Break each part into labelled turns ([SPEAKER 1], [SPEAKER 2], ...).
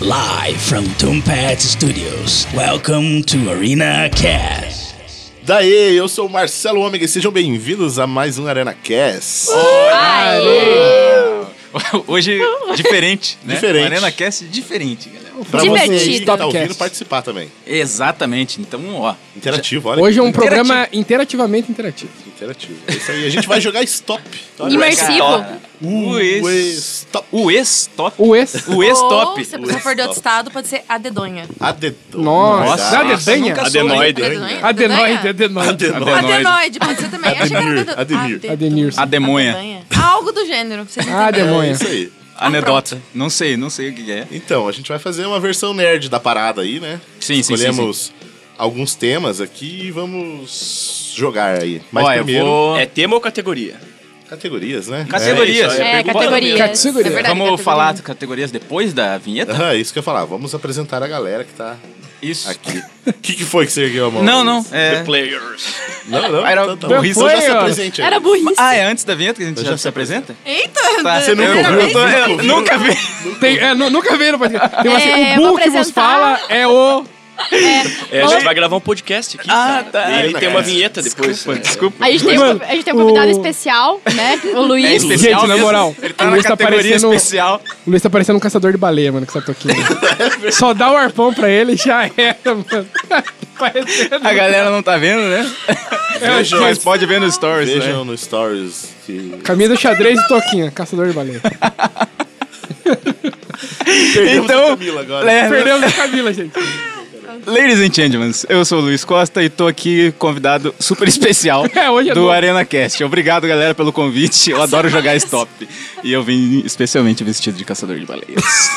[SPEAKER 1] Live from Tombat Studios. Welcome to Arena Cast.
[SPEAKER 2] Daê, eu sou o Marcelo Ômega e sejam bem-vindos a mais um Arena Cast.
[SPEAKER 3] Uh,
[SPEAKER 4] Hoje, diferente, né?
[SPEAKER 2] Diferente.
[SPEAKER 4] O Arena Cast diferente, galera.
[SPEAKER 2] Pra
[SPEAKER 5] Divertido.
[SPEAKER 2] você que tá ouvindo
[SPEAKER 3] Topcast.
[SPEAKER 2] participar também.
[SPEAKER 4] Exatamente. Então, ó.
[SPEAKER 2] Interativo, olha.
[SPEAKER 3] Hoje é um
[SPEAKER 4] Interativo.
[SPEAKER 3] programa interativamente interativo.
[SPEAKER 2] Interativo. É isso aí. A gente vai jogar Stop. Olha,
[SPEAKER 5] Imersivo.
[SPEAKER 4] O
[SPEAKER 2] o
[SPEAKER 4] ex.
[SPEAKER 2] Stop.
[SPEAKER 4] O ex-top.
[SPEAKER 3] O ex.
[SPEAKER 4] O ex-top.
[SPEAKER 5] Ou, se a pessoa for de outro estado, pode ser adedonha.
[SPEAKER 2] A dedonha.
[SPEAKER 3] Nossa.
[SPEAKER 4] Nossa,
[SPEAKER 3] Dá dedanha.
[SPEAKER 4] nunca soube.
[SPEAKER 6] Adenoide.
[SPEAKER 5] Adedonha?
[SPEAKER 3] Adenoide, adenoide.
[SPEAKER 6] Adenoide.
[SPEAKER 5] Adenoide, pode ser também. Eu achei que era
[SPEAKER 2] Ademir,
[SPEAKER 5] adedo-
[SPEAKER 2] Ademir.
[SPEAKER 5] ade-
[SPEAKER 3] Adenirson.
[SPEAKER 4] A demonha.
[SPEAKER 5] adedanha. Algo do gênero. pra vocês
[SPEAKER 3] Ah,
[SPEAKER 5] entenderem.
[SPEAKER 2] É
[SPEAKER 3] demônio.
[SPEAKER 2] isso aí.
[SPEAKER 5] Ah,
[SPEAKER 4] Anedota. Não sei, não sei o que é.
[SPEAKER 2] Então, a gente vai fazer uma versão nerd da parada aí, né?
[SPEAKER 4] Sim, sim,
[SPEAKER 2] Escolhemos alguns temas aqui e vamos jogar aí. Mas
[SPEAKER 4] ó,
[SPEAKER 2] primeiro,
[SPEAKER 4] eu vou.
[SPEAKER 6] É tema ou categoria?
[SPEAKER 2] categorias, né?
[SPEAKER 4] Categorias.
[SPEAKER 6] isso aí.
[SPEAKER 5] É, categoria.
[SPEAKER 3] Categoria.
[SPEAKER 5] É verdade,
[SPEAKER 4] Vamos
[SPEAKER 5] categoria.
[SPEAKER 4] falar de categorias depois da vinheta?
[SPEAKER 2] Aham, é isso que eu ia falar. Vamos apresentar a galera que tá
[SPEAKER 4] Isso.
[SPEAKER 2] aqui. O que, que foi que você ergueu a mão?
[SPEAKER 4] Não, não.
[SPEAKER 6] The
[SPEAKER 4] É...
[SPEAKER 6] players.
[SPEAKER 2] Não, não.
[SPEAKER 4] Era
[SPEAKER 2] então tá bom.
[SPEAKER 4] burrice.
[SPEAKER 2] Então já se
[SPEAKER 3] Foi, ó.
[SPEAKER 2] apresente aí.
[SPEAKER 5] Era burrice.
[SPEAKER 4] Ah, é antes da vinheta que a gente
[SPEAKER 2] Eu
[SPEAKER 4] já,
[SPEAKER 2] já
[SPEAKER 4] se
[SPEAKER 2] sei.
[SPEAKER 4] apresenta?
[SPEAKER 5] Eita.
[SPEAKER 4] Tá.
[SPEAKER 2] Você nunca
[SPEAKER 4] Eu-
[SPEAKER 2] ouviu?
[SPEAKER 4] eu tô- eu
[SPEAKER 2] Nunca ouviu?
[SPEAKER 4] Nunca vi.
[SPEAKER 3] Tem, é, nu- nunca viram. Tem uma assim,
[SPEAKER 5] É, vou
[SPEAKER 3] o burro que vos
[SPEAKER 5] apresentar.
[SPEAKER 3] fala é o...
[SPEAKER 6] É, a gente vai gravar um podcast aqui.
[SPEAKER 4] Ah,
[SPEAKER 6] cara.
[SPEAKER 4] tá.
[SPEAKER 6] E ele
[SPEAKER 2] Arena
[SPEAKER 6] tem uma
[SPEAKER 2] Cast.
[SPEAKER 6] vinheta depois.
[SPEAKER 4] Desculpa, desculpa.
[SPEAKER 7] A gente, tem,
[SPEAKER 3] Mano,
[SPEAKER 7] a gente tem um convidado
[SPEAKER 3] o-
[SPEAKER 7] especial, né? O Luiz.
[SPEAKER 4] É especial
[SPEAKER 3] Gente, na
[SPEAKER 4] mesmo.
[SPEAKER 3] moral,
[SPEAKER 4] Ele tá
[SPEAKER 3] o
[SPEAKER 4] na
[SPEAKER 3] Luiz tá
[SPEAKER 4] categoria
[SPEAKER 3] parecendo-
[SPEAKER 4] especial.
[SPEAKER 3] O Luiz tá parecendo um caçador de baleia, mano, com essa toquinha.
[SPEAKER 2] É
[SPEAKER 3] Só dá o arpão pra ele e já era, mano. Tá Parecendo...
[SPEAKER 4] A galera não tá vendo, né?
[SPEAKER 2] Vejam,
[SPEAKER 4] Mas pode ver nos stories, né?
[SPEAKER 2] vejam no Stories. Que...
[SPEAKER 3] Camisa xadrez e toquinha, caçador de baleia.
[SPEAKER 2] Perdemos
[SPEAKER 4] Então,
[SPEAKER 2] a Camila agora.
[SPEAKER 4] é,
[SPEAKER 3] Perdemos a Camila, gente.
[SPEAKER 4] Ladies and gentlemen, eu sou o Luiz Costa e tô aqui convidado super especial
[SPEAKER 3] É, hoje é
[SPEAKER 4] do
[SPEAKER 3] novo.
[SPEAKER 4] Arena Cast. Obrigado, galera, pelo convite. Eu adoro jogar stop. E eu vim especialmente vestido de caçador de baleias.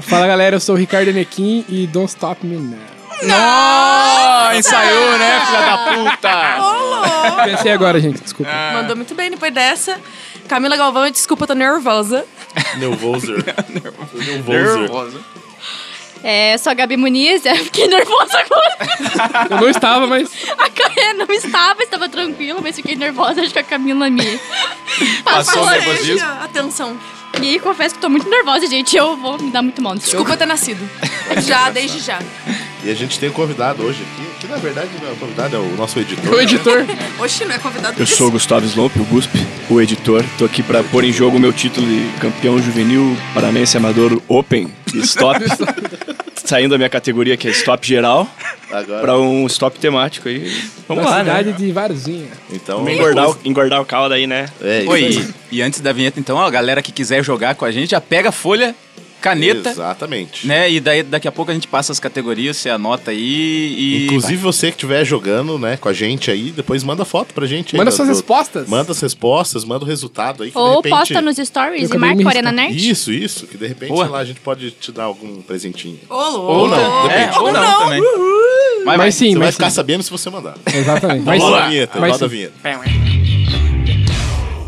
[SPEAKER 3] Fala, galera, eu sou o Ricardo Enequim e Don't Stop Me Now.
[SPEAKER 4] Nossa! Ensaiou, né, filha da puta?
[SPEAKER 5] Ô,
[SPEAKER 3] Pensei agora, gente, desculpa.
[SPEAKER 2] Ah.
[SPEAKER 5] Mandou muito bem depois dessa. Camila Galvão, desculpa, eu tô nervosa.
[SPEAKER 2] Neuvoser. Neuvoser.
[SPEAKER 4] Nervoso.
[SPEAKER 7] É, eu sou a Gabi Muniz. Eu fiquei nervosa agora.
[SPEAKER 3] Eu não estava, mas...
[SPEAKER 7] A Caia não estava, estava tranquila, mas fiquei nervosa. Acho que a Camila me.
[SPEAKER 4] Passou o
[SPEAKER 5] Fala,
[SPEAKER 4] nervosismo.
[SPEAKER 5] Angela, Atenção.
[SPEAKER 7] E aí, confesso que tô muito nervosa, gente. Eu vou me dar muito mal no jogo.
[SPEAKER 5] Desculpa ter nascido. Já, desde já.
[SPEAKER 2] E a gente tem um convidado hoje aqui, que na verdade não é o convidado, é o nosso editor.
[SPEAKER 3] O editor...
[SPEAKER 5] Oxi, não é convidado
[SPEAKER 6] Eu
[SPEAKER 5] disso.
[SPEAKER 6] sou o Gustavo Slope, o Gusp, o editor. Tô aqui pra pôr em jogo o meu título de campeão juvenil paranense amador Open de Stop. Saindo da minha categoria que é Stop geral
[SPEAKER 2] né? Agora.
[SPEAKER 6] pra um Stop temático aí. Vamos
[SPEAKER 3] da
[SPEAKER 6] lá, né?
[SPEAKER 3] cidade de Varzinha.
[SPEAKER 2] Então,
[SPEAKER 6] Vamos engordar o, engordar o caldo aí, né?
[SPEAKER 2] É isso. aí.
[SPEAKER 4] Oi, e antes da vinheta, então, ó, a galera que quiser jogar com a gente, já pega a folha, caneta,
[SPEAKER 2] Exatamente.
[SPEAKER 4] né? E daí daqui a pouco a gente passa as categorias, você anota aí e.
[SPEAKER 2] Inclusive você que estiver jogando, né, com a gente aí, depois manda foto pra gente. aí
[SPEAKER 3] Manda
[SPEAKER 2] do-
[SPEAKER 3] suas
[SPEAKER 2] do-
[SPEAKER 3] respostas.
[SPEAKER 2] Manda as respostas, manda o resultado aí. Que
[SPEAKER 7] Ou
[SPEAKER 2] de repente...
[SPEAKER 7] posta nos stories
[SPEAKER 3] Eu
[SPEAKER 7] e marca
[SPEAKER 3] acabei
[SPEAKER 7] o
[SPEAKER 3] me
[SPEAKER 7] Arena Nerd.
[SPEAKER 2] Isso, isso, que de repente,
[SPEAKER 4] Boa.
[SPEAKER 2] sei lá, a gente pode te dar algum presentinho.
[SPEAKER 5] Ô, louco.
[SPEAKER 2] Ou não,
[SPEAKER 4] É,
[SPEAKER 2] depende.
[SPEAKER 4] ou não, também. Mas,
[SPEAKER 3] Mas sim,
[SPEAKER 2] Você vai
[SPEAKER 3] mas
[SPEAKER 2] ficar
[SPEAKER 3] sim.
[SPEAKER 2] sabendo se você mandar.
[SPEAKER 3] Exatamente. Mas
[SPEAKER 2] Então Roda a
[SPEAKER 3] sim.
[SPEAKER 2] vinheta,
[SPEAKER 3] Mas
[SPEAKER 2] roda a
[SPEAKER 3] sim.
[SPEAKER 2] vinheta.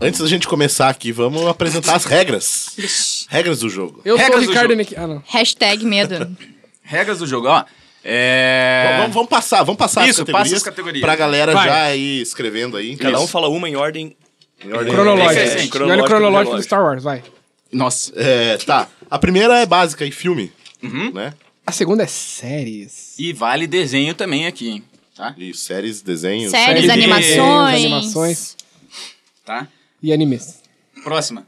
[SPEAKER 2] Antes da gente começar aqui, vamos apresentar as regras. Regras do jogo.
[SPEAKER 3] Eu sou o
[SPEAKER 4] Regras do
[SPEAKER 3] Ricardo
[SPEAKER 4] jogo.
[SPEAKER 3] Enequim. Ah, não.
[SPEAKER 7] Hashtag medo.
[SPEAKER 4] Regras do jogo, ó. É.
[SPEAKER 2] Vamos, vamos passar, vamos passar
[SPEAKER 4] Isso,
[SPEAKER 2] as
[SPEAKER 4] passa
[SPEAKER 2] categorias
[SPEAKER 4] as categorias.
[SPEAKER 2] pra galera
[SPEAKER 3] Vai.
[SPEAKER 2] já ir escrevendo aí.
[SPEAKER 6] Cada um
[SPEAKER 2] Isso.
[SPEAKER 6] fala uma em ordem.
[SPEAKER 2] Em ordem-
[SPEAKER 3] Cronológico.
[SPEAKER 4] É,
[SPEAKER 3] É,
[SPEAKER 4] cronológico,
[SPEAKER 3] olha o cronológico do
[SPEAKER 6] cronológico.
[SPEAKER 3] Star Wars, vai.
[SPEAKER 4] Nossa.
[SPEAKER 2] É, tá. A primeira é básica e filme,
[SPEAKER 4] Uhum.
[SPEAKER 2] né?
[SPEAKER 3] A segunda é séries.
[SPEAKER 4] E vale desenho também aqui, hein? Tá?
[SPEAKER 2] E séries, desenhos.
[SPEAKER 7] Séries,
[SPEAKER 4] Séries,
[SPEAKER 7] animações.
[SPEAKER 3] animações.
[SPEAKER 4] tá?
[SPEAKER 3] E animes.
[SPEAKER 4] Próxima.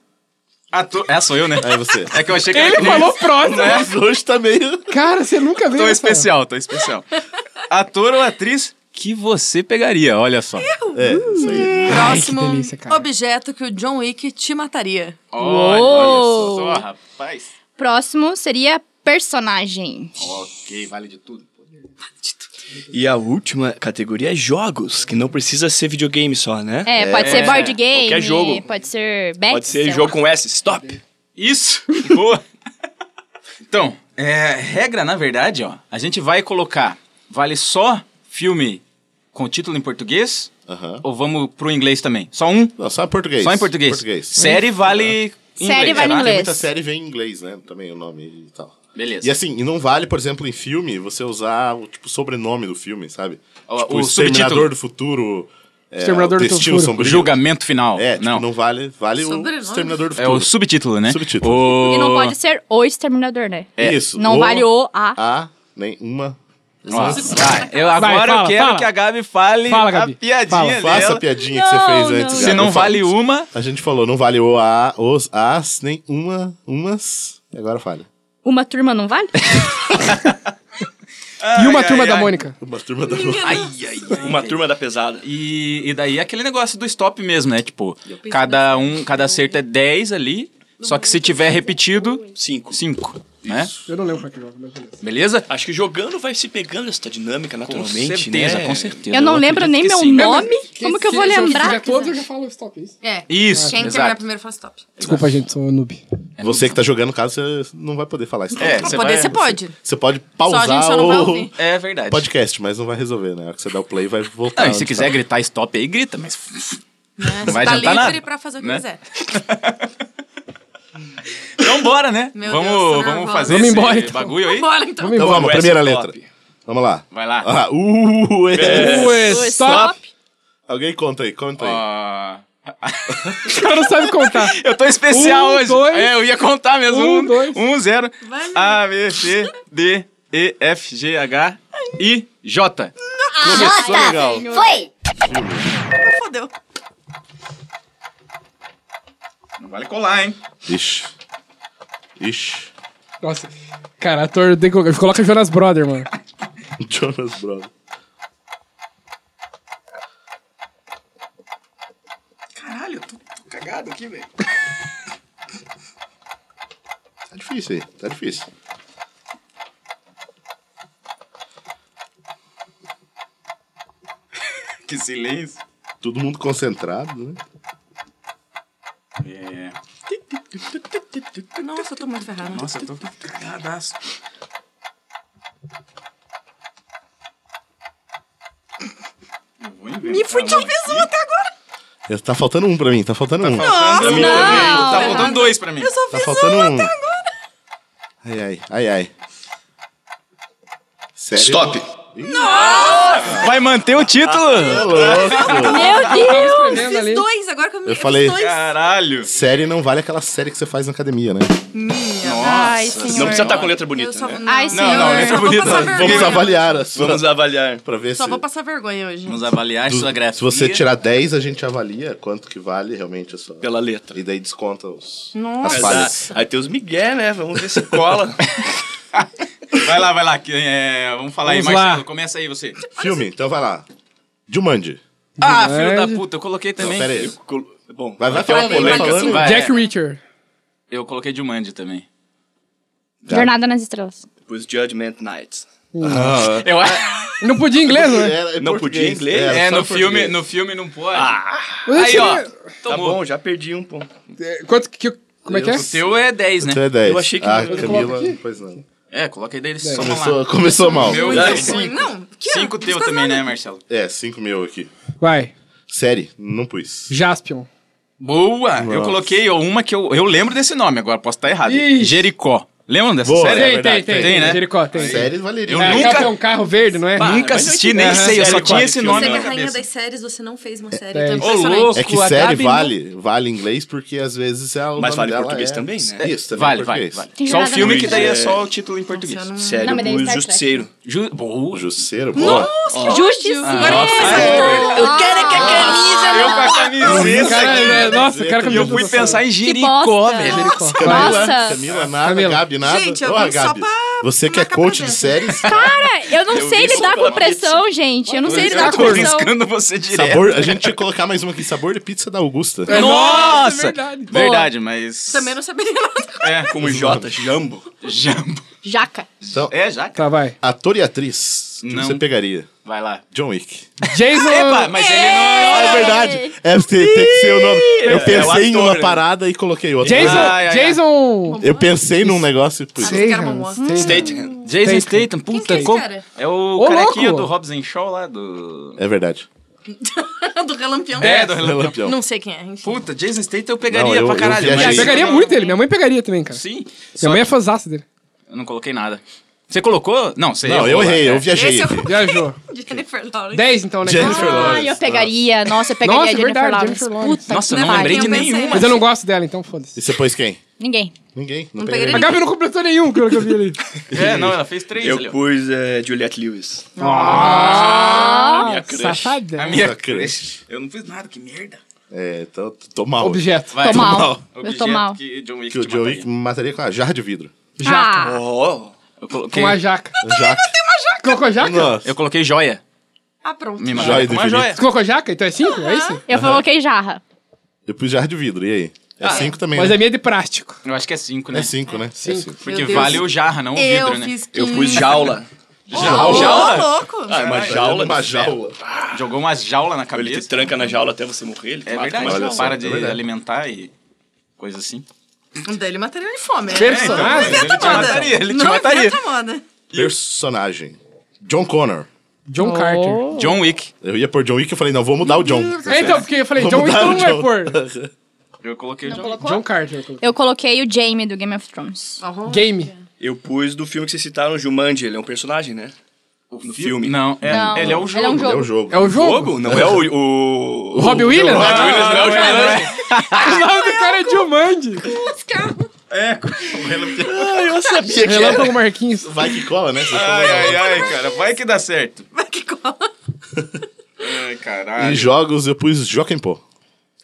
[SPEAKER 4] Ator. É, sou eu, né?
[SPEAKER 2] Aí você.
[SPEAKER 4] É que eu achei que
[SPEAKER 3] Ele falou próximo.
[SPEAKER 2] Mas hoje tá meio...
[SPEAKER 3] Cara, você nunca viu
[SPEAKER 4] é? Tô
[SPEAKER 3] essa.
[SPEAKER 4] especial, tô especial. Ator ou atriz que você pegaria, olha só.
[SPEAKER 2] É, isso aí.
[SPEAKER 8] Próximo
[SPEAKER 3] que delícia, cara.
[SPEAKER 8] objeto que o John Wick te mataria.
[SPEAKER 4] Olha,
[SPEAKER 7] Uou!
[SPEAKER 4] olha só, rapaz.
[SPEAKER 7] Próximo seria personagem.
[SPEAKER 4] Ok, vale de tudo.
[SPEAKER 9] E a última categoria é jogos, que não precisa ser videogame só, né?
[SPEAKER 7] É, pode ser board game.
[SPEAKER 9] Qualquer jogo.
[SPEAKER 7] Pode ser É. bet.
[SPEAKER 9] Pode ser
[SPEAKER 7] sei lá.
[SPEAKER 9] jogo com S. Stop!
[SPEAKER 4] Isso! Boa! então, é, regra, na verdade, ó, a gente vai colocar vale só filme com título em português
[SPEAKER 2] Aham.
[SPEAKER 4] ou vamos pro inglês também? Só um?
[SPEAKER 2] Não, só em português.
[SPEAKER 4] Só em português. Série vale. em
[SPEAKER 7] Série
[SPEAKER 4] inglês,
[SPEAKER 7] vale
[SPEAKER 4] será?
[SPEAKER 7] em inglês.
[SPEAKER 2] Muita série vem em inglês, né? Também o nome e tal.
[SPEAKER 4] Beleza.
[SPEAKER 2] E assim, e não vale, por exemplo, em filme, você usar o tipo, sobrenome do filme, sabe?
[SPEAKER 4] O-
[SPEAKER 2] tipo,
[SPEAKER 4] o subtítulo.
[SPEAKER 2] Exterminador do Futuro. É,
[SPEAKER 3] Exterminador
[SPEAKER 2] o
[SPEAKER 3] do
[SPEAKER 2] Destino
[SPEAKER 3] Futuro.
[SPEAKER 2] Sombrio.
[SPEAKER 4] Julgamento final.
[SPEAKER 2] É, tipo, não,
[SPEAKER 4] não.
[SPEAKER 2] vale, vale o
[SPEAKER 8] Sobrenome.
[SPEAKER 2] Exterminador do
[SPEAKER 4] É
[SPEAKER 2] Futuro.
[SPEAKER 4] o subtítulo, né?
[SPEAKER 2] Subtítulo.
[SPEAKER 4] O...
[SPEAKER 7] E não pode ser o exterminador, né?
[SPEAKER 4] é.
[SPEAKER 2] Isso.
[SPEAKER 7] Não vale o A.
[SPEAKER 2] A, nem uma.
[SPEAKER 4] Ó,
[SPEAKER 2] Exato.
[SPEAKER 4] vai. Eu, agora
[SPEAKER 3] Vai, fala,
[SPEAKER 4] eu quero
[SPEAKER 3] fala.
[SPEAKER 4] que a Gabi fale
[SPEAKER 3] Fala, Gabi.
[SPEAKER 4] a piadinha
[SPEAKER 3] Fala.
[SPEAKER 4] É dela.
[SPEAKER 2] Faça a piadinha que você fez antes. É,
[SPEAKER 4] Se
[SPEAKER 2] Gabi,
[SPEAKER 4] não
[SPEAKER 2] fala.
[SPEAKER 4] vale uma,
[SPEAKER 2] A gente falou, não vale o A, os As, nem uma, umas. E agora falha.
[SPEAKER 7] Uma turma não vale?
[SPEAKER 3] E uma
[SPEAKER 4] Ai,
[SPEAKER 3] turma
[SPEAKER 4] ai,
[SPEAKER 3] da
[SPEAKER 4] ai.
[SPEAKER 3] Mônica.
[SPEAKER 2] Uma turma da
[SPEAKER 9] Uma turma da pesada.
[SPEAKER 4] E, e daí é aquele negócio do stop mesmo, né? Tipo, cada um, cada acerto é 10 ali, só que se tiver
[SPEAKER 7] é
[SPEAKER 4] repetido,
[SPEAKER 9] Cinco.
[SPEAKER 4] 5, né?
[SPEAKER 3] Eu não lembro pra que jogo, mas beleza.
[SPEAKER 4] Beleza?
[SPEAKER 6] Ah,
[SPEAKER 9] Acho que jogando vai se pegando essa dinâmica naturalmente,
[SPEAKER 4] certeza,
[SPEAKER 9] né?
[SPEAKER 4] com certeza.
[SPEAKER 7] Eu não lembro
[SPEAKER 4] acredito
[SPEAKER 7] nem
[SPEAKER 4] que
[SPEAKER 7] meu
[SPEAKER 4] sim.
[SPEAKER 7] nome. Como que eu vou
[SPEAKER 3] Se
[SPEAKER 7] lembrar?
[SPEAKER 3] eu fizer É todos, eu já falo stop. Isso.
[SPEAKER 8] É.
[SPEAKER 4] Isso,
[SPEAKER 8] Quem terminar
[SPEAKER 4] exato.
[SPEAKER 8] primeiro faz stop.
[SPEAKER 3] Desculpa, gente, sou noob.
[SPEAKER 2] Você que tá jogando, no caso, você não vai poder falar isso.
[SPEAKER 4] É,
[SPEAKER 8] Pra
[SPEAKER 4] você
[SPEAKER 8] poder,
[SPEAKER 4] vai-
[SPEAKER 8] você pode.
[SPEAKER 2] Você pode
[SPEAKER 8] Só a gente
[SPEAKER 2] pausar
[SPEAKER 8] só não vai
[SPEAKER 2] o
[SPEAKER 8] ouvir.
[SPEAKER 4] É verdade.
[SPEAKER 2] podcast, mas não vai resolver, né? A hora que você dá o play, vai voltar. Então,
[SPEAKER 4] Não, e
[SPEAKER 2] onde
[SPEAKER 4] se quiser gritar stop aí, grita, mas...
[SPEAKER 8] Né?
[SPEAKER 4] Não vai
[SPEAKER 8] tá
[SPEAKER 4] adiantar
[SPEAKER 8] livre
[SPEAKER 4] nada,
[SPEAKER 8] pra fazer o que
[SPEAKER 4] né?
[SPEAKER 8] quiser.
[SPEAKER 4] Então bora, né?
[SPEAKER 8] Meu
[SPEAKER 4] vamos
[SPEAKER 8] Deus, tô
[SPEAKER 4] vamos
[SPEAKER 8] nervosa.
[SPEAKER 4] fazer
[SPEAKER 3] Vamos
[SPEAKER 4] esse
[SPEAKER 3] embora, então.
[SPEAKER 4] bagulho aí.
[SPEAKER 8] Bora então.
[SPEAKER 3] Vamos
[SPEAKER 2] Então
[SPEAKER 3] embora.
[SPEAKER 2] vamos,
[SPEAKER 9] Essa
[SPEAKER 2] primeira
[SPEAKER 9] é top.
[SPEAKER 2] letra. Vamos lá.
[SPEAKER 4] Vai lá.
[SPEAKER 2] Ah, uh, é.
[SPEAKER 3] Ué, stop.
[SPEAKER 2] Alguém conta aí, conta
[SPEAKER 4] Ah.
[SPEAKER 2] aí.
[SPEAKER 4] Ó,
[SPEAKER 3] O cara não sabe contar.
[SPEAKER 4] Eu tô especial
[SPEAKER 3] Um,
[SPEAKER 4] hoje.
[SPEAKER 3] dois.
[SPEAKER 4] é, eu ia contar mesmo.
[SPEAKER 3] Um,
[SPEAKER 4] Um,
[SPEAKER 3] dois.
[SPEAKER 4] um zero.
[SPEAKER 8] Vai, meu.
[SPEAKER 4] A, B, C, D, E, F, G, H, I, J.
[SPEAKER 2] Começou legal.
[SPEAKER 6] Foi!
[SPEAKER 8] Fodeu.
[SPEAKER 4] Não vale colar, hein?
[SPEAKER 2] Ixi. Ixi.
[SPEAKER 3] Nossa. Cara, ator tem que colocar- Coloca Jonas Brother, mano.
[SPEAKER 2] Jonas Brothers.
[SPEAKER 9] Caralho, eu tô, tô cagado aqui, velho.
[SPEAKER 2] Tá difícil aí, tá difícil.
[SPEAKER 4] Que silêncio.
[SPEAKER 2] Todo mundo concentrado, né?
[SPEAKER 4] É.
[SPEAKER 8] Nossa, eu tô muito ferrada.
[SPEAKER 4] Nossa, eu tô cagadaço. Eu vou inventar.
[SPEAKER 8] E fui de uma vez uma até agora.
[SPEAKER 2] Tá faltando um pra mim, tá faltando um.
[SPEAKER 4] Nossa, não. Tá faltando dois pra mim.
[SPEAKER 8] Eu só
[SPEAKER 2] Tá
[SPEAKER 8] fiz
[SPEAKER 2] faltando um. Ai, ai, ai, ai. Sério?
[SPEAKER 9] Stop.
[SPEAKER 4] Vai manter o título?
[SPEAKER 2] Ô, louco.
[SPEAKER 3] Escrevendo ali.
[SPEAKER 8] dois, agora que eu me
[SPEAKER 2] Eu falei-
[SPEAKER 8] Dois.
[SPEAKER 4] "Ah, Caralho.
[SPEAKER 2] Série não vale aquela série que você faz na academia, né?
[SPEAKER 7] Ai,
[SPEAKER 9] Não
[SPEAKER 7] senhor.
[SPEAKER 9] precisa estar com letra
[SPEAKER 8] Eu
[SPEAKER 9] bonita,
[SPEAKER 8] só...
[SPEAKER 9] né?
[SPEAKER 7] Ai,
[SPEAKER 8] Não,
[SPEAKER 7] senhor.
[SPEAKER 4] não,
[SPEAKER 8] eu
[SPEAKER 4] letra
[SPEAKER 8] só vou
[SPEAKER 4] bonita.
[SPEAKER 8] passar
[SPEAKER 4] Vamos
[SPEAKER 2] Vamos
[SPEAKER 8] vergonha.
[SPEAKER 2] avaliar a sua.
[SPEAKER 9] Vamos avaliar.
[SPEAKER 2] Pra ver
[SPEAKER 8] Só
[SPEAKER 2] se.
[SPEAKER 8] vou passar vergonha hoje.
[SPEAKER 4] Vamos avaliar sua grafia.
[SPEAKER 2] Se você tirar 10, a gente avalia quanto que vale realmente a sua.
[SPEAKER 9] Pela letra.
[SPEAKER 2] E daí desconta os...
[SPEAKER 8] Nossa.
[SPEAKER 9] Mas,
[SPEAKER 2] as falhas.
[SPEAKER 9] ah, aí tem os migué, né? Vamos ver se cola.
[SPEAKER 4] Vai lá, vai lá. que, é, vamos falar aí,
[SPEAKER 3] Vamos lá.
[SPEAKER 4] Marcelo. Começa aí você.
[SPEAKER 2] Filme, então vai lá. Jumanji.
[SPEAKER 4] Ah,
[SPEAKER 3] Verdade.
[SPEAKER 4] filho da puta, eu coloquei também.
[SPEAKER 2] Pera aí.
[SPEAKER 9] Eu colo- Bom,
[SPEAKER 2] Vai, vai
[SPEAKER 9] até
[SPEAKER 2] falando,
[SPEAKER 9] uma
[SPEAKER 2] vai
[SPEAKER 9] polêmica.
[SPEAKER 2] falando.
[SPEAKER 4] Vai,
[SPEAKER 3] Jack
[SPEAKER 4] é,
[SPEAKER 3] Reacher.
[SPEAKER 4] eu coloquei Jumanji também.
[SPEAKER 7] Jornada nas estrelas.
[SPEAKER 9] Depois Judgment Night.
[SPEAKER 4] Eu,
[SPEAKER 3] Não podia inglês, né?
[SPEAKER 2] Era em
[SPEAKER 9] Não
[SPEAKER 2] português.
[SPEAKER 9] podia em inglês?
[SPEAKER 2] Era só
[SPEAKER 4] é,
[SPEAKER 2] Ah.
[SPEAKER 4] no
[SPEAKER 2] em
[SPEAKER 4] filme,
[SPEAKER 2] português.
[SPEAKER 4] no filme não pode.
[SPEAKER 3] Mas eu
[SPEAKER 4] aí,
[SPEAKER 3] tirei-
[SPEAKER 4] ó.
[SPEAKER 9] Tá
[SPEAKER 4] Tomou.
[SPEAKER 9] bom, já perdi um ponto.
[SPEAKER 3] É, Quanto que... Como é que é?
[SPEAKER 4] O seu é 10, né?
[SPEAKER 2] Então é 10.
[SPEAKER 9] Eu achei que
[SPEAKER 2] A
[SPEAKER 9] não-
[SPEAKER 2] Camila, pois não.
[SPEAKER 4] É, coloquei deles.
[SPEAKER 2] Começou, começou mal.
[SPEAKER 4] Meu
[SPEAKER 9] Já
[SPEAKER 4] é
[SPEAKER 9] sim.
[SPEAKER 4] 5.
[SPEAKER 8] assim. Não, que
[SPEAKER 4] 5 teu também, né, Marcelo?
[SPEAKER 2] É, 5 mil aqui.
[SPEAKER 3] Vai.
[SPEAKER 2] Série, não pus.
[SPEAKER 3] Jaspion.
[SPEAKER 4] Boa! Eu coloquei ó, uma que eu, eu lembro desse nome, agora posso estar errado.
[SPEAKER 3] Ih.
[SPEAKER 4] Jericó. Lembram dessa
[SPEAKER 2] Boa.
[SPEAKER 4] série?
[SPEAKER 2] É
[SPEAKER 3] Tem, tem,
[SPEAKER 2] verdade,
[SPEAKER 3] tem.
[SPEAKER 4] tem, né?
[SPEAKER 3] Jericó, tem.
[SPEAKER 2] Série valeria.
[SPEAKER 4] Eu
[SPEAKER 3] É,
[SPEAKER 4] nunca-
[SPEAKER 3] aquela que é um carro verde, não é?
[SPEAKER 4] Nunca
[SPEAKER 9] mas não
[SPEAKER 4] assisti,
[SPEAKER 9] é que-
[SPEAKER 4] nem
[SPEAKER 9] Aham,
[SPEAKER 4] sei, eu só
[SPEAKER 9] série
[SPEAKER 4] tinha
[SPEAKER 9] qual?
[SPEAKER 4] esse
[SPEAKER 9] Você
[SPEAKER 8] Você
[SPEAKER 4] nome
[SPEAKER 8] que é
[SPEAKER 4] na
[SPEAKER 8] a rainha
[SPEAKER 4] cabeça.
[SPEAKER 8] das séries, você não fez uma série.
[SPEAKER 3] É.
[SPEAKER 8] Tô
[SPEAKER 3] Ô,
[SPEAKER 8] impressionante.
[SPEAKER 4] louco.
[SPEAKER 2] É que
[SPEAKER 4] A
[SPEAKER 2] série
[SPEAKER 4] Gabi não-
[SPEAKER 2] vale, vale em inglês porque às vezes é o
[SPEAKER 9] Mas
[SPEAKER 2] nome
[SPEAKER 9] vale em
[SPEAKER 2] dela
[SPEAKER 9] português
[SPEAKER 2] é-
[SPEAKER 9] também, né?
[SPEAKER 2] Isso, também
[SPEAKER 4] Vale,
[SPEAKER 2] em
[SPEAKER 4] vale,
[SPEAKER 2] português.
[SPEAKER 4] vale.
[SPEAKER 7] Tem
[SPEAKER 4] Só o
[SPEAKER 7] Jornada
[SPEAKER 4] filme
[SPEAKER 7] nas
[SPEAKER 4] que daí é
[SPEAKER 9] Estrelas.
[SPEAKER 4] só o título em português.
[SPEAKER 8] Nossa, eu não-
[SPEAKER 9] Sério,
[SPEAKER 7] Não, mas daí
[SPEAKER 9] o
[SPEAKER 7] Star Trek.
[SPEAKER 9] Justiceiro.
[SPEAKER 4] Ju- Boa.
[SPEAKER 2] Justiceiro, boa.
[SPEAKER 7] Justiça.
[SPEAKER 8] Eu quero que a camisa...
[SPEAKER 4] Eu com a
[SPEAKER 3] Esse
[SPEAKER 4] camiseta
[SPEAKER 3] cara,
[SPEAKER 4] aqui.
[SPEAKER 3] é- nossa, o cara assim.
[SPEAKER 4] E eu fui pensar em
[SPEAKER 7] Que
[SPEAKER 4] Jericó,
[SPEAKER 7] bosta.
[SPEAKER 4] velho.
[SPEAKER 3] Jericó.
[SPEAKER 7] Nossa.
[SPEAKER 2] Camila nada,
[SPEAKER 3] Camila.
[SPEAKER 2] Gabi nada.
[SPEAKER 8] Gente, eu
[SPEAKER 2] Ó,
[SPEAKER 8] vim só
[SPEAKER 2] Gabi.
[SPEAKER 8] pra
[SPEAKER 2] Você que é
[SPEAKER 10] Marca
[SPEAKER 2] coach
[SPEAKER 10] pra
[SPEAKER 2] de
[SPEAKER 10] dentro.
[SPEAKER 2] séries,
[SPEAKER 7] Cara, eu não
[SPEAKER 4] Eu
[SPEAKER 7] sei
[SPEAKER 4] vi
[SPEAKER 7] lidar
[SPEAKER 4] isso
[SPEAKER 7] com
[SPEAKER 4] pela
[SPEAKER 7] pressão, gente. Eu não sei lidar
[SPEAKER 4] Eu
[SPEAKER 7] com
[SPEAKER 4] tô
[SPEAKER 7] pressão.
[SPEAKER 4] riscando você direto.
[SPEAKER 2] sabor, a gente ia colocar mais uma aqui, sabor de pizza da Augusta.
[SPEAKER 3] É,
[SPEAKER 4] Nossa!
[SPEAKER 3] verdade.
[SPEAKER 4] Verdade, mas...
[SPEAKER 5] Também não saberia nada.
[SPEAKER 4] É,
[SPEAKER 6] Como J, Jambo.
[SPEAKER 4] jambo.
[SPEAKER 7] Jaca.
[SPEAKER 8] Ah,
[SPEAKER 2] Então,
[SPEAKER 4] É, já.
[SPEAKER 3] Tá, vai.
[SPEAKER 2] ator e atriz, que
[SPEAKER 4] Não.
[SPEAKER 2] você pegaria?
[SPEAKER 4] Vai lá.
[SPEAKER 2] John Wick.
[SPEAKER 3] Jason.
[SPEAKER 4] Epa, mas ele não...
[SPEAKER 2] Ah, é verdade. É, tem, tem que ser o nome. Eu
[SPEAKER 4] é
[SPEAKER 2] pensei
[SPEAKER 4] o ator,
[SPEAKER 2] em uma
[SPEAKER 4] né?
[SPEAKER 2] parada e coloquei outra.
[SPEAKER 3] Jason.
[SPEAKER 4] Ai, ai, ai.
[SPEAKER 3] Jason.
[SPEAKER 2] Eu pensei num negócio e pus.
[SPEAKER 3] Jason,
[SPEAKER 10] que era uma-
[SPEAKER 3] Jason.
[SPEAKER 6] Statham.
[SPEAKER 4] Jason
[SPEAKER 3] Statham.
[SPEAKER 4] Statham,
[SPEAKER 10] que é
[SPEAKER 4] puta,
[SPEAKER 10] esse
[SPEAKER 4] como...
[SPEAKER 10] cara?
[SPEAKER 4] É o
[SPEAKER 3] Ô,
[SPEAKER 4] carequinha
[SPEAKER 3] louco!
[SPEAKER 4] do Robson Shaw lá, do...
[SPEAKER 2] É verdade.
[SPEAKER 5] Do relampião.
[SPEAKER 4] É, do Relâmpago.
[SPEAKER 2] Relampião.
[SPEAKER 5] Não sei quem é. enfim.
[SPEAKER 4] Puta, Jason Statham eu pegaria
[SPEAKER 2] Não, eu-
[SPEAKER 4] pra
[SPEAKER 2] eu
[SPEAKER 4] caralho.
[SPEAKER 2] viajei.
[SPEAKER 3] Eu
[SPEAKER 4] mas...
[SPEAKER 3] pegaria muito ele. Minha mãe pegaria também, cara.
[SPEAKER 4] Sim. Só
[SPEAKER 3] Minha mãe é
[SPEAKER 4] que
[SPEAKER 3] fãzaça dele.
[SPEAKER 4] Eu não coloquei nada. Você colocou? Não, você
[SPEAKER 2] Não, eu
[SPEAKER 4] errou lá,
[SPEAKER 2] errei,
[SPEAKER 4] né?
[SPEAKER 2] eu viajei.
[SPEAKER 5] Esse é
[SPEAKER 2] aqui.
[SPEAKER 5] o
[SPEAKER 3] Viajou.
[SPEAKER 5] Jennifer Lawrence.
[SPEAKER 3] 10 então, né?
[SPEAKER 2] Jennifer
[SPEAKER 7] Ah,
[SPEAKER 2] Lawrence.
[SPEAKER 7] eu pegaria. Nossa, eu pegaria
[SPEAKER 3] Nossa,
[SPEAKER 7] Jennifer
[SPEAKER 3] verdade,
[SPEAKER 7] Lawrence.
[SPEAKER 3] Jennifer Lawrence.
[SPEAKER 7] Puta
[SPEAKER 4] Nossa,
[SPEAKER 7] que
[SPEAKER 4] eu não
[SPEAKER 7] pariu.
[SPEAKER 4] lembrei de
[SPEAKER 5] Eu pensei,
[SPEAKER 4] nenhuma.
[SPEAKER 3] Mas eu não gosto dela, então foda-se.
[SPEAKER 2] E você pôs quem?
[SPEAKER 7] Ninguém.
[SPEAKER 2] Ninguém. Não,
[SPEAKER 5] Não
[SPEAKER 2] peguei
[SPEAKER 5] pegaria
[SPEAKER 3] A Gabi não completou nenhum que eu que eu vi ali.
[SPEAKER 4] É, não, ela fez três ali.
[SPEAKER 6] Eu
[SPEAKER 4] ó.
[SPEAKER 6] pus eh, Juliette Lewis.
[SPEAKER 3] Ah, Safada.
[SPEAKER 4] A minha
[SPEAKER 2] Essa crush.
[SPEAKER 4] crush. Eu não fiz nada, que merda.
[SPEAKER 2] É, tô, tô mal.
[SPEAKER 3] Objeto.
[SPEAKER 4] Vai.
[SPEAKER 7] Tô mal. Eu
[SPEAKER 4] Objeto
[SPEAKER 7] tô mal.
[SPEAKER 4] Que John Wick
[SPEAKER 2] Que o
[SPEAKER 4] te
[SPEAKER 2] John
[SPEAKER 4] mataria.
[SPEAKER 2] Wick mataria com a jarra de vidro.
[SPEAKER 7] Ah,
[SPEAKER 6] Oh,
[SPEAKER 4] Eu coloquei,
[SPEAKER 3] Com a jaca.
[SPEAKER 2] Jaca.
[SPEAKER 3] Colocou jaca?
[SPEAKER 2] Nossa.
[SPEAKER 4] eu coloquei joia.
[SPEAKER 5] Ah, pronto.
[SPEAKER 4] Me
[SPEAKER 2] Joia
[SPEAKER 4] mataria com
[SPEAKER 2] do
[SPEAKER 4] uma
[SPEAKER 2] Felipe.
[SPEAKER 4] joia.
[SPEAKER 3] Você colocou jaca? Então é 5? É isso?
[SPEAKER 7] eu coloquei jarra.
[SPEAKER 2] Eu pus jarra de vidro, e aí?
[SPEAKER 5] Ah,
[SPEAKER 2] É cinco também,
[SPEAKER 3] Mas
[SPEAKER 2] né?
[SPEAKER 3] a minha é de prástico.
[SPEAKER 4] Eu acho que é cinco, né?
[SPEAKER 2] É cinco, né? É cinco.
[SPEAKER 4] Porque
[SPEAKER 5] Meu Deus.
[SPEAKER 4] vale o jarra, não o
[SPEAKER 5] Eu
[SPEAKER 4] vidro, né?
[SPEAKER 5] fiz
[SPEAKER 6] eu
[SPEAKER 5] 15.
[SPEAKER 6] pus Jaula.
[SPEAKER 5] Ô,
[SPEAKER 4] Jaula?
[SPEAKER 5] louco.
[SPEAKER 6] Ah, uma
[SPEAKER 4] é
[SPEAKER 6] jaula.
[SPEAKER 2] Uma
[SPEAKER 6] de
[SPEAKER 2] jaula.
[SPEAKER 4] Jogou uma jaula na
[SPEAKER 6] ferro. Ele te
[SPEAKER 4] cabeça.
[SPEAKER 6] tranca na jaula até você morrer. Ele te
[SPEAKER 4] É
[SPEAKER 6] mata com
[SPEAKER 4] verdade.
[SPEAKER 6] uma
[SPEAKER 2] Olha
[SPEAKER 4] Ele
[SPEAKER 6] jaula.
[SPEAKER 2] só,
[SPEAKER 4] para
[SPEAKER 2] é
[SPEAKER 4] de
[SPEAKER 2] verdade.
[SPEAKER 4] alimentar e coisa assim.
[SPEAKER 5] Daí ele mataria de fome. né?
[SPEAKER 3] Personagem.
[SPEAKER 4] Ele te mataria, ele te
[SPEAKER 5] Não
[SPEAKER 4] mataria.
[SPEAKER 5] inventa moda.
[SPEAKER 2] Personagem. John Connor.
[SPEAKER 3] John Carter.
[SPEAKER 4] John Wick.
[SPEAKER 2] Eu ia pôr John Wick, eu falei, não, vou mudar o John.
[SPEAKER 3] É, então, porque eu falei, John Wick não vai pôr.
[SPEAKER 4] Eu coloquei o John Wick.
[SPEAKER 3] John Carter. eu coloquei.
[SPEAKER 7] Eu coloquei o Jamie do Game of Thrones.
[SPEAKER 3] Game.
[SPEAKER 6] Eu pus do filme que vocês citaram, Jumanji. Ele é um personagem, né? No filme.
[SPEAKER 4] Não, é-
[SPEAKER 7] Não,
[SPEAKER 4] ele é o jogo.
[SPEAKER 7] Ele é um jogo.
[SPEAKER 2] É o jogo.
[SPEAKER 3] É o jogo?
[SPEAKER 6] Logo? Não é o... O,
[SPEAKER 3] O Robbie Williams? Ah,
[SPEAKER 6] O Robbie Williams não é o Jumanji.
[SPEAKER 3] O nome do cara é Jumanji. É,
[SPEAKER 6] Ah, eu sabia que era.
[SPEAKER 3] Relâmpago Marquinhos.
[SPEAKER 2] Vai que cola, né? Você falou,
[SPEAKER 4] Ai, ai, ai, cara. Vai que dá certo.
[SPEAKER 5] Vai que cola.
[SPEAKER 4] Ai,
[SPEAKER 2] Em
[SPEAKER 4] caralho.
[SPEAKER 2] jogos eu pus Joaquim Pô.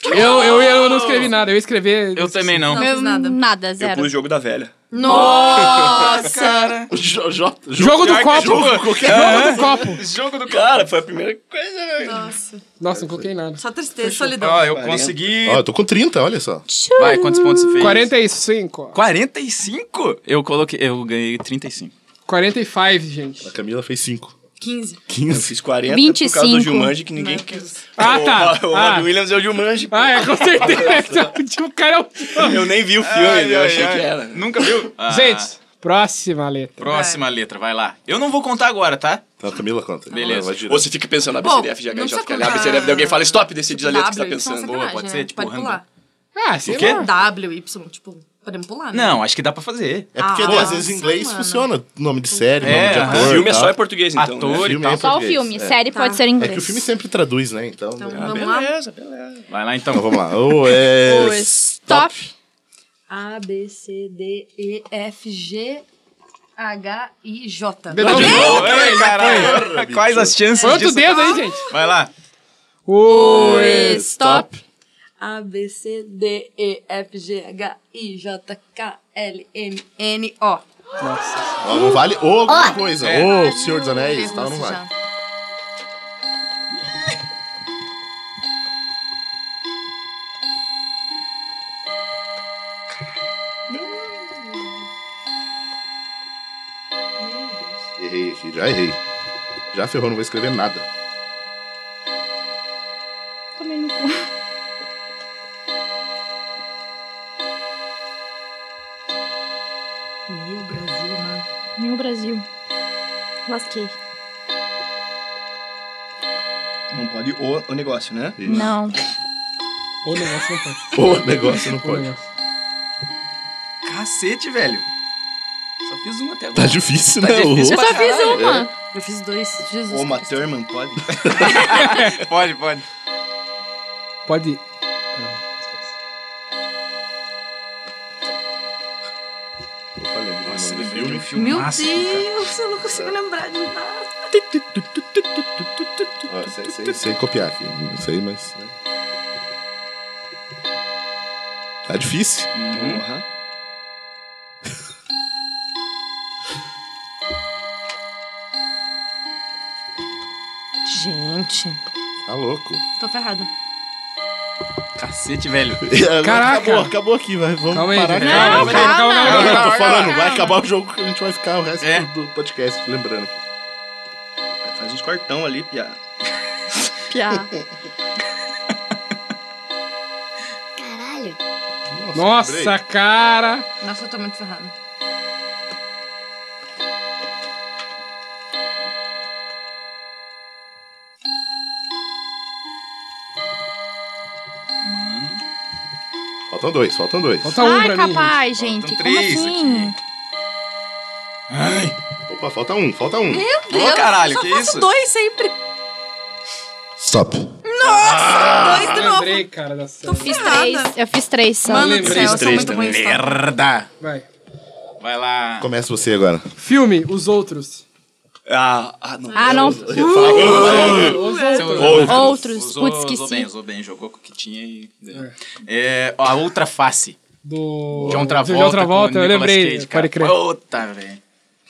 [SPEAKER 3] Eu, eu, eu não escrevi nada, eu ia escrever.
[SPEAKER 4] Eu também não.
[SPEAKER 5] Não fiz nada.
[SPEAKER 7] Nada,
[SPEAKER 6] Eu
[SPEAKER 7] zero.
[SPEAKER 6] pus o jogo da velha.
[SPEAKER 5] Nossa.
[SPEAKER 2] Jo, jo,
[SPEAKER 3] Jogo é. do copo.
[SPEAKER 4] jogo. É.
[SPEAKER 3] Jogo do copo.
[SPEAKER 4] Jogo do cara.
[SPEAKER 6] Cara, foi a primeira coisa. né?
[SPEAKER 5] Nossa.
[SPEAKER 3] Nossa, não coloquei nada.
[SPEAKER 5] Só tristeza, solidão.
[SPEAKER 4] Ó, eu consegui.
[SPEAKER 2] Ó, eu tô com 30, olha só.
[SPEAKER 4] Vai, quantos pontos você fez?
[SPEAKER 3] 45.
[SPEAKER 4] 45? Eu coloquei, eu ganhei 35.
[SPEAKER 3] 45, gente.
[SPEAKER 2] A Camila fez 5.
[SPEAKER 5] 15.
[SPEAKER 6] Eu
[SPEAKER 2] 15.
[SPEAKER 6] fiz 40 por causa
[SPEAKER 7] 25.
[SPEAKER 6] do Jumanji que ninguém quis.
[SPEAKER 3] Ah,
[SPEAKER 6] O-
[SPEAKER 3] tá.
[SPEAKER 6] O,
[SPEAKER 3] Ah.
[SPEAKER 6] Robbie Williams é o Jumanji.
[SPEAKER 3] Ah, é, com certeza. o cara é um.
[SPEAKER 6] Eu nem vi o filme, né? eu achei que era.
[SPEAKER 4] Nunca viu? Ah,
[SPEAKER 3] Gente, próxima letra.
[SPEAKER 4] Próxima letra, vai lá. Eu não vou contar agora, tá?
[SPEAKER 2] Então a Camila conta.
[SPEAKER 4] Beleza.
[SPEAKER 2] Vai girando.
[SPEAKER 6] Ou você fica pensando, "Ah, ABCDF,
[SPEAKER 5] Bom, não
[SPEAKER 6] GH,
[SPEAKER 5] precisa
[SPEAKER 6] JK,
[SPEAKER 5] contar.
[SPEAKER 6] ABCDF, daí alguém fala, stop, decide a
[SPEAKER 4] é
[SPEAKER 6] letra que você tá
[SPEAKER 5] Tipo, W, Y,
[SPEAKER 6] pensando.
[SPEAKER 4] Boa, pode
[SPEAKER 5] sacanagem,
[SPEAKER 4] ser,
[SPEAKER 5] né?
[SPEAKER 4] tipo,
[SPEAKER 5] Pode
[SPEAKER 4] rango.
[SPEAKER 5] pular. É.
[SPEAKER 3] Ah, sei
[SPEAKER 4] O quê?
[SPEAKER 3] lá.
[SPEAKER 5] W, Y, tipo, podemos pular, né?
[SPEAKER 4] Não, acho que dá pra fazer.
[SPEAKER 2] É porque
[SPEAKER 5] Ah,
[SPEAKER 2] às vezes em inglês
[SPEAKER 5] mano.
[SPEAKER 2] funciona nome de série,
[SPEAKER 4] É,
[SPEAKER 2] nome de
[SPEAKER 4] aham.
[SPEAKER 2] ator.
[SPEAKER 6] O filme é
[SPEAKER 2] tá?
[SPEAKER 6] só em português, então. né?
[SPEAKER 4] Ator e
[SPEAKER 2] Filme é
[SPEAKER 4] tal.
[SPEAKER 2] em
[SPEAKER 7] Só o
[SPEAKER 2] português.
[SPEAKER 7] filme.
[SPEAKER 2] É.
[SPEAKER 7] Série
[SPEAKER 5] Tá.
[SPEAKER 7] pode ser em
[SPEAKER 2] É
[SPEAKER 7] inglês.
[SPEAKER 2] que o filme sempre traduz, né? Então.
[SPEAKER 5] Então,
[SPEAKER 2] Então
[SPEAKER 6] Ah,
[SPEAKER 5] vamos lá.
[SPEAKER 6] beleza, beleza.
[SPEAKER 4] Vai lá então.
[SPEAKER 2] vamos lá. Ou é.
[SPEAKER 7] Stop.
[SPEAKER 5] A, B, C, D, E, F, G, H, I, J.
[SPEAKER 3] é.
[SPEAKER 4] Ei, caralho.
[SPEAKER 2] Porra,
[SPEAKER 4] Quais
[SPEAKER 2] bicho.
[SPEAKER 4] as chances
[SPEAKER 3] Põe outro
[SPEAKER 4] disso?
[SPEAKER 3] dedo aí, gente.
[SPEAKER 4] Vai lá.
[SPEAKER 3] O...
[SPEAKER 2] Stop.
[SPEAKER 5] A, B, C, D, E, F, G, H, I, J, K, L, M, N, O.
[SPEAKER 2] Ó, não vale ou alguma coisa. Ou Senhor dos Anéis e tal, não vale. Errei aqui, já errei. Já ferrou, não vou escrever nada.
[SPEAKER 7] Tomei no cu.
[SPEAKER 5] Meu Brasil, mano.
[SPEAKER 7] Meu Brasil. Lasquei.
[SPEAKER 6] Não pode o, o negócio, né?
[SPEAKER 7] Não.
[SPEAKER 3] O negócio não pode.
[SPEAKER 2] Pô, negócio não
[SPEAKER 3] O
[SPEAKER 2] pode.
[SPEAKER 3] negócio.
[SPEAKER 4] Cacete, velho. Só fiz um até agora.
[SPEAKER 2] Tá difícil,
[SPEAKER 4] Tá
[SPEAKER 2] né? O-
[SPEAKER 4] difícil.
[SPEAKER 7] Eu só fiz
[SPEAKER 4] Caralho.
[SPEAKER 7] uma.
[SPEAKER 5] Eu fiz dois. Jesus.
[SPEAKER 6] Uma Thurman, pode?
[SPEAKER 4] Pode, pode.
[SPEAKER 3] Pode ir.
[SPEAKER 4] Nossa, lembrei de um filme
[SPEAKER 5] Meu
[SPEAKER 4] massa, cara.
[SPEAKER 5] Deus, eu não consigo lembrar de nada.
[SPEAKER 2] Ó, Sei, sei, sei copiar aqui. Não sei, mas. né? Tá difícil.
[SPEAKER 6] Porra.
[SPEAKER 8] Gente,
[SPEAKER 2] Tá louco.
[SPEAKER 8] tô ferrada.
[SPEAKER 4] Cacete, velho.
[SPEAKER 3] Caraca.
[SPEAKER 2] Acabou, acabou aqui, vai. Vamos
[SPEAKER 3] Calma aí,
[SPEAKER 2] parar.
[SPEAKER 3] gente.
[SPEAKER 2] Calma, vai.
[SPEAKER 3] Calma, calma, calma,
[SPEAKER 2] Não,
[SPEAKER 3] calma.
[SPEAKER 2] não, eu tô
[SPEAKER 7] Calma,
[SPEAKER 2] falando, vai
[SPEAKER 7] calma.
[SPEAKER 2] acabar o jogo que a gente vai ficar o resto
[SPEAKER 4] É.
[SPEAKER 2] do podcast lembrando.
[SPEAKER 6] Faz uns cortão ali, piá.
[SPEAKER 7] Piá.
[SPEAKER 11] Caralho.
[SPEAKER 3] Nossa, cara.
[SPEAKER 8] Nossa, eu tô muito ferrada.
[SPEAKER 2] Faltam dois, faltam dois.
[SPEAKER 3] Falta um
[SPEAKER 7] Ai,
[SPEAKER 3] pra mim.
[SPEAKER 7] capaz, gente.
[SPEAKER 4] Faltam
[SPEAKER 7] Como
[SPEAKER 4] três
[SPEAKER 7] assim?
[SPEAKER 4] Ai.
[SPEAKER 2] Opa, falta um, falta um.
[SPEAKER 8] Meu
[SPEAKER 4] Deus, caralho,
[SPEAKER 8] eu só
[SPEAKER 4] que
[SPEAKER 8] faço
[SPEAKER 4] isso?
[SPEAKER 8] dois sempre.
[SPEAKER 2] Stop.
[SPEAKER 8] dois de novo.
[SPEAKER 3] Lembrei, Ah, cara, da série.
[SPEAKER 7] Fiz três. Eu fiz três só.
[SPEAKER 8] Mano do
[SPEAKER 3] lembrei
[SPEAKER 8] céu, eu sou
[SPEAKER 6] três
[SPEAKER 8] muito ruim de história.
[SPEAKER 2] Merda.
[SPEAKER 3] Vai.
[SPEAKER 4] Vai lá.
[SPEAKER 2] Começa você agora.
[SPEAKER 3] Filme, Os Outros.
[SPEAKER 6] Ah, ah, não.
[SPEAKER 7] Ah, não.
[SPEAKER 3] Os Outros.
[SPEAKER 7] Outros.
[SPEAKER 4] Usou,
[SPEAKER 7] Putz,
[SPEAKER 4] usou
[SPEAKER 7] esqueci.
[SPEAKER 4] bem, usou bem. Jogou com o que tinha e... É, ó, a Outra Face.
[SPEAKER 3] Do...
[SPEAKER 4] John Travolta.
[SPEAKER 3] John Travolta,
[SPEAKER 4] com o
[SPEAKER 3] eu
[SPEAKER 4] Nicolas
[SPEAKER 3] lembrei.
[SPEAKER 4] Cage,
[SPEAKER 3] pode
[SPEAKER 4] cara.
[SPEAKER 3] crer.
[SPEAKER 4] Puta, velho.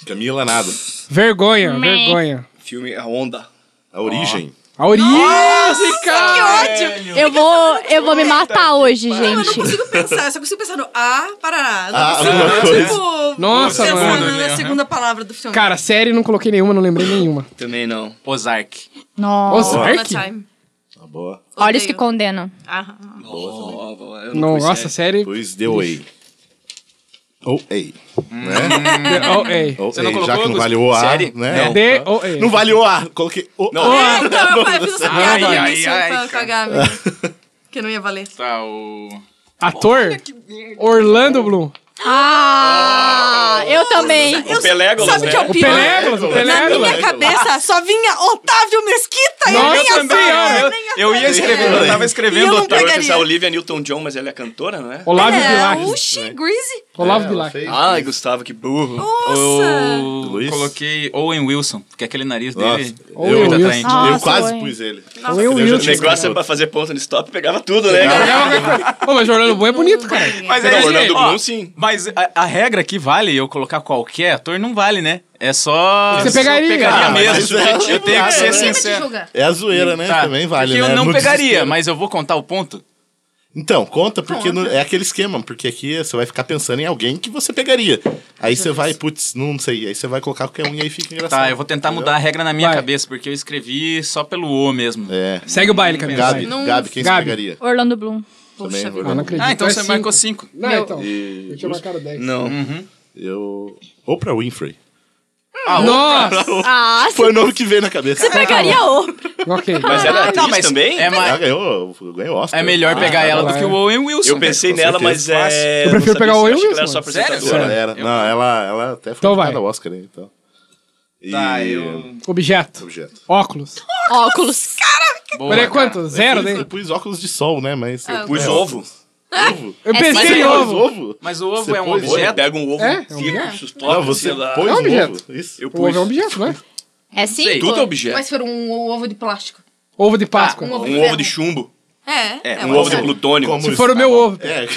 [SPEAKER 2] Camila nada.
[SPEAKER 3] Vergonha,
[SPEAKER 7] Meh.
[SPEAKER 3] vergonha.
[SPEAKER 6] Filme A Onda.
[SPEAKER 2] A origem.
[SPEAKER 3] A origem, cara.
[SPEAKER 7] Eu vou, eu vou me matar hoje,
[SPEAKER 5] Eu não
[SPEAKER 7] gente.
[SPEAKER 5] consigo pensar, eu só consigo pensar no A, parará. Eu não
[SPEAKER 2] Ah,
[SPEAKER 5] consigo,
[SPEAKER 2] alguma coisa.
[SPEAKER 5] tipo,
[SPEAKER 3] Nossa,
[SPEAKER 5] pensar
[SPEAKER 3] mano.
[SPEAKER 5] na- na segunda palavra do filme.
[SPEAKER 3] Cara, série não coloquei nenhuma, não lembrei nenhuma.
[SPEAKER 6] Também não.
[SPEAKER 4] Ozark.
[SPEAKER 7] Nossa.
[SPEAKER 3] Ozark?
[SPEAKER 5] Time. Ah,
[SPEAKER 2] Tá boa.
[SPEAKER 7] Olha isso que condenam.
[SPEAKER 6] Nova, eu não conhecia.
[SPEAKER 3] Nossa, série.
[SPEAKER 2] Dois, The Way. Ou ei. Né?
[SPEAKER 3] Oh, ei.
[SPEAKER 2] Ou
[SPEAKER 4] Você não
[SPEAKER 2] ei, já
[SPEAKER 4] colocou,
[SPEAKER 2] que não
[SPEAKER 4] Augusto?
[SPEAKER 2] vale o A,
[SPEAKER 4] Série?
[SPEAKER 2] né?
[SPEAKER 3] D ou E?
[SPEAKER 2] Não vale o A. Coloquei o A.
[SPEAKER 5] É, então, eu falei, fiz essa
[SPEAKER 4] Ai,
[SPEAKER 5] piada no
[SPEAKER 4] ai,
[SPEAKER 5] início
[SPEAKER 4] ai,
[SPEAKER 5] pra
[SPEAKER 4] cara.
[SPEAKER 5] cagar, né, que não ia valer.
[SPEAKER 4] Tá, o...
[SPEAKER 3] Ator? Orlando Bloom.
[SPEAKER 7] Ah, eu também.
[SPEAKER 5] Eu-
[SPEAKER 6] Pelégolas,
[SPEAKER 5] sabe o que é o
[SPEAKER 3] O
[SPEAKER 5] pior?
[SPEAKER 3] Pelégolas, o
[SPEAKER 5] Na
[SPEAKER 3] Pelégolas.
[SPEAKER 5] minha cabeça só vinha Otávio Mesquita
[SPEAKER 3] Nossa
[SPEAKER 5] e nem a
[SPEAKER 3] Senhora!
[SPEAKER 5] Sara.
[SPEAKER 4] Eu ia escrevendo, eu tava escrevendo.
[SPEAKER 5] E eu não
[SPEAKER 4] Otávio.
[SPEAKER 6] Eu ia
[SPEAKER 5] pegaria.
[SPEAKER 6] pensar Olivia Newton-John, mas ela é cantora, não é?
[SPEAKER 3] Olavo
[SPEAKER 5] É,
[SPEAKER 3] Bilac.
[SPEAKER 5] Uxi, Greasy.
[SPEAKER 4] É,
[SPEAKER 3] Olavo
[SPEAKER 2] Ela
[SPEAKER 3] Bilac.
[SPEAKER 2] fez.
[SPEAKER 6] Ai, Gustavo, que burro.
[SPEAKER 5] Nossa.
[SPEAKER 4] Eu
[SPEAKER 2] Luiz?
[SPEAKER 4] coloquei Owen Wilson, porque aquele nariz dele
[SPEAKER 2] Nossa,
[SPEAKER 4] é muito
[SPEAKER 3] Owen
[SPEAKER 4] atraente.
[SPEAKER 7] Wilson.
[SPEAKER 2] Eu
[SPEAKER 7] Nossa, um
[SPEAKER 2] quase
[SPEAKER 7] oi.
[SPEAKER 2] pus ele.
[SPEAKER 3] Ou eu
[SPEAKER 2] Eu já-
[SPEAKER 6] O
[SPEAKER 3] Wilson.
[SPEAKER 6] negócio é pra fazer ponto no stop, pegava tudo, né? cara?
[SPEAKER 3] Pô, mas Orlando Bloom é bonito, cara.
[SPEAKER 4] Mas
[SPEAKER 2] tá
[SPEAKER 6] Não,
[SPEAKER 4] é isso aí,
[SPEAKER 6] Orlando
[SPEAKER 4] ó,
[SPEAKER 6] Bloom, sim.
[SPEAKER 4] Mas a, a regra que vale eu colocar qualquer ator não vale, né? É só.
[SPEAKER 3] Você
[SPEAKER 4] só
[SPEAKER 3] pegaria.
[SPEAKER 4] pegaria
[SPEAKER 3] Ah,
[SPEAKER 2] mas
[SPEAKER 4] mesmo.
[SPEAKER 2] é
[SPEAKER 4] eu tenho que
[SPEAKER 2] nada,
[SPEAKER 4] ser
[SPEAKER 2] né?
[SPEAKER 8] Quem vai te
[SPEAKER 4] sincero.
[SPEAKER 8] julgar?
[SPEAKER 2] É a zoeira, né?
[SPEAKER 4] Tá,
[SPEAKER 2] Também vale,
[SPEAKER 4] porque
[SPEAKER 2] né?
[SPEAKER 4] eu não
[SPEAKER 2] No
[SPEAKER 4] pegaria,
[SPEAKER 2] desespero.
[SPEAKER 4] mas eu vou contar o ponto?
[SPEAKER 2] Então, conta, porque não- é aquele esquema, porque aqui você vai ficar pensando em alguém que você pegaria. Aí você vai, putz, não sei, aí você vai colocar qualquer um e aí fica engraçado.
[SPEAKER 4] Tá, eu vou tentar mudar a regra na minha
[SPEAKER 3] Vai.
[SPEAKER 4] cabeça, porque eu escrevi só pelo O mesmo.
[SPEAKER 2] É.
[SPEAKER 3] Segue o baile, Camila.
[SPEAKER 2] Gabi,
[SPEAKER 3] vai.
[SPEAKER 2] Gabi, quem
[SPEAKER 3] Gabi.
[SPEAKER 2] você pegaria?
[SPEAKER 7] Orlando Bloom.
[SPEAKER 2] Também, vou-
[SPEAKER 3] Ah, não acredito.
[SPEAKER 4] Ah, então
[SPEAKER 3] é
[SPEAKER 4] você
[SPEAKER 3] cinco.
[SPEAKER 4] marcou cinco.
[SPEAKER 3] Não, então. Eu tinha marcado 10.
[SPEAKER 6] Não.
[SPEAKER 2] Eu. Oprah Winfrey.
[SPEAKER 3] Nossa!
[SPEAKER 7] Ah,
[SPEAKER 2] Foi o nome que veio na cabeça.
[SPEAKER 7] você pegaria o.
[SPEAKER 3] ok.
[SPEAKER 6] Mas
[SPEAKER 5] Ah,
[SPEAKER 6] ela é atriz
[SPEAKER 4] Não, mas
[SPEAKER 6] também?
[SPEAKER 4] É, ma-
[SPEAKER 2] Ela Ah, ganhou, ganhou Oscar. Ah,
[SPEAKER 4] é melhor pegar ela do
[SPEAKER 3] Ah, vai.
[SPEAKER 4] que o Owen Wilson.
[SPEAKER 6] Eu pensei
[SPEAKER 2] com
[SPEAKER 6] nela,
[SPEAKER 2] certeza.
[SPEAKER 6] mas é...
[SPEAKER 3] Eu prefiro
[SPEAKER 6] não sabia
[SPEAKER 3] pegar o
[SPEAKER 6] se-
[SPEAKER 3] Will
[SPEAKER 6] achei que ela era
[SPEAKER 3] Wilson.
[SPEAKER 6] só
[SPEAKER 4] Sério?
[SPEAKER 2] Ela
[SPEAKER 6] apresentadora.
[SPEAKER 2] era. Não, ela, ela até foi
[SPEAKER 3] Então vai.
[SPEAKER 2] indicada ao Oscar, hein, então. E...
[SPEAKER 4] Tá, eu.
[SPEAKER 3] Objeto.
[SPEAKER 2] Objeto.
[SPEAKER 3] Óculos.
[SPEAKER 7] Óculos.
[SPEAKER 4] Boa,
[SPEAKER 3] Peraí,
[SPEAKER 4] cara.
[SPEAKER 3] quanto? Zero,
[SPEAKER 2] eu, pus, eu
[SPEAKER 3] né?
[SPEAKER 2] pus óculos de sol, né? Mas. Eu
[SPEAKER 6] Pus ovo.
[SPEAKER 2] Ovo.
[SPEAKER 4] é
[SPEAKER 3] Eu pensei em
[SPEAKER 2] Pôs
[SPEAKER 3] ovo.
[SPEAKER 2] ovo.
[SPEAKER 4] Mas o ovo
[SPEAKER 2] Você
[SPEAKER 4] é um
[SPEAKER 2] pôs?
[SPEAKER 6] Você
[SPEAKER 4] objeto?
[SPEAKER 6] pega um ovo,
[SPEAKER 3] É, é um
[SPEAKER 6] vira,
[SPEAKER 3] objeto.
[SPEAKER 6] sustenta,
[SPEAKER 2] Não, você
[SPEAKER 6] sei lá.
[SPEAKER 2] pôs
[SPEAKER 3] É um
[SPEAKER 2] um
[SPEAKER 3] objeto.
[SPEAKER 2] ovo. Isso.
[SPEAKER 6] Eu
[SPEAKER 3] O ovo
[SPEAKER 6] pus...
[SPEAKER 3] é um objeto, não é?
[SPEAKER 7] É cinco?
[SPEAKER 6] Tudo é objeto.
[SPEAKER 8] Mas se for um ovo de plástico.
[SPEAKER 3] Ovo de
[SPEAKER 4] Ah,
[SPEAKER 3] Páscoa.
[SPEAKER 8] ovo
[SPEAKER 6] Um ovo de chumbo.
[SPEAKER 5] É,
[SPEAKER 6] um ovo de plutônio.
[SPEAKER 2] Como
[SPEAKER 3] Se for o meu ovo.
[SPEAKER 2] É,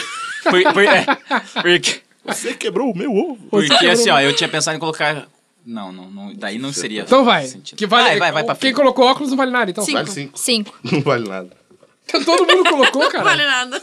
[SPEAKER 4] Por- por- é, porque,
[SPEAKER 2] você quebrou o meu ovo.
[SPEAKER 4] porque
[SPEAKER 3] um-
[SPEAKER 4] assim, ó, eu tinha pensado em colocar. Não, não, não daí não seria.
[SPEAKER 3] Então vai.
[SPEAKER 4] sentido.
[SPEAKER 3] Que vale,
[SPEAKER 4] Vai, vai, vai pra
[SPEAKER 3] Quem
[SPEAKER 4] frente.
[SPEAKER 3] colocou óculos não vale nada, então.
[SPEAKER 2] Vale cinco.
[SPEAKER 7] Cinco.
[SPEAKER 2] Não vale nada.
[SPEAKER 3] Todo mundo colocou, cara.
[SPEAKER 5] Não vale nada.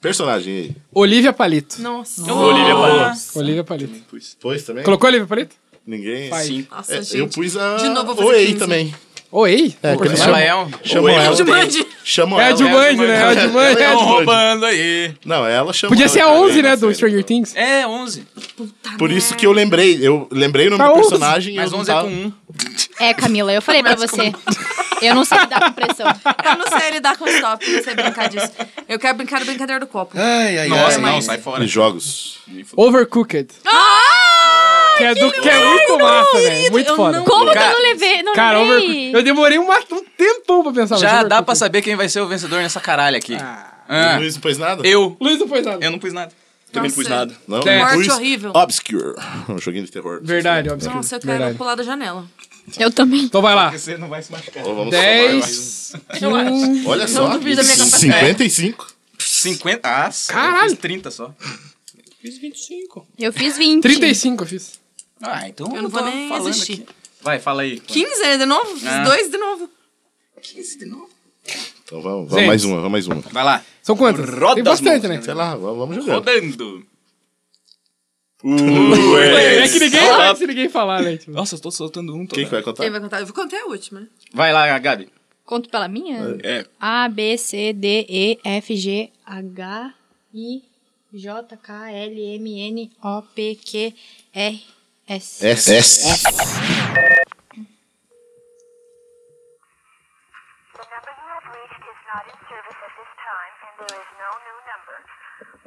[SPEAKER 2] Personagem aí.
[SPEAKER 3] Olivia Palito.
[SPEAKER 8] Nossa.
[SPEAKER 6] Olivia Palito.
[SPEAKER 3] Olivia Palito.
[SPEAKER 2] Pôs também?
[SPEAKER 3] Colocou Olivia Palito?
[SPEAKER 2] Ninguém.
[SPEAKER 3] Pai.
[SPEAKER 2] Sim.
[SPEAKER 5] Nossa,
[SPEAKER 2] É,
[SPEAKER 5] gente.
[SPEAKER 2] eu pus a.
[SPEAKER 5] De novo eu vou fazer
[SPEAKER 2] Oi
[SPEAKER 5] 15.
[SPEAKER 2] também.
[SPEAKER 3] Oi?
[SPEAKER 2] É, que eles
[SPEAKER 4] Ela
[SPEAKER 2] chamam,
[SPEAKER 4] é um.
[SPEAKER 2] chamam
[SPEAKER 6] Ela
[SPEAKER 2] ela.
[SPEAKER 5] Jumanji.
[SPEAKER 2] Chamam
[SPEAKER 3] É a
[SPEAKER 2] ela.
[SPEAKER 3] Jumanji, né? É a Jumanji.
[SPEAKER 2] Ela é
[SPEAKER 3] é a
[SPEAKER 2] um
[SPEAKER 4] Estão
[SPEAKER 3] Jumanji.
[SPEAKER 4] roubando aí.
[SPEAKER 2] Não, ela chama.
[SPEAKER 3] Podia ser a
[SPEAKER 2] ela
[SPEAKER 3] 11,
[SPEAKER 2] também
[SPEAKER 3] né?
[SPEAKER 2] na
[SPEAKER 3] Do
[SPEAKER 2] série.
[SPEAKER 3] Stranger Things.
[SPEAKER 4] É, 11.
[SPEAKER 2] Por isso que eu lembrei. Eu lembrei o nome
[SPEAKER 3] Tá
[SPEAKER 2] do
[SPEAKER 3] 11,
[SPEAKER 2] personagem. e
[SPEAKER 4] Mas
[SPEAKER 2] eu não
[SPEAKER 4] 11 é
[SPEAKER 2] tava-
[SPEAKER 4] com 1.
[SPEAKER 7] É, Camila, eu falei pra você. Eu não sei lidar com pressão.
[SPEAKER 5] Eu não sei lidar com stop, não sei brincar disso. Eu quero brincar do brincadeira do copo.
[SPEAKER 6] Ai,
[SPEAKER 2] É,
[SPEAKER 6] ai,
[SPEAKER 4] Nossa,
[SPEAKER 6] ai.
[SPEAKER 4] não, sai
[SPEAKER 5] um.
[SPEAKER 4] fora.
[SPEAKER 2] E jogos.
[SPEAKER 3] Overcooked. Ah! que é, do, que é muito massa, velho. Muito
[SPEAKER 5] eu
[SPEAKER 3] foda.
[SPEAKER 5] não-
[SPEAKER 7] Como que
[SPEAKER 4] Cara-
[SPEAKER 7] eu não levei? Não
[SPEAKER 3] Cara,
[SPEAKER 7] levei.
[SPEAKER 3] Overcooked. Eu demorei um, um tempão pra pensar. mas
[SPEAKER 4] Já dá pra
[SPEAKER 3] Overcooked.
[SPEAKER 4] saber quem vai ser o vencedor nessa caralha aqui.
[SPEAKER 5] É.
[SPEAKER 4] Ah,
[SPEAKER 2] Luiz não pôs nada?
[SPEAKER 4] eu.
[SPEAKER 3] Luiz não fez nada.
[SPEAKER 4] Eu não pus nada.
[SPEAKER 6] Também não pus
[SPEAKER 5] Nossa.
[SPEAKER 6] nada.
[SPEAKER 2] Não,
[SPEAKER 3] É.
[SPEAKER 2] eu
[SPEAKER 5] Morte
[SPEAKER 2] pus
[SPEAKER 5] horrível.
[SPEAKER 2] Obscure. Um joguinho de terror.
[SPEAKER 3] Verdade, óbvio.
[SPEAKER 5] Nossa, eu quero
[SPEAKER 3] Verdade.
[SPEAKER 5] pular da janela.
[SPEAKER 7] Eu também.
[SPEAKER 3] Então vai lá.
[SPEAKER 4] Você não vai se machucar.
[SPEAKER 2] Ou vamos somar,
[SPEAKER 3] 10.
[SPEAKER 2] vai. Olha só.
[SPEAKER 5] duvido da minha
[SPEAKER 2] 55.
[SPEAKER 4] 50. Ah,
[SPEAKER 3] Caralho.
[SPEAKER 4] Caralho. 30 só.
[SPEAKER 7] Eu fiz 20.
[SPEAKER 3] 35 eu fiz.
[SPEAKER 4] Ah, então
[SPEAKER 5] Eu não vou nem
[SPEAKER 3] Ah, então
[SPEAKER 4] falando
[SPEAKER 5] existir.
[SPEAKER 4] aqui. Vai, fala aí.
[SPEAKER 5] 15 de novo? Fiz
[SPEAKER 4] Ah.
[SPEAKER 5] dois de novo.
[SPEAKER 2] Então vamos,
[SPEAKER 3] Gente.
[SPEAKER 2] vamos mais uma, vamos mais uma.
[SPEAKER 4] Vai lá.
[SPEAKER 3] São quantas?
[SPEAKER 4] Roda
[SPEAKER 3] Tem bastante,
[SPEAKER 4] as
[SPEAKER 3] né?
[SPEAKER 2] Sei lá, vamos, vamos jogar.
[SPEAKER 4] Rodando.
[SPEAKER 3] É que ninguém vai se ninguém falar, né? tipo.
[SPEAKER 4] Nossa, eu tô soltando um. Tô
[SPEAKER 2] Quem que vai contar?
[SPEAKER 5] Quem vai contar? Eu vou contar a última, né?
[SPEAKER 4] Vai lá, Gabi.
[SPEAKER 7] Conto pela minha?
[SPEAKER 6] É.
[SPEAKER 7] A, B, C, D, E, F, G, H, I, J, K, L, M, N, O, P, Q, R, S.
[SPEAKER 2] S. S.
[SPEAKER 11] The number you have reached is not in service at this time, and there is no new number.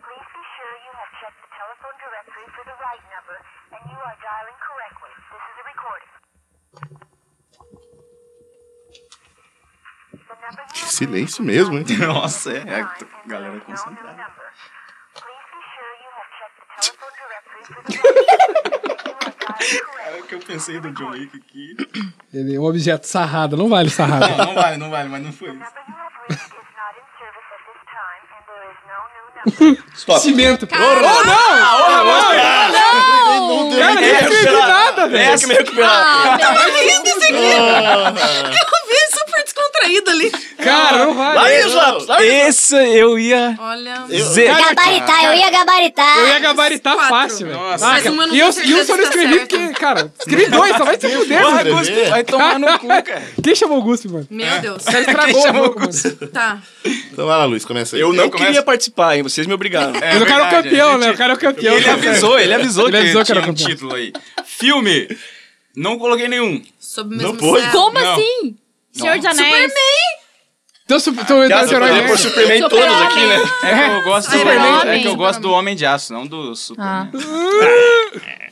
[SPEAKER 11] Please be sure you have checked the telephone directory for the right number, and you are dialing correctly. This is a recording. The number you have
[SPEAKER 2] Silêncio mesmo, hein?
[SPEAKER 4] Nossa, é. é a
[SPEAKER 11] reached and there
[SPEAKER 4] galera
[SPEAKER 11] is no new
[SPEAKER 4] concentrada.
[SPEAKER 11] number. Please be sure you have checked the telephone directory for the right number. You are dialing correctly.
[SPEAKER 4] É que eu pensei do John Wick aqui.
[SPEAKER 3] Ele é um objeto sarrado, não vale sarrado.
[SPEAKER 4] Não, não vale, não vale, mas não foi
[SPEAKER 11] The
[SPEAKER 4] isso.
[SPEAKER 11] number you have reached is not in service at this time, and there is no new number.
[SPEAKER 6] Stop.
[SPEAKER 3] Cimento, pô.
[SPEAKER 2] Não
[SPEAKER 4] é
[SPEAKER 2] deu
[SPEAKER 3] Cara, eu não entendi nada, velho.
[SPEAKER 6] Essa que me recuperar.
[SPEAKER 7] Ah,
[SPEAKER 5] Eu vi super descontraído ali.
[SPEAKER 3] Cara, não vale.
[SPEAKER 6] Aí, os lápis. Aí,
[SPEAKER 4] Esse eu ia
[SPEAKER 5] Olha,
[SPEAKER 4] dizer.
[SPEAKER 11] Gabaritar, eu ia gabaritar.
[SPEAKER 3] Eu ia gabaritar
[SPEAKER 5] Quatro.
[SPEAKER 3] tá fácil, velho.
[SPEAKER 4] Nossa.
[SPEAKER 5] Mas uma eu não
[SPEAKER 3] E eu,
[SPEAKER 5] tenho
[SPEAKER 3] e eu só
[SPEAKER 5] certeza se tá
[SPEAKER 3] não escrevi
[SPEAKER 5] certa.
[SPEAKER 3] porque, cara, escrevi dois, só vai se fuder,
[SPEAKER 2] Porra,
[SPEAKER 3] mano.
[SPEAKER 2] Guspe,
[SPEAKER 4] Vai tomar no cu, cara.
[SPEAKER 3] Quem chamou o Guspe, mano?
[SPEAKER 5] meu Deus.
[SPEAKER 3] Ele estragou o
[SPEAKER 4] chamou
[SPEAKER 3] jogo, mano.
[SPEAKER 5] Tá.
[SPEAKER 2] Então vai lá, Luiz, começa aí.
[SPEAKER 6] Eu não
[SPEAKER 4] começo?
[SPEAKER 6] queria participar, hein? Vocês me obrigaram.
[SPEAKER 4] É
[SPEAKER 3] Mas o cara é o
[SPEAKER 4] verdade,
[SPEAKER 3] campeão,
[SPEAKER 4] gente.
[SPEAKER 3] né? O cara é o campeão.
[SPEAKER 4] Ele avisou, ele avisou
[SPEAKER 3] Ele
[SPEAKER 4] que
[SPEAKER 3] avisou que
[SPEAKER 4] tinha
[SPEAKER 3] era
[SPEAKER 4] um
[SPEAKER 3] campeão.
[SPEAKER 4] título aí. Filme. Não coloquei nenhum.
[SPEAKER 5] Sob o mesmo
[SPEAKER 2] Não pode.
[SPEAKER 5] céu.
[SPEAKER 7] Como
[SPEAKER 4] Não.
[SPEAKER 7] assim? Senhor dos Anéis.
[SPEAKER 3] Então, su- então entrou
[SPEAKER 6] Graças
[SPEAKER 3] esse
[SPEAKER 6] a
[SPEAKER 3] herói
[SPEAKER 6] Deus,
[SPEAKER 4] né?
[SPEAKER 3] mesmo.
[SPEAKER 6] depois Superman
[SPEAKER 7] Super
[SPEAKER 6] todos
[SPEAKER 7] Homem.
[SPEAKER 6] aqui, né?
[SPEAKER 4] É que eu gosto do,
[SPEAKER 7] Superman.
[SPEAKER 4] é que eu gosto do Homem de Aço, não do Superman.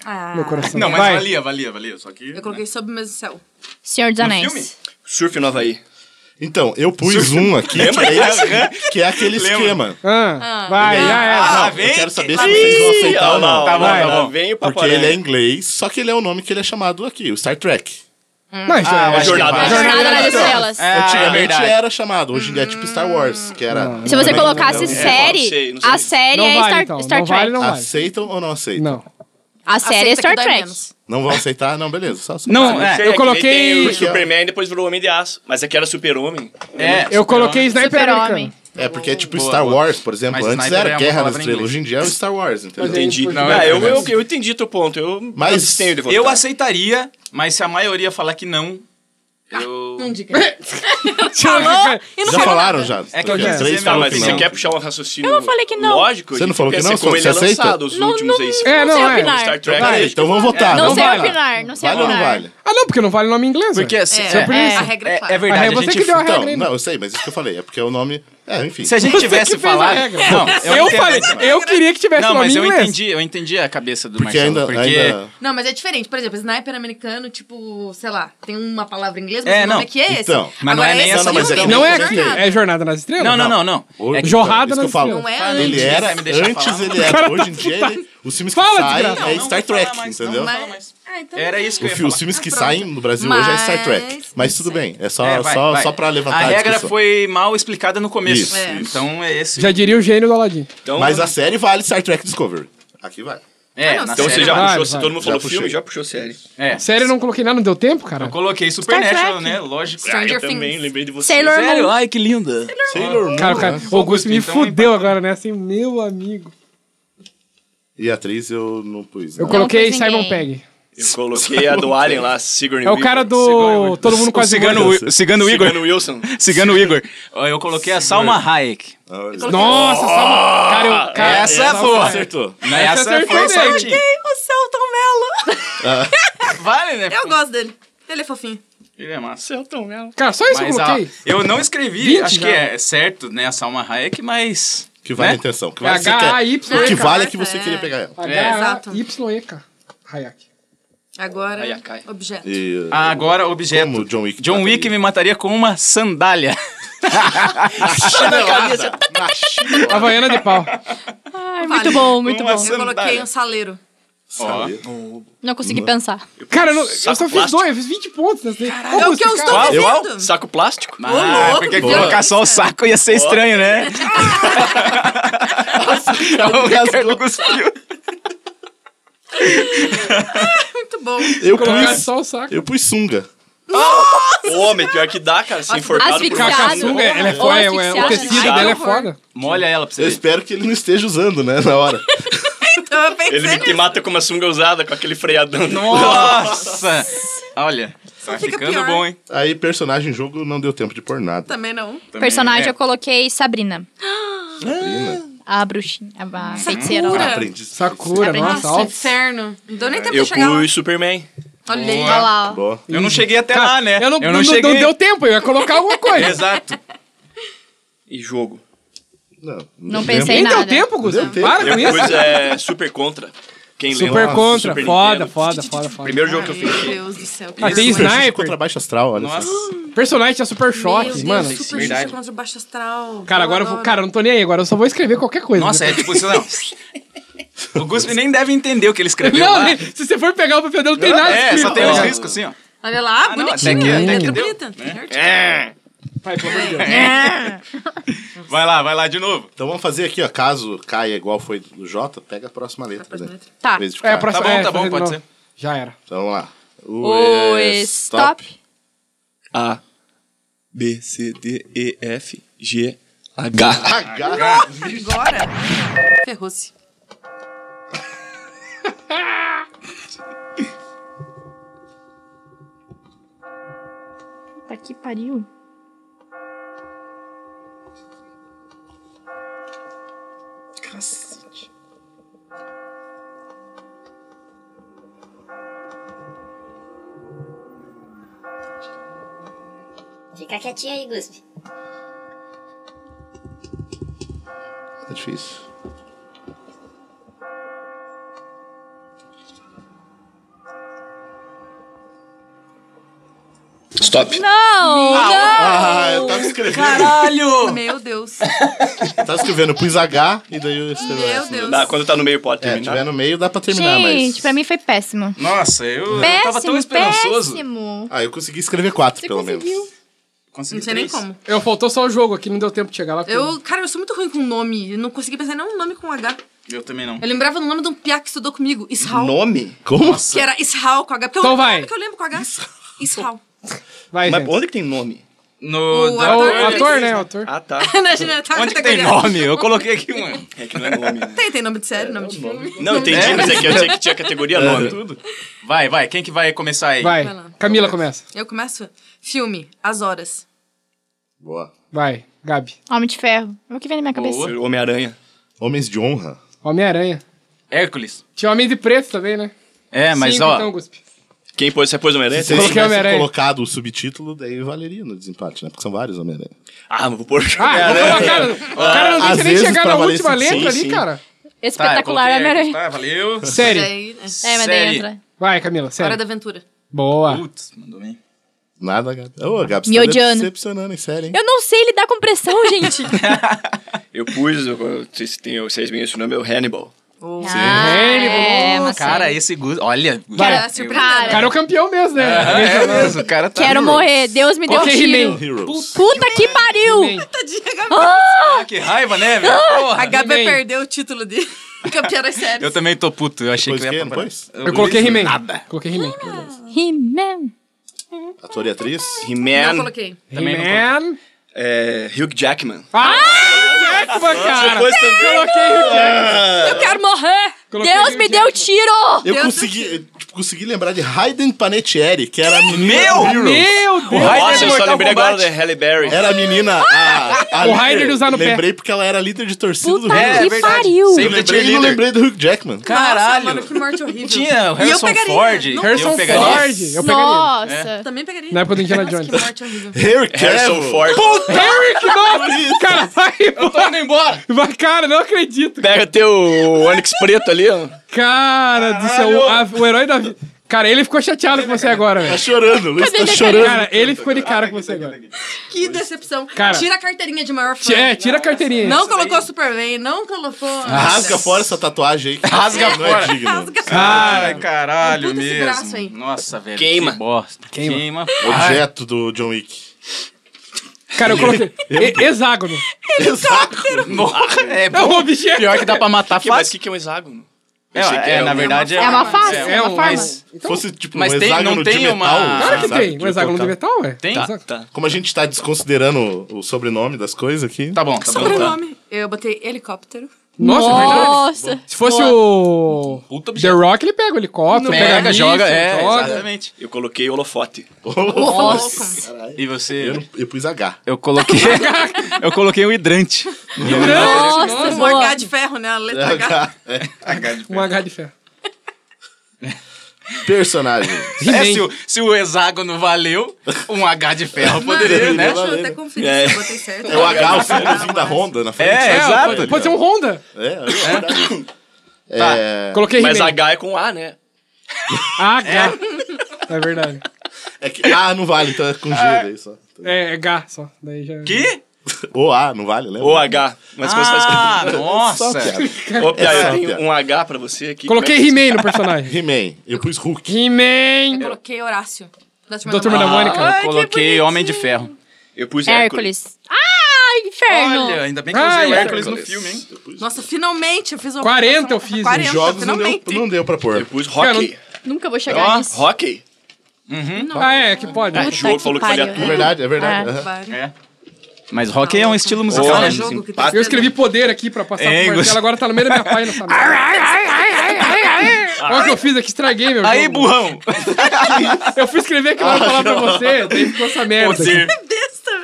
[SPEAKER 5] Ah,
[SPEAKER 3] Meu coração.
[SPEAKER 4] Não, mas
[SPEAKER 3] Vai.
[SPEAKER 4] valia, valia, valia. Só que.
[SPEAKER 5] eu coloquei sob o mesmo céu.
[SPEAKER 7] Senhor dos
[SPEAKER 4] filme?
[SPEAKER 7] Anéis.
[SPEAKER 6] Surf Nova aí.
[SPEAKER 2] Então, eu pus um aqui, que é, esse- que é aquele
[SPEAKER 4] Lembra?
[SPEAKER 2] esquema.
[SPEAKER 3] Ah, vai, já era.
[SPEAKER 4] Ah,
[SPEAKER 2] Não,
[SPEAKER 4] vem.
[SPEAKER 2] eu quero saber se vocês vão aceitar ou não.
[SPEAKER 6] Tá bom,
[SPEAKER 3] Vai,
[SPEAKER 6] tá
[SPEAKER 4] tá
[SPEAKER 6] bom.
[SPEAKER 4] bom.
[SPEAKER 6] Vem o
[SPEAKER 2] Porque
[SPEAKER 6] papai.
[SPEAKER 2] ele é inglês, só que ele é o nome que ele é chamado aqui, o Star Trek.
[SPEAKER 3] Não, isso é-
[SPEAKER 4] Ah, mas
[SPEAKER 6] Jornada.
[SPEAKER 4] que-
[SPEAKER 7] Jornada nas Estrelas.
[SPEAKER 4] É,
[SPEAKER 2] Antigamente
[SPEAKER 4] verdade. Hum.
[SPEAKER 2] era chamado, hoje em dia é tipo Star Wars, que era.
[SPEAKER 7] Se você
[SPEAKER 2] Também
[SPEAKER 7] colocasse
[SPEAKER 2] não-
[SPEAKER 7] série,
[SPEAKER 6] não sei, não sei.
[SPEAKER 7] a série
[SPEAKER 3] Não
[SPEAKER 7] é
[SPEAKER 3] vale,
[SPEAKER 7] Star,
[SPEAKER 3] então.
[SPEAKER 7] Star
[SPEAKER 3] Não
[SPEAKER 7] Trek.
[SPEAKER 3] vale, não vale.
[SPEAKER 2] Aceitam ou não aceitam?
[SPEAKER 3] Não.
[SPEAKER 7] A série é
[SPEAKER 5] Aceita
[SPEAKER 7] Star
[SPEAKER 5] que dói
[SPEAKER 7] Trek.
[SPEAKER 5] menos.
[SPEAKER 2] Não vão aceitar? Não, beleza. Só, só
[SPEAKER 4] Não,
[SPEAKER 6] Não sei,
[SPEAKER 4] é.
[SPEAKER 6] é que
[SPEAKER 3] Eu
[SPEAKER 6] nem
[SPEAKER 3] coloquei-
[SPEAKER 6] tem o Superman e depois virou Homem de Aço. Mas é que era Super-Homem.
[SPEAKER 4] é
[SPEAKER 3] Eu coloquei Sniper
[SPEAKER 7] Super-Homem.
[SPEAKER 3] americano.
[SPEAKER 2] É porque é tipo
[SPEAKER 4] Boa,
[SPEAKER 2] Star
[SPEAKER 4] boa.
[SPEAKER 2] Wars, por exemplo,
[SPEAKER 4] Mas
[SPEAKER 2] antes
[SPEAKER 4] sniper
[SPEAKER 2] era
[SPEAKER 4] é uma
[SPEAKER 2] Guerra
[SPEAKER 4] palavra
[SPEAKER 2] das
[SPEAKER 4] em
[SPEAKER 2] Estrelas,
[SPEAKER 4] inglês.
[SPEAKER 2] hoje em dia é o Star Wars, entendeu? Ah,
[SPEAKER 6] Entendi.
[SPEAKER 3] Não,
[SPEAKER 6] Não,
[SPEAKER 3] é,
[SPEAKER 6] eu, eu,
[SPEAKER 2] começa.
[SPEAKER 6] eu entendi teu ponto. Eu
[SPEAKER 2] Mas-
[SPEAKER 6] abstenho de votar.
[SPEAKER 4] Eu aceitaria, mas se a maioria falar que não, eu.
[SPEAKER 5] Ah, Não diga. Eu
[SPEAKER 2] Já falaram já?
[SPEAKER 4] É que eu
[SPEAKER 2] Porque
[SPEAKER 4] quis
[SPEAKER 2] três
[SPEAKER 4] dizer
[SPEAKER 6] Tá,
[SPEAKER 2] falam
[SPEAKER 4] minha
[SPEAKER 6] mas
[SPEAKER 2] que
[SPEAKER 6] você
[SPEAKER 2] não.
[SPEAKER 6] quer puxar um raciocínio
[SPEAKER 7] Eu não falei que não.
[SPEAKER 6] lógico?
[SPEAKER 2] Você não
[SPEAKER 6] de-
[SPEAKER 2] falou que
[SPEAKER 6] pensa
[SPEAKER 2] não?
[SPEAKER 6] Como
[SPEAKER 2] Você
[SPEAKER 6] ele é
[SPEAKER 2] aceita?
[SPEAKER 6] lançado, os
[SPEAKER 7] Não,
[SPEAKER 6] últimos
[SPEAKER 7] não-
[SPEAKER 6] aí. assim,
[SPEAKER 3] É,
[SPEAKER 7] Não sei
[SPEAKER 3] não, é.
[SPEAKER 7] opinar.
[SPEAKER 6] "Ah, Star Trek.
[SPEAKER 2] Tá,
[SPEAKER 6] aí.
[SPEAKER 2] então vamos votar.
[SPEAKER 7] Não
[SPEAKER 2] vamos
[SPEAKER 7] sei
[SPEAKER 2] votar.
[SPEAKER 7] opinar, não sei
[SPEAKER 2] Vale ou não
[SPEAKER 7] opinar.
[SPEAKER 2] vale?
[SPEAKER 3] Ah, não, porque não vale o nome em inglês.
[SPEAKER 4] Porque
[SPEAKER 3] velho.
[SPEAKER 4] se-
[SPEAKER 5] É,
[SPEAKER 4] se-
[SPEAKER 5] é,
[SPEAKER 3] por isso.
[SPEAKER 5] a regra é
[SPEAKER 4] é,
[SPEAKER 5] clara.
[SPEAKER 4] é verdade,
[SPEAKER 3] Mas
[SPEAKER 4] a
[SPEAKER 3] você
[SPEAKER 4] gente
[SPEAKER 3] que deu a regra,
[SPEAKER 2] Então,
[SPEAKER 3] hein?
[SPEAKER 2] não, eu sei, mas isso que eu falei, é porque o nome. É, enfim.
[SPEAKER 4] Se a gente tivesse
[SPEAKER 3] fez a
[SPEAKER 4] falado.
[SPEAKER 3] regra.
[SPEAKER 4] Não,
[SPEAKER 3] Eu,
[SPEAKER 4] entendo.
[SPEAKER 3] falei, eu queria que tivesse
[SPEAKER 4] Não,
[SPEAKER 3] nome
[SPEAKER 4] mas
[SPEAKER 3] em
[SPEAKER 4] eu
[SPEAKER 3] inglês.
[SPEAKER 4] entendi, eu entendi a cabeça do
[SPEAKER 2] Porque
[SPEAKER 4] Marcelo.
[SPEAKER 2] ainda.
[SPEAKER 4] porque
[SPEAKER 2] ainda-
[SPEAKER 5] Não, mas é diferente. Por exemplo, sniper americano, tipo, sei lá, tem uma palavra em inglês, mas
[SPEAKER 4] É,
[SPEAKER 5] o nome
[SPEAKER 4] não.
[SPEAKER 5] aqui é esse.
[SPEAKER 2] Então,
[SPEAKER 4] mas não é
[SPEAKER 5] Agora,
[SPEAKER 4] nem
[SPEAKER 5] esse
[SPEAKER 4] essa, mas
[SPEAKER 5] filme
[SPEAKER 2] é-
[SPEAKER 3] Não é aqui,
[SPEAKER 5] Jornada.
[SPEAKER 3] é Jornada nas Estrelas?
[SPEAKER 4] Não, não, não, não.
[SPEAKER 2] Hoje-
[SPEAKER 4] É que-
[SPEAKER 3] Jorrada
[SPEAKER 2] isso que eu
[SPEAKER 3] nas
[SPEAKER 2] falo.
[SPEAKER 3] Estrelas.
[SPEAKER 5] Não é antes.
[SPEAKER 2] Ele
[SPEAKER 4] Você
[SPEAKER 2] era,
[SPEAKER 4] vai me deixar
[SPEAKER 2] antes
[SPEAKER 4] falar?
[SPEAKER 2] ele era. Hoje em dia, ele, os filmes que
[SPEAKER 3] Fala,
[SPEAKER 2] saem
[SPEAKER 3] desgraça.
[SPEAKER 2] é
[SPEAKER 4] Não,
[SPEAKER 2] Star
[SPEAKER 4] vou falar
[SPEAKER 2] Trek,
[SPEAKER 4] mais, não
[SPEAKER 2] entendeu?
[SPEAKER 4] vou falar mais.
[SPEAKER 5] Ah, então.
[SPEAKER 4] Era isso que eu
[SPEAKER 2] O
[SPEAKER 4] ia
[SPEAKER 2] fi-
[SPEAKER 4] falar.
[SPEAKER 2] os filmes que
[SPEAKER 5] Ah, pronto.
[SPEAKER 2] saem no Brasil hoje é Star Trek. Mas tudo bem, é só,
[SPEAKER 4] É, vai,
[SPEAKER 2] só,
[SPEAKER 4] vai.
[SPEAKER 2] só pra levantar
[SPEAKER 4] A
[SPEAKER 2] a,
[SPEAKER 4] regra
[SPEAKER 2] discussão.
[SPEAKER 4] foi mal explicada no começo.
[SPEAKER 2] Isso,
[SPEAKER 5] É. isso.
[SPEAKER 4] Então é esse.
[SPEAKER 3] Já diria o gênio do Aladdin.
[SPEAKER 6] Então,
[SPEAKER 2] Mas a série vale Star Trek Discovery. Aqui vai.
[SPEAKER 4] É,
[SPEAKER 5] Ah, não,
[SPEAKER 4] na
[SPEAKER 6] então
[SPEAKER 4] série.
[SPEAKER 6] você já
[SPEAKER 3] Vai,
[SPEAKER 6] puxou, se
[SPEAKER 3] vai.
[SPEAKER 6] todo mundo
[SPEAKER 2] Já
[SPEAKER 6] falou
[SPEAKER 2] puxei.
[SPEAKER 6] filme, já puxou série.
[SPEAKER 4] É.
[SPEAKER 3] Sério, eu não coloquei nada, não deu tempo, cara?
[SPEAKER 4] Eu coloquei Supernatural,
[SPEAKER 7] Trek.
[SPEAKER 4] né? Lógico.
[SPEAKER 5] Stranger
[SPEAKER 6] eu também
[SPEAKER 5] Things.
[SPEAKER 6] lembrei de você.
[SPEAKER 7] Sailor Moon.
[SPEAKER 4] Ai, que linda.
[SPEAKER 2] Sailor Moon.
[SPEAKER 3] Cara, cara, o Augusto me
[SPEAKER 4] Então,
[SPEAKER 3] fudeu agora, né? Assim, meu amigo.
[SPEAKER 2] E atriz eu não pus.
[SPEAKER 3] Eu
[SPEAKER 2] não.
[SPEAKER 3] coloquei
[SPEAKER 7] pus
[SPEAKER 3] Simon
[SPEAKER 7] ninguém.
[SPEAKER 3] Pegg.
[SPEAKER 6] Eu coloquei a do Alien lá, Sigourney
[SPEAKER 3] É o
[SPEAKER 6] Weaver.
[SPEAKER 3] cara
[SPEAKER 4] Sigourney
[SPEAKER 3] do
[SPEAKER 4] Weaver.
[SPEAKER 3] Todo Mundo
[SPEAKER 4] O
[SPEAKER 3] Quase
[SPEAKER 4] Cigano,
[SPEAKER 3] Morto.
[SPEAKER 4] Wi- Cigano Igor.
[SPEAKER 6] Sigourney Wilson.
[SPEAKER 4] Cigano Igor. Ó, Eu coloquei a Salma Hayek.
[SPEAKER 3] Nossa, Salma. Cara, eu, cara,
[SPEAKER 4] Essa é boa.
[SPEAKER 2] Acertou.
[SPEAKER 4] Essa,
[SPEAKER 3] acertou
[SPEAKER 4] foi
[SPEAKER 3] bem.
[SPEAKER 4] certinho.
[SPEAKER 5] Ei, o Celton Mello.
[SPEAKER 4] Vale, né?
[SPEAKER 5] Eu gosto dele. Ele é fofinho.
[SPEAKER 4] Ele é massa.
[SPEAKER 3] Cara, só isso
[SPEAKER 4] Mas
[SPEAKER 3] eu
[SPEAKER 4] a,
[SPEAKER 3] coloquei.
[SPEAKER 4] eu não escrevi,
[SPEAKER 3] 20
[SPEAKER 4] acho
[SPEAKER 3] já.
[SPEAKER 4] que é certo, né? A Salma Hayek, mas.
[SPEAKER 2] Que vale a
[SPEAKER 4] né?
[SPEAKER 2] intenção. Que
[SPEAKER 3] É
[SPEAKER 2] vale que você quer.
[SPEAKER 3] H-A-Y.
[SPEAKER 2] O que
[SPEAKER 5] Caraca,
[SPEAKER 2] vale é que você
[SPEAKER 5] é.
[SPEAKER 2] queria pegar ela.
[SPEAKER 5] exato.
[SPEAKER 3] H-Y-E-K. Hayak.
[SPEAKER 5] Agora,
[SPEAKER 4] Ai, ai, ai.
[SPEAKER 5] objeto.
[SPEAKER 2] E,
[SPEAKER 4] Agora, objeto.
[SPEAKER 2] Como o John Wick
[SPEAKER 4] John
[SPEAKER 2] mataria?
[SPEAKER 4] Wick me mataria com uma sandália.
[SPEAKER 3] Havaiana de pau.
[SPEAKER 7] Ai, muito bom, muito
[SPEAKER 4] Uma
[SPEAKER 7] bom.
[SPEAKER 5] Eu
[SPEAKER 4] sandália.
[SPEAKER 5] coloquei um saleiro.
[SPEAKER 4] Ó,
[SPEAKER 7] Não consegui pensar.
[SPEAKER 3] Cara, eu, não- eu
[SPEAKER 6] Saco
[SPEAKER 3] só fiz
[SPEAKER 6] plástico.
[SPEAKER 3] dois, eu fiz 20 pontos assim. nessa daí.
[SPEAKER 5] É o que eu estou
[SPEAKER 4] Qual?
[SPEAKER 5] fazendo.
[SPEAKER 6] Saco plástico?
[SPEAKER 4] Ah,
[SPEAKER 5] louco,
[SPEAKER 4] porque
[SPEAKER 5] que
[SPEAKER 4] colocar só o
[SPEAKER 5] violência.
[SPEAKER 4] saco ia ser estranho, né? É o Ricardo cuspiu.
[SPEAKER 5] Muito bom.
[SPEAKER 2] Eu
[SPEAKER 3] Colocar
[SPEAKER 2] pus,
[SPEAKER 3] é só o saco.
[SPEAKER 2] eu pus sunga.
[SPEAKER 6] Ô, homem, pior que dá, cara, se
[SPEAKER 7] As-
[SPEAKER 6] enforcado por
[SPEAKER 7] asfixiado.
[SPEAKER 6] causa
[SPEAKER 3] Sunga, ela é
[SPEAKER 7] Ou
[SPEAKER 3] foda. é- é-
[SPEAKER 7] asfixiada,
[SPEAKER 3] o tecido
[SPEAKER 7] né?
[SPEAKER 3] dela é
[SPEAKER 7] Ai, que horror.
[SPEAKER 3] foda.
[SPEAKER 4] Molha ela pra
[SPEAKER 2] Eu
[SPEAKER 4] você ver.
[SPEAKER 2] espero que ele não esteja usando, né, na hora.
[SPEAKER 5] Então eu pensei
[SPEAKER 6] Ele me
[SPEAKER 5] nisso.
[SPEAKER 6] te mata com uma sunga usada, com aquele freadão.
[SPEAKER 4] Nossa! Olha, tá
[SPEAKER 5] fica
[SPEAKER 4] ficando
[SPEAKER 5] pior.
[SPEAKER 4] bom, hein?
[SPEAKER 2] Aí, personagem jogo não deu tempo de pôr nada.
[SPEAKER 5] Também não.
[SPEAKER 3] Tá
[SPEAKER 4] Também,
[SPEAKER 7] Personagem
[SPEAKER 4] é.
[SPEAKER 7] eu coloquei Sabrina.
[SPEAKER 2] Sabrina.
[SPEAKER 7] A bruxinha, a feiticeira.
[SPEAKER 5] Sakura.
[SPEAKER 7] lá.
[SPEAKER 2] Aprendi.
[SPEAKER 3] Sakura,
[SPEAKER 7] Aprendi.
[SPEAKER 3] nossa,
[SPEAKER 5] Nossa,
[SPEAKER 3] alto.
[SPEAKER 5] inferno. Não deu nem tempo
[SPEAKER 6] Eu
[SPEAKER 5] de chegar lá.
[SPEAKER 6] pus Superman.
[SPEAKER 5] Olha
[SPEAKER 4] um
[SPEAKER 5] aí.
[SPEAKER 7] Olha lá, ó.
[SPEAKER 2] Boa.
[SPEAKER 4] Eu não cheguei até lá, né?
[SPEAKER 3] Eu não, não, não
[SPEAKER 4] cheguei.
[SPEAKER 3] deu tempo, eu ia colocar alguma coisa.
[SPEAKER 4] Exato.
[SPEAKER 6] E jogo.
[SPEAKER 2] Não,
[SPEAKER 7] Não pensei em
[SPEAKER 3] Nem deu
[SPEAKER 7] nada.
[SPEAKER 3] tempo, Gustavo.
[SPEAKER 2] Deu tempo.
[SPEAKER 3] Para
[SPEAKER 6] Eu
[SPEAKER 3] com isso.
[SPEAKER 6] pus é, Super Contra. Quem
[SPEAKER 3] Super
[SPEAKER 6] lembra?
[SPEAKER 3] contra.
[SPEAKER 6] é- Super
[SPEAKER 3] foda,
[SPEAKER 6] Nintendo.
[SPEAKER 3] foda, foda, foda.
[SPEAKER 6] Primeiro jogo que eu
[SPEAKER 5] Meu
[SPEAKER 6] fiz.
[SPEAKER 5] Deus do céu.
[SPEAKER 3] Ah, tem
[SPEAKER 5] isso, né?
[SPEAKER 2] Justiça
[SPEAKER 3] sniper.
[SPEAKER 2] contra baixo astral, olha
[SPEAKER 4] Nossa.
[SPEAKER 2] só.
[SPEAKER 3] Personagem tinha super choque, mano.
[SPEAKER 5] Super
[SPEAKER 6] verdade.
[SPEAKER 5] Xuxa contra o Baixo Astral.
[SPEAKER 3] Cara, agora eu vou. Cara, eu não tô nem aí, agora eu só vou escrever qualquer coisa.
[SPEAKER 4] Nossa, é tipo isso, não. O Guspe nem deve entender o que ele escreveu
[SPEAKER 3] Não,
[SPEAKER 4] lá.
[SPEAKER 3] né? se você for pegar o papel dele, não tem nada
[SPEAKER 4] É, só
[SPEAKER 3] escrito.
[SPEAKER 4] tem uns
[SPEAKER 3] Ó,
[SPEAKER 4] riscos assim, ó.
[SPEAKER 5] Olha lá,
[SPEAKER 4] Ah, não, até
[SPEAKER 5] bonitinho.
[SPEAKER 4] que- até que
[SPEAKER 5] letra
[SPEAKER 4] deu, né? É.
[SPEAKER 5] bonita. Nerd.
[SPEAKER 3] Vai, pelo amor de Deus.
[SPEAKER 4] Vai lá, vai lá de novo.
[SPEAKER 2] Então vamos fazer aqui, ó. Caso caia igual foi do J, pega a próxima letra. né?
[SPEAKER 7] Tá.
[SPEAKER 2] Em vez de
[SPEAKER 3] É,
[SPEAKER 2] ficar-
[SPEAKER 3] a próxima-
[SPEAKER 4] bom,
[SPEAKER 3] é,
[SPEAKER 4] tá bom,
[SPEAKER 3] fazer de
[SPEAKER 4] pode
[SPEAKER 3] novo.
[SPEAKER 4] ser.
[SPEAKER 3] Já era.
[SPEAKER 2] Então vamos lá. O,
[SPEAKER 7] O
[SPEAKER 2] é,
[SPEAKER 7] stop.
[SPEAKER 6] A, B, C, D, E, F, G, H.
[SPEAKER 2] Ah, H.
[SPEAKER 5] Agora. Ferrou-se.
[SPEAKER 7] Tá que pariu.
[SPEAKER 11] Fica quietinho aí, Guspe.
[SPEAKER 6] É
[SPEAKER 2] Tá difícil.
[SPEAKER 6] Stop.
[SPEAKER 2] Ah, eu tava escrevendo.
[SPEAKER 4] Caralho!
[SPEAKER 5] Meu Deus.
[SPEAKER 2] Eu Tava escrevendo, eu pus H e daí eu escrevi.
[SPEAKER 5] Meu
[SPEAKER 2] S.
[SPEAKER 5] Deus.
[SPEAKER 6] Dá, quando tá no meio pode
[SPEAKER 2] É, tiver
[SPEAKER 6] terminar.
[SPEAKER 2] no meio dá pra terminar,
[SPEAKER 7] Gente,
[SPEAKER 2] mas.
[SPEAKER 7] pra mim foi péssimo.
[SPEAKER 4] Nossa, eu, eu
[SPEAKER 7] Péssimo,
[SPEAKER 4] tava tão esperançoso.
[SPEAKER 7] péssimo.
[SPEAKER 2] Ah, eu consegui escrever quatro, pelo menos.
[SPEAKER 4] Consegui
[SPEAKER 5] Não sei nem
[SPEAKER 4] três.
[SPEAKER 5] como.
[SPEAKER 3] Eu faltou só o jogo aqui, não deu tempo de chegar lá.
[SPEAKER 5] Eu, cara, eu sou muito ruim com nome. Eu não consegui pensar em nenhum nome com H.
[SPEAKER 4] Eu também não.
[SPEAKER 5] Eu lembrava do nome de um piá que estudou comigo, Ishal.
[SPEAKER 6] Nome?
[SPEAKER 2] Como?
[SPEAKER 5] Que era Ishal com H. Porque é o único
[SPEAKER 3] Então vai.
[SPEAKER 5] nome que eu lembro com H. Ishal.
[SPEAKER 3] Vai,
[SPEAKER 6] Mas
[SPEAKER 3] gente.
[SPEAKER 6] onde que tem nome?
[SPEAKER 4] No,
[SPEAKER 5] O
[SPEAKER 3] É
[SPEAKER 4] da-
[SPEAKER 3] o
[SPEAKER 5] ator-
[SPEAKER 3] ator, né? O ator.
[SPEAKER 6] Ah, tá.
[SPEAKER 5] Imagina, tá
[SPEAKER 4] Onde que tem nome? Eu coloquei aqui, mano.
[SPEAKER 6] É que não é nome, né?
[SPEAKER 5] Tem, tem nome de série, nome de filme.
[SPEAKER 6] Não, entendi, mas é que eu achei que tinha categoria nome.
[SPEAKER 4] Vai, vai. Quem que vai começar aí?
[SPEAKER 3] Vai.
[SPEAKER 5] Vai lá.
[SPEAKER 3] Camila começa.
[SPEAKER 5] Eu começo? Filme, As Horas.
[SPEAKER 2] Boa.
[SPEAKER 3] Vai. Gabi.
[SPEAKER 7] Homem de ferro. é O que vem na minha cabeça?
[SPEAKER 6] Tá,
[SPEAKER 4] Boa.
[SPEAKER 6] Homem-Aranha.
[SPEAKER 2] Homens de honra.
[SPEAKER 3] Homem-Aranha.
[SPEAKER 4] Hércules.
[SPEAKER 3] Tinha Homem de Preto também, né?
[SPEAKER 4] É, mas
[SPEAKER 3] Cinco,
[SPEAKER 4] ó.
[SPEAKER 3] então, Guspe.
[SPEAKER 6] Quem pôs? Você pôs Homem-Aranha?
[SPEAKER 2] Se
[SPEAKER 3] Coloquei
[SPEAKER 2] eles tivessem
[SPEAKER 3] Homem-Aranha.
[SPEAKER 2] colocado o subtítulo, daí valeria no desempate, né? Porque são vários Homem-Aranha.
[SPEAKER 6] Ah, vou pôr
[SPEAKER 3] Ah, vou
[SPEAKER 6] Homem-Aranha.
[SPEAKER 3] colocar. O cara não
[SPEAKER 2] às
[SPEAKER 3] deixa nem
[SPEAKER 2] vezes,
[SPEAKER 3] chegar
[SPEAKER 2] pra
[SPEAKER 3] na
[SPEAKER 2] valer
[SPEAKER 3] última
[SPEAKER 2] esse-
[SPEAKER 3] letra
[SPEAKER 6] sim,
[SPEAKER 3] ali,
[SPEAKER 6] sim.
[SPEAKER 3] cara.
[SPEAKER 4] Tá, eu
[SPEAKER 7] Espetacular, né,
[SPEAKER 4] coloquei Hércules.
[SPEAKER 7] Homem-Aranha.
[SPEAKER 4] Tá, valeu.
[SPEAKER 3] Série.
[SPEAKER 5] Daí, é.
[SPEAKER 7] É, mas
[SPEAKER 4] Série.
[SPEAKER 7] daí entra.
[SPEAKER 3] Vai, Camila,
[SPEAKER 5] Hora
[SPEAKER 3] série.
[SPEAKER 5] da Aventura.
[SPEAKER 3] Boa.
[SPEAKER 4] Putz, mandou bem.
[SPEAKER 2] Nada, Gabi. Ô, Gabi,
[SPEAKER 7] Me
[SPEAKER 2] você tá
[SPEAKER 7] odiando.
[SPEAKER 2] decepcionando, em sério, hein?
[SPEAKER 7] Eu não sei lidar com pressão, gente.
[SPEAKER 6] Eu pus, eu, eu, vocês, têm, vocês me ensinam, meu Hannibal.
[SPEAKER 7] é, mas
[SPEAKER 4] Cara, esse Gus. Olha.
[SPEAKER 5] Cara,
[SPEAKER 3] Vai. O
[SPEAKER 5] surpreendente.
[SPEAKER 3] cara é o campeão mesmo, né?
[SPEAKER 4] É mesmo, o cara tá.
[SPEAKER 7] Quero morrer. Deus me deu um
[SPEAKER 3] Coloquei
[SPEAKER 7] tiro.
[SPEAKER 3] He-Man.
[SPEAKER 2] Heroes.
[SPEAKER 7] Puta que pariu!
[SPEAKER 4] Ah, que raiva, né, velho?
[SPEAKER 5] A
[SPEAKER 4] Porra.
[SPEAKER 5] Gabi
[SPEAKER 3] He-Man.
[SPEAKER 5] perdeu o título de campeã das séries.
[SPEAKER 4] Eu também tô puto. Eu achei
[SPEAKER 2] Pois
[SPEAKER 4] que eu ia
[SPEAKER 2] quem,
[SPEAKER 4] pra-
[SPEAKER 2] pois?
[SPEAKER 3] Eu coloquei
[SPEAKER 4] li isso.
[SPEAKER 3] He-Man. Coloquei He-Man.
[SPEAKER 7] He-Man.
[SPEAKER 2] Ator e atriz?
[SPEAKER 5] Não
[SPEAKER 6] He-Man.
[SPEAKER 5] coloquei.
[SPEAKER 4] Também não
[SPEAKER 3] He-Man.
[SPEAKER 6] É, Hugh Jackman.
[SPEAKER 3] Ah! Hugh Jackman, cara!
[SPEAKER 6] Pois também.
[SPEAKER 3] Coloquei Hugh Jackman.
[SPEAKER 7] Eu quero morrer!
[SPEAKER 3] Coloquei
[SPEAKER 7] Deus
[SPEAKER 3] Hugh
[SPEAKER 7] me deu tiro!
[SPEAKER 2] Eu
[SPEAKER 5] Deus
[SPEAKER 2] consegui, eu, tipo, consegui lembrar de Hayden Panettiere, que era a menina...
[SPEAKER 4] Meu!
[SPEAKER 3] Meu
[SPEAKER 4] Raiden
[SPEAKER 3] Deus!
[SPEAKER 6] Nossa, eu só
[SPEAKER 4] Mortal
[SPEAKER 6] lembrei agora
[SPEAKER 4] Kombat.
[SPEAKER 6] da Halle Berry.
[SPEAKER 2] Era a menina... A, a
[SPEAKER 3] O
[SPEAKER 2] líder.
[SPEAKER 3] Hayden usar no pé.
[SPEAKER 2] Lembrei porque ela era a líder de torcida do
[SPEAKER 7] Puta
[SPEAKER 2] Heroes.
[SPEAKER 7] que
[SPEAKER 4] verdade.
[SPEAKER 7] pariu!
[SPEAKER 2] Eu
[SPEAKER 4] Save the
[SPEAKER 2] lembrei, não
[SPEAKER 4] cheerleader.
[SPEAKER 2] lembrei do Hugh Jackman.
[SPEAKER 5] Nossa,
[SPEAKER 4] Caralho.
[SPEAKER 5] mano, que morte horrível.
[SPEAKER 4] Tinha o
[SPEAKER 5] E eu
[SPEAKER 4] Harrison
[SPEAKER 5] pegaria.
[SPEAKER 4] Ford.
[SPEAKER 5] Não,
[SPEAKER 3] Harrison
[SPEAKER 4] eu pegaria.
[SPEAKER 3] Ford. Eu pegaria.
[SPEAKER 7] Nossa!
[SPEAKER 5] Também pegaria.
[SPEAKER 3] Na época do Indiana Jones.
[SPEAKER 5] Que morte horrível.
[SPEAKER 2] Harry
[SPEAKER 6] Harrison
[SPEAKER 2] Cavill.
[SPEAKER 6] Ford.
[SPEAKER 3] Eric, não! Cara, vai,
[SPEAKER 4] Eu tô indo embora.
[SPEAKER 3] vai, cara, não acredito.
[SPEAKER 6] Pega teu Onix preto ali, ó.
[SPEAKER 3] Cara do céu, o, a- o herói da vida. Cara, ele ficou chateado com você agora,
[SPEAKER 2] Tá
[SPEAKER 3] velho.
[SPEAKER 2] chorando, Luiz tá chorando.
[SPEAKER 3] Cara, ele ficou de cara com você agora.
[SPEAKER 5] Que decepção.
[SPEAKER 3] Cara.
[SPEAKER 5] Tira a carteirinha de maior fã.
[SPEAKER 3] Ti- É, tira a carteirinha.
[SPEAKER 5] Não colocou Superman, não colocou...
[SPEAKER 2] Rasga fora essa tatuagem aí. que
[SPEAKER 4] Rasga
[SPEAKER 2] não é
[SPEAKER 4] fora.
[SPEAKER 2] digno.
[SPEAKER 4] Ai, caralho
[SPEAKER 5] Puta esse
[SPEAKER 4] mesmo.
[SPEAKER 5] braço aí.
[SPEAKER 4] Nossa, velho.
[SPEAKER 6] Queima.
[SPEAKER 4] Que bosta. Queima. Ai,
[SPEAKER 2] Objeto do John Wick.
[SPEAKER 3] Cara, eu coloquei. E- hexágono.
[SPEAKER 2] Exato.
[SPEAKER 4] porra, é
[SPEAKER 3] É
[SPEAKER 4] bom.
[SPEAKER 3] um objeto.
[SPEAKER 4] Pior que dá pra matar
[SPEAKER 6] Que, mas o
[SPEAKER 4] fácil.
[SPEAKER 6] que, que é um hexágono?
[SPEAKER 4] É,
[SPEAKER 2] Achei que
[SPEAKER 4] é,
[SPEAKER 2] era
[SPEAKER 4] na
[SPEAKER 2] uma
[SPEAKER 4] verdade
[SPEAKER 7] forma. É uma face, é uma forma.
[SPEAKER 4] Mas,
[SPEAKER 2] Se fosse tipo um
[SPEAKER 4] Então, mas tem,
[SPEAKER 2] hexágono
[SPEAKER 4] não tem
[SPEAKER 2] de metal.
[SPEAKER 4] uma.
[SPEAKER 3] Claro que tem. Um
[SPEAKER 2] tipo,
[SPEAKER 3] hexágono de
[SPEAKER 2] tá-
[SPEAKER 3] metal, ué.
[SPEAKER 4] Tem?
[SPEAKER 3] Tá, tá.
[SPEAKER 2] Como a gente tá desconsiderando o sobrenome das coisas aqui.
[SPEAKER 4] Tá bom, tá bom.
[SPEAKER 6] Então
[SPEAKER 4] tá.
[SPEAKER 5] Sobrenome. Eu botei helicóptero.
[SPEAKER 3] Nossa, é verdade.
[SPEAKER 7] Nossa.
[SPEAKER 3] Se fosse o
[SPEAKER 4] Puta
[SPEAKER 3] The
[SPEAKER 4] objeto.
[SPEAKER 3] Rock, ele pega o helicóptero, pega,
[SPEAKER 4] Pega,
[SPEAKER 3] míssil,
[SPEAKER 4] joga, é,
[SPEAKER 3] joga.
[SPEAKER 4] exatamente.
[SPEAKER 6] tá, Eu coloquei holofote.
[SPEAKER 5] Nossa.
[SPEAKER 4] E
[SPEAKER 2] Eu,
[SPEAKER 4] você.
[SPEAKER 2] não- eu pus H.
[SPEAKER 4] Eu coloquei. eu coloquei um hidrante.
[SPEAKER 7] Nossa,
[SPEAKER 5] Um
[SPEAKER 7] boa.
[SPEAKER 5] H de ferro, né? A letra H.
[SPEAKER 2] H. É.
[SPEAKER 3] Um H de ferro.
[SPEAKER 2] Personagem.
[SPEAKER 4] É, se, o, se o hexágono valeu, um H de ferro poderia,
[SPEAKER 5] Mano,
[SPEAKER 4] né?
[SPEAKER 5] Deixa eu até conferir se eu botei certo.
[SPEAKER 2] É o H, o símbolozinho da Honda na frente.
[SPEAKER 4] É, exato.
[SPEAKER 3] Pode ser um Honda.
[SPEAKER 2] É, é verdade.
[SPEAKER 4] Tá.
[SPEAKER 2] É,
[SPEAKER 3] Coloquei
[SPEAKER 6] Mas
[SPEAKER 3] He-Man.
[SPEAKER 6] H é com A, né?
[SPEAKER 3] H. É verdade.
[SPEAKER 2] é que A não vale, então é com G
[SPEAKER 4] Ah.
[SPEAKER 2] daí só.
[SPEAKER 3] É, é H só. Daí já...
[SPEAKER 4] Que?
[SPEAKER 2] Ou A não vale, lembra?
[SPEAKER 6] Ou H. Mas quando
[SPEAKER 4] Ah,
[SPEAKER 6] você
[SPEAKER 2] Só
[SPEAKER 4] nossa.
[SPEAKER 2] piada.
[SPEAKER 6] faz. Ô, Pia,
[SPEAKER 2] Essa é
[SPEAKER 6] eu
[SPEAKER 2] a
[SPEAKER 6] tenho
[SPEAKER 2] piada.
[SPEAKER 6] um H pra você aqui.
[SPEAKER 3] Coloquei
[SPEAKER 6] Como é
[SPEAKER 3] He-Man no personagem.
[SPEAKER 2] He-Man. Eu pus Hulk.
[SPEAKER 5] Eu
[SPEAKER 3] He-Man.
[SPEAKER 5] coloquei Horácio. Da turma
[SPEAKER 3] Da Turma da
[SPEAKER 5] Mônica.
[SPEAKER 3] Mônica.
[SPEAKER 4] eu coloquei Homem de Ferro.
[SPEAKER 6] que- Eu pus Hércules.
[SPEAKER 7] É, Hércules. Ah, inferno.
[SPEAKER 4] Olha, ainda bem que eu usei
[SPEAKER 3] Ai,
[SPEAKER 4] o Hércules no
[SPEAKER 6] Hércules.
[SPEAKER 4] filme, hein?
[SPEAKER 5] Nossa, finalmente eu fiz uma
[SPEAKER 3] 40 eu fiz, em
[SPEAKER 5] 40,
[SPEAKER 2] Jogos não deu,
[SPEAKER 5] finalmente.
[SPEAKER 2] não deu pra
[SPEAKER 6] Eu
[SPEAKER 2] pôr.
[SPEAKER 6] pus hockey.
[SPEAKER 7] Nunca vou chegar
[SPEAKER 4] Ó,
[SPEAKER 7] nisso.
[SPEAKER 6] Hockey?
[SPEAKER 3] Ah, é, que pode.
[SPEAKER 6] O
[SPEAKER 7] Puta
[SPEAKER 6] jogo
[SPEAKER 7] que
[SPEAKER 6] falou que valia
[SPEAKER 7] pariu.
[SPEAKER 2] É
[SPEAKER 6] tudo.
[SPEAKER 2] verdade, é verdade.
[SPEAKER 7] Ah.
[SPEAKER 2] Aham.
[SPEAKER 4] É. Mas rock é um estilo musical,
[SPEAKER 6] Porra,
[SPEAKER 4] né?
[SPEAKER 5] Cada jogo que
[SPEAKER 6] empate.
[SPEAKER 3] Eu escrevi poder aqui pra passar
[SPEAKER 4] É, gostei.
[SPEAKER 3] pro martelo, agora tá no meio da minha página. essa merda. Olha o que eu fiz aqui, estraguei meu
[SPEAKER 4] Aí,
[SPEAKER 3] jogo.
[SPEAKER 4] burrão!
[SPEAKER 3] Eu fui escrever que eu ia falar pra você, daí ficou essa merda. aqui.
[SPEAKER 4] Poder.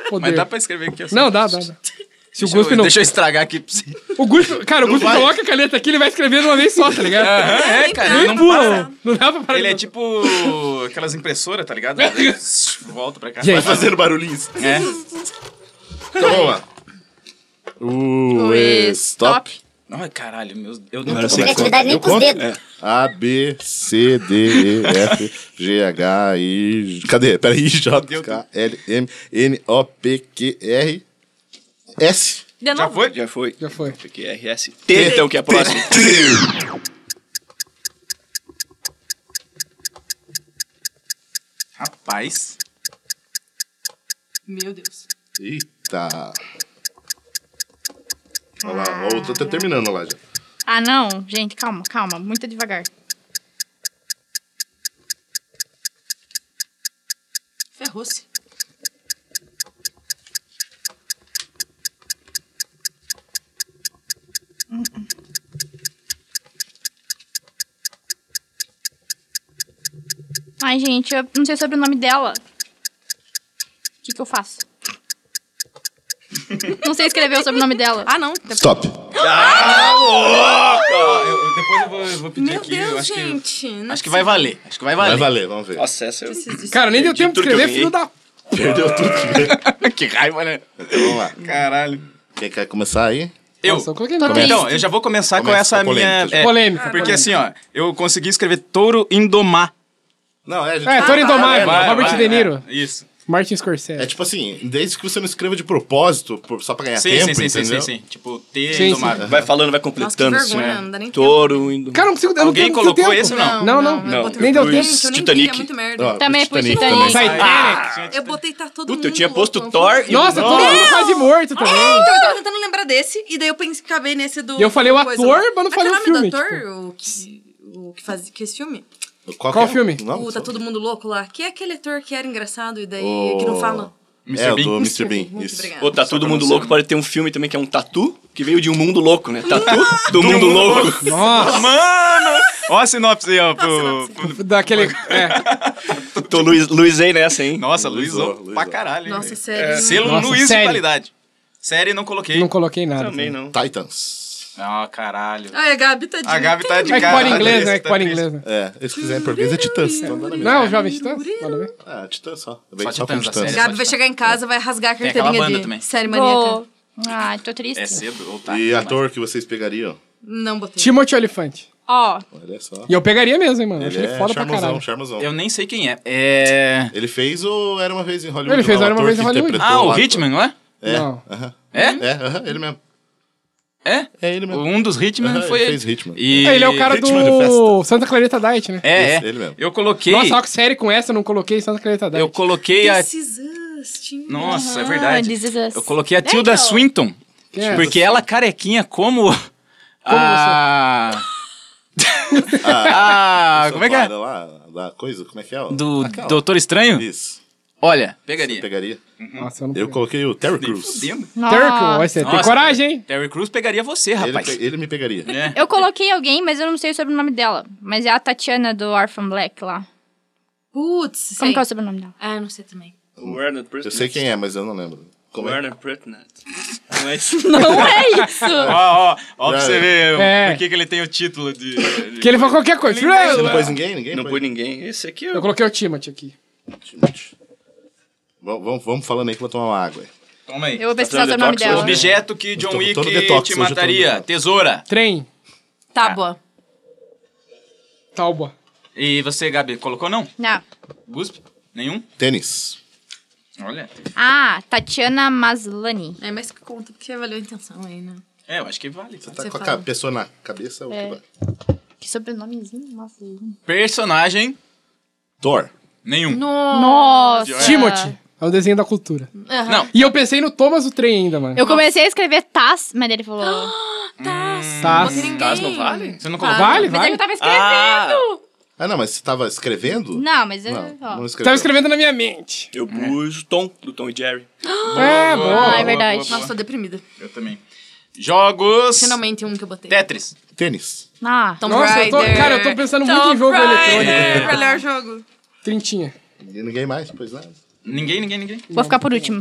[SPEAKER 3] Poder.
[SPEAKER 4] Mas É, dá pra escrever aqui assim.
[SPEAKER 3] Não, dá, dá. dá. Se o
[SPEAKER 4] Deixa eu-
[SPEAKER 3] Guspe não...
[SPEAKER 4] Deixa eu estragar aqui pra você.
[SPEAKER 3] O Guspe... Cara, o Guspe
[SPEAKER 2] vai.
[SPEAKER 3] coloca a caneta aqui, ele vai escrever de uma vez só, tá ligado?
[SPEAKER 4] Aham, é, cara, ele
[SPEAKER 3] Ele
[SPEAKER 4] não
[SPEAKER 3] pula. Não dá pra parar.
[SPEAKER 4] Ele é
[SPEAKER 3] de-
[SPEAKER 4] tipo aquelas impressoras, tá ligado? Volta pra cá.
[SPEAKER 3] Gente.
[SPEAKER 2] Vai fazendo barulhinhos.
[SPEAKER 4] É.
[SPEAKER 2] Então vamos lá. O stop.
[SPEAKER 4] Ai, caralho, meu Eu não
[SPEAKER 6] Agora você
[SPEAKER 4] tô...
[SPEAKER 6] conta.
[SPEAKER 2] Eu conto. É. A, B, C, D, E, F, G, H, I. J- Cadê? Peraí. J, K, L, M, N, O, P, Q, R, S.
[SPEAKER 7] De
[SPEAKER 4] Já
[SPEAKER 7] novo.
[SPEAKER 4] foi?
[SPEAKER 6] Já foi.
[SPEAKER 3] Já foi.
[SPEAKER 6] Coloquei RS. T, então, que é a próxima.
[SPEAKER 4] Rapaz.
[SPEAKER 5] Meu Deus.
[SPEAKER 2] Eita. Olha lá, ó, eu tô até terminando lá já.
[SPEAKER 7] Ah, não. Gente, calma, calma. Muito devagar.
[SPEAKER 5] Ferrou-se.
[SPEAKER 7] Ai, gente, eu não sei sobre o nome dela. O que, que eu faço? não sei escrever o sobrenome dela.
[SPEAKER 5] Ah, não.
[SPEAKER 2] Stop.
[SPEAKER 4] Ó, eu- eu- depois eu vou, eu vou pedir
[SPEAKER 5] Meu
[SPEAKER 4] aqui. eu
[SPEAKER 5] Deus,
[SPEAKER 4] acho,
[SPEAKER 5] gente.
[SPEAKER 4] que, acho que vai valer. Acho que vai valer.
[SPEAKER 2] Vai valer, vamos ver.
[SPEAKER 6] Nossa, essa eu...
[SPEAKER 3] Cara, nem deu
[SPEAKER 6] Perdi
[SPEAKER 3] tempo de
[SPEAKER 6] tudo que eu
[SPEAKER 3] escrever,
[SPEAKER 6] ganhei.
[SPEAKER 3] filho da...
[SPEAKER 2] Perdeu tudo que veio.
[SPEAKER 4] que raiva, né?
[SPEAKER 2] Então, vamos lá.
[SPEAKER 4] Caralho.
[SPEAKER 2] Quem quer começar aí?
[SPEAKER 4] Eu.
[SPEAKER 3] Nossa, eu coloquei
[SPEAKER 7] Tô
[SPEAKER 3] nada.
[SPEAKER 7] triste.
[SPEAKER 4] Então, eu já vou começar com
[SPEAKER 2] Começa
[SPEAKER 4] essa
[SPEAKER 2] com a polêmica,
[SPEAKER 4] minha.
[SPEAKER 2] já.
[SPEAKER 4] é,
[SPEAKER 3] Polêmica.
[SPEAKER 4] porque assim, ó, eu consegui escrever touro indomar.
[SPEAKER 2] Não, é, a gente.
[SPEAKER 3] É, Tony Domável,
[SPEAKER 4] Vai,
[SPEAKER 3] Robert
[SPEAKER 4] vai,
[SPEAKER 3] De Niro,
[SPEAKER 4] é, isso.
[SPEAKER 3] Martin Scorsese.
[SPEAKER 2] É tipo assim, desde que você não escreva de propósito, por- só pra ganhar
[SPEAKER 4] Sim,
[SPEAKER 2] tempo,
[SPEAKER 4] sim, sim, sim, sim,
[SPEAKER 2] entendeu?
[SPEAKER 4] sim. Tipo, ter
[SPEAKER 3] Sim,
[SPEAKER 4] indomável.
[SPEAKER 6] Vai falando, vai completando.
[SPEAKER 5] Nossa, que vergonha,
[SPEAKER 6] assim.
[SPEAKER 5] não dá nem
[SPEAKER 6] Touro, indo...
[SPEAKER 3] Cara, não consigo... eu não
[SPEAKER 4] Alguém
[SPEAKER 3] tenho- não
[SPEAKER 4] colocou
[SPEAKER 3] tenho tempo.
[SPEAKER 4] esse ou não?
[SPEAKER 3] Não, não.
[SPEAKER 6] Não,
[SPEAKER 5] eu
[SPEAKER 3] Nem deu
[SPEAKER 5] botei-
[SPEAKER 3] tempo.
[SPEAKER 5] Eu nem
[SPEAKER 6] Titanic.
[SPEAKER 5] queria, muito
[SPEAKER 2] Ó,
[SPEAKER 5] merda.
[SPEAKER 7] Também pus Titanic.
[SPEAKER 3] Sai,
[SPEAKER 4] Ah.
[SPEAKER 5] Eu botei tá todo mundo
[SPEAKER 6] Puta, eu tinha posto
[SPEAKER 5] louco,
[SPEAKER 6] Thor e
[SPEAKER 3] Nossa, todo mundo quase morto também.
[SPEAKER 5] Então, eu tava tentando lembrar desse, e daí eu pensei, acabei nesse do...
[SPEAKER 3] E eu falei o
[SPEAKER 5] coisa
[SPEAKER 3] ator,
[SPEAKER 5] lá.
[SPEAKER 3] mas não
[SPEAKER 5] Como é
[SPEAKER 3] falei
[SPEAKER 5] que é
[SPEAKER 3] o
[SPEAKER 5] nome do
[SPEAKER 3] filme, tipo.
[SPEAKER 5] ator, o que... O que faz que é esse filme?
[SPEAKER 2] Qual,
[SPEAKER 3] Qual
[SPEAKER 2] que é?
[SPEAKER 3] filme?
[SPEAKER 2] Não,
[SPEAKER 5] o Tá
[SPEAKER 2] só-
[SPEAKER 5] Todo Mundo Louco lá. Que é aquele ator que era engraçado e daí
[SPEAKER 2] O-
[SPEAKER 5] que não fala.
[SPEAKER 2] É,
[SPEAKER 4] Mr.
[SPEAKER 2] o do
[SPEAKER 4] Bean.
[SPEAKER 2] Mr. Bean.
[SPEAKER 5] Muito
[SPEAKER 2] Isso.
[SPEAKER 5] obrigada.
[SPEAKER 6] Ô, tá todo mundo louco. Pode ter um filme também que é um tatu, que veio de um mundo louco, né? Tatu do mundo louco.
[SPEAKER 3] Nossa,
[SPEAKER 4] Mano! Ó a sinopse aí, ó. Pro, pro-
[SPEAKER 3] daquele... É,
[SPEAKER 6] Tô Luiz, Luizei nessa, hein?
[SPEAKER 4] Nossa,
[SPEAKER 2] Luizão,
[SPEAKER 4] Luizão.
[SPEAKER 2] Luizão.
[SPEAKER 4] Pra caralho. hein,
[SPEAKER 5] Nossa,
[SPEAKER 4] velho.
[SPEAKER 5] sério.
[SPEAKER 4] É.
[SPEAKER 5] né?
[SPEAKER 4] Selo
[SPEAKER 3] Nossa,
[SPEAKER 4] Luiz
[SPEAKER 3] série.
[SPEAKER 4] de qualidade. Série não coloquei.
[SPEAKER 3] não coloquei nada.
[SPEAKER 6] Também não.
[SPEAKER 2] Titans.
[SPEAKER 4] Ah, caralho.
[SPEAKER 5] Ai, a Gabi tá de...
[SPEAKER 4] A Gabi tá de
[SPEAKER 3] É que
[SPEAKER 4] cara.
[SPEAKER 3] pode em inglês,
[SPEAKER 4] triste,
[SPEAKER 3] né? É que
[SPEAKER 4] tá
[SPEAKER 3] pode em
[SPEAKER 4] triste.
[SPEAKER 3] inglês, né?
[SPEAKER 2] É, se quiser em português é Titãs. então dá na mesma.
[SPEAKER 3] Não, jovem titã? Manda ver.
[SPEAKER 2] Ah, Titãs só. Também
[SPEAKER 4] Só
[SPEAKER 2] só com
[SPEAKER 4] Titãs, a
[SPEAKER 2] Titãs.
[SPEAKER 4] série.
[SPEAKER 5] Gabi vai chegar em casa, vai rasgar a
[SPEAKER 4] Tem aquela
[SPEAKER 5] carteirinha
[SPEAKER 4] banda
[SPEAKER 5] de
[SPEAKER 4] também.
[SPEAKER 5] série
[SPEAKER 7] Vou.
[SPEAKER 5] maníaca.
[SPEAKER 7] Ai, tô triste.
[SPEAKER 4] É cedo ou tá?
[SPEAKER 2] E ator que vocês pegariam?
[SPEAKER 5] Não botei.
[SPEAKER 3] Timothy Olifante.
[SPEAKER 7] Ó,
[SPEAKER 2] Olha só.
[SPEAKER 3] E eu pegaria mesmo, hein, mano. Eu achei
[SPEAKER 2] Ele
[SPEAKER 3] ele
[SPEAKER 2] é
[SPEAKER 3] foda pra
[SPEAKER 2] charmosão,
[SPEAKER 3] caralho.
[SPEAKER 2] charmosão.
[SPEAKER 4] Eu nem sei quem é. É.
[SPEAKER 2] Ele fez o Era Uma Vez em Hollywood.
[SPEAKER 3] Ele fez
[SPEAKER 2] lá, o
[SPEAKER 3] Era Uma
[SPEAKER 2] ator
[SPEAKER 3] Vez em
[SPEAKER 2] que
[SPEAKER 3] Hollywood.
[SPEAKER 2] interpretou
[SPEAKER 4] Ah, o
[SPEAKER 2] lá.
[SPEAKER 4] Hitman, não é?
[SPEAKER 2] É,
[SPEAKER 3] Não.
[SPEAKER 2] aham.
[SPEAKER 4] É?
[SPEAKER 2] É, aham, ele mesmo.
[SPEAKER 4] É?
[SPEAKER 2] É ele mesmo.
[SPEAKER 4] Um dos Hitman
[SPEAKER 2] Aham,
[SPEAKER 4] foi
[SPEAKER 2] ele
[SPEAKER 4] ele.
[SPEAKER 2] fez Hitman.
[SPEAKER 4] E-
[SPEAKER 3] É, Ele é o cara
[SPEAKER 2] Ritmo de
[SPEAKER 3] do Santa Clarita Diet, né?
[SPEAKER 4] É,
[SPEAKER 2] Esse,
[SPEAKER 4] é.
[SPEAKER 2] ele mesmo.
[SPEAKER 4] Eu coloquei.
[SPEAKER 3] Nossa, olha que série com essa eu não coloquei Santa Clarita Diet.
[SPEAKER 4] Eu coloquei a.
[SPEAKER 5] Precisas,
[SPEAKER 4] Nossa, é
[SPEAKER 7] Ah,
[SPEAKER 4] verdade.
[SPEAKER 7] This Is Us.
[SPEAKER 4] Eu coloquei a Tilda
[SPEAKER 7] Então.
[SPEAKER 4] Swinton.
[SPEAKER 3] Quem é?
[SPEAKER 2] Ah,
[SPEAKER 4] Porque ela carequinha como. a... Ah, como é que é?
[SPEAKER 2] Lá, lá, coisa, como é que é? ó?
[SPEAKER 4] Do
[SPEAKER 2] Aquela.
[SPEAKER 4] Doutor Estranho?
[SPEAKER 2] Isso.
[SPEAKER 4] Olha,
[SPEAKER 2] Você
[SPEAKER 4] pegaria.
[SPEAKER 2] pegaria?
[SPEAKER 3] Nossa, eu não
[SPEAKER 2] Eu coloquei o Terry Crews.
[SPEAKER 4] Fudendo.
[SPEAKER 7] Ah,
[SPEAKER 3] Terco, olha, você tem
[SPEAKER 4] Nossa,
[SPEAKER 3] coragem, hein?
[SPEAKER 4] Terry Crews pegaria você,
[SPEAKER 2] Ele,
[SPEAKER 4] rapaz.
[SPEAKER 2] pe- ele me pegaria.
[SPEAKER 4] É.
[SPEAKER 7] Eu coloquei alguém, mas eu não sei o sobrenome dela. Mas é a Tatiana do Orphan Black lá.
[SPEAKER 5] Putz,
[SPEAKER 7] Como
[SPEAKER 5] sei.
[SPEAKER 7] que é o sobrenome dela?
[SPEAKER 5] Ah, eu não sei também.
[SPEAKER 6] O Werner Britnett.
[SPEAKER 2] Eu sei quem é, mas eu não lembro.
[SPEAKER 6] O
[SPEAKER 2] Como é?
[SPEAKER 6] Werner Britnett. Não é isso?
[SPEAKER 7] Não é isso!
[SPEAKER 4] Ó, ó, ó, pra você ver
[SPEAKER 3] É.
[SPEAKER 4] por que, que ele tem o título de.
[SPEAKER 3] Que ele falou qualquer coisa.
[SPEAKER 2] Você não pôs ninguém? Ninguém
[SPEAKER 6] Não
[SPEAKER 2] pôs?
[SPEAKER 6] põe ninguém. Esse aqui é
[SPEAKER 3] Eu
[SPEAKER 6] o...
[SPEAKER 3] coloquei o Timothy aqui.
[SPEAKER 2] Timothy. Vamos, vamos- vamos falando aí que eu vou tomar uma água.
[SPEAKER 4] Toma aí.
[SPEAKER 7] Eu vou pesquisar o
[SPEAKER 6] fazendo
[SPEAKER 7] sobrenome
[SPEAKER 6] detox hoje,
[SPEAKER 7] dela.
[SPEAKER 6] bicho?
[SPEAKER 4] Objeto que John
[SPEAKER 2] tô-
[SPEAKER 4] Wick
[SPEAKER 2] tô no detox hoje,
[SPEAKER 4] te
[SPEAKER 2] eu tô no
[SPEAKER 4] mataria.
[SPEAKER 2] detox.
[SPEAKER 4] Tesoura.
[SPEAKER 3] Trem,
[SPEAKER 4] Tá.
[SPEAKER 5] Tábua.
[SPEAKER 3] Talba.
[SPEAKER 4] E você, Gabi, colocou não?
[SPEAKER 7] Não.
[SPEAKER 4] Gusp? Nenhum?
[SPEAKER 2] Tênis.
[SPEAKER 4] Olha.
[SPEAKER 7] Ah, Tatiana Maslany.
[SPEAKER 5] É, mas que conta, porque valeu a intenção aí, né?
[SPEAKER 4] É, eu acho que vale.
[SPEAKER 2] Você tá
[SPEAKER 5] Você
[SPEAKER 2] com a
[SPEAKER 5] fala.
[SPEAKER 2] ca- pessoa na cabeça? ou
[SPEAKER 7] É.
[SPEAKER 2] que vai?
[SPEAKER 7] Que sobrenomezinho? Nossa.
[SPEAKER 4] Personagem?
[SPEAKER 2] Thor.
[SPEAKER 4] Nenhum.
[SPEAKER 7] Nossa.
[SPEAKER 3] Timothy. É o desenho da cultura.
[SPEAKER 4] Não.
[SPEAKER 3] E eu pensei no Thomas o Trem ainda, mano.
[SPEAKER 7] Eu comecei a escrever Taz, mas ele falou...
[SPEAKER 3] Tá.
[SPEAKER 6] Taz não vale?
[SPEAKER 4] Você não colocou?
[SPEAKER 3] Vale,
[SPEAKER 5] é
[SPEAKER 7] Mas
[SPEAKER 3] vale.
[SPEAKER 7] eu tava escrevendo.
[SPEAKER 2] Ah, não, mas você tava escrevendo?
[SPEAKER 7] Não, mas eu...
[SPEAKER 2] Não,
[SPEAKER 7] ó.
[SPEAKER 2] não
[SPEAKER 3] Tava
[SPEAKER 2] escreveu.
[SPEAKER 3] escrevendo na minha mente.
[SPEAKER 6] Eu pus o Tom, do Tom e Jerry.
[SPEAKER 3] É, boa.
[SPEAKER 7] Ah, é verdade.
[SPEAKER 5] Nossa, tô deprimida.
[SPEAKER 4] Eu também. Jogos.
[SPEAKER 5] Finalmente um que eu botei.
[SPEAKER 4] Tetris.
[SPEAKER 2] Tênis.
[SPEAKER 7] Ah,
[SPEAKER 5] Tomb
[SPEAKER 3] Nossa, eu tô,
[SPEAKER 5] Raider.
[SPEAKER 3] cara, eu tô pensando muito
[SPEAKER 5] Tomb
[SPEAKER 3] em jogo eletrônico.
[SPEAKER 5] Raider, Melhor jogo.
[SPEAKER 3] Trintinha.
[SPEAKER 2] E ninguém mais, pois nada.
[SPEAKER 4] Ninguém, ninguém, ninguém.
[SPEAKER 7] vou ficar por último.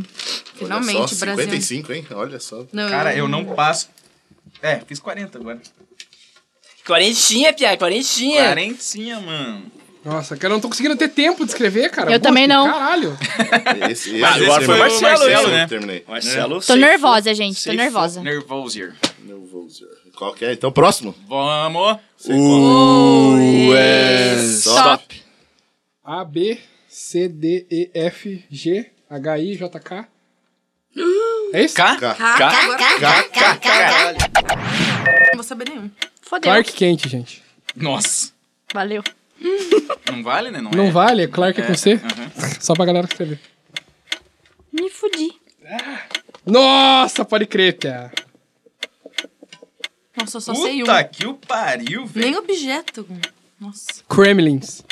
[SPEAKER 2] Olha
[SPEAKER 5] Finalmente,
[SPEAKER 2] só,
[SPEAKER 5] Brasil.
[SPEAKER 2] 55, hein? Olha só.
[SPEAKER 5] Não,
[SPEAKER 4] Cara, eu não passo. É, fiz 40 agora.
[SPEAKER 6] Quarentinha, Pia, quarentinha.
[SPEAKER 4] Quarentinha, mano.
[SPEAKER 3] Nossa, cara, eu não tô conseguindo ter tempo de escrever, cara.
[SPEAKER 7] Eu também não.
[SPEAKER 3] Caralho.
[SPEAKER 2] Esse, esse,
[SPEAKER 6] Ah, agora
[SPEAKER 2] esse
[SPEAKER 6] foi o
[SPEAKER 2] eu-
[SPEAKER 6] Marcelo,
[SPEAKER 2] esse
[SPEAKER 4] Marcelo,
[SPEAKER 2] eu
[SPEAKER 4] né?
[SPEAKER 2] Terminei.
[SPEAKER 6] Marcelo,
[SPEAKER 7] Tô
[SPEAKER 6] safe.
[SPEAKER 7] nervosa, gente. Tô
[SPEAKER 6] Sei,
[SPEAKER 7] nervosa.
[SPEAKER 4] Nervosier.
[SPEAKER 2] Nervoso. Qual que é? Então, próximo.
[SPEAKER 4] Vamos.
[SPEAKER 2] Sei qual.
[SPEAKER 7] Stop.
[SPEAKER 3] A, B, C, D, E, F, G, H, I, J, K. É isso?
[SPEAKER 4] K?
[SPEAKER 5] não vou saber nenhum.
[SPEAKER 7] Fodeu.
[SPEAKER 3] Clark Kent, gente.
[SPEAKER 4] Nossa.
[SPEAKER 7] Valeu.
[SPEAKER 4] Não vale, né? Não,
[SPEAKER 3] Não
[SPEAKER 4] é.
[SPEAKER 3] vale, é Clark é com C.
[SPEAKER 7] uh-huh.
[SPEAKER 3] Só pra galera que escrever.
[SPEAKER 7] Me fudi.
[SPEAKER 3] Nossa, pode crer, Pia.
[SPEAKER 5] Nossa, eu só sei um.
[SPEAKER 4] Puta que o pariu,
[SPEAKER 5] Nem
[SPEAKER 4] velho.
[SPEAKER 5] objeto. Nossa.
[SPEAKER 3] Kremlins.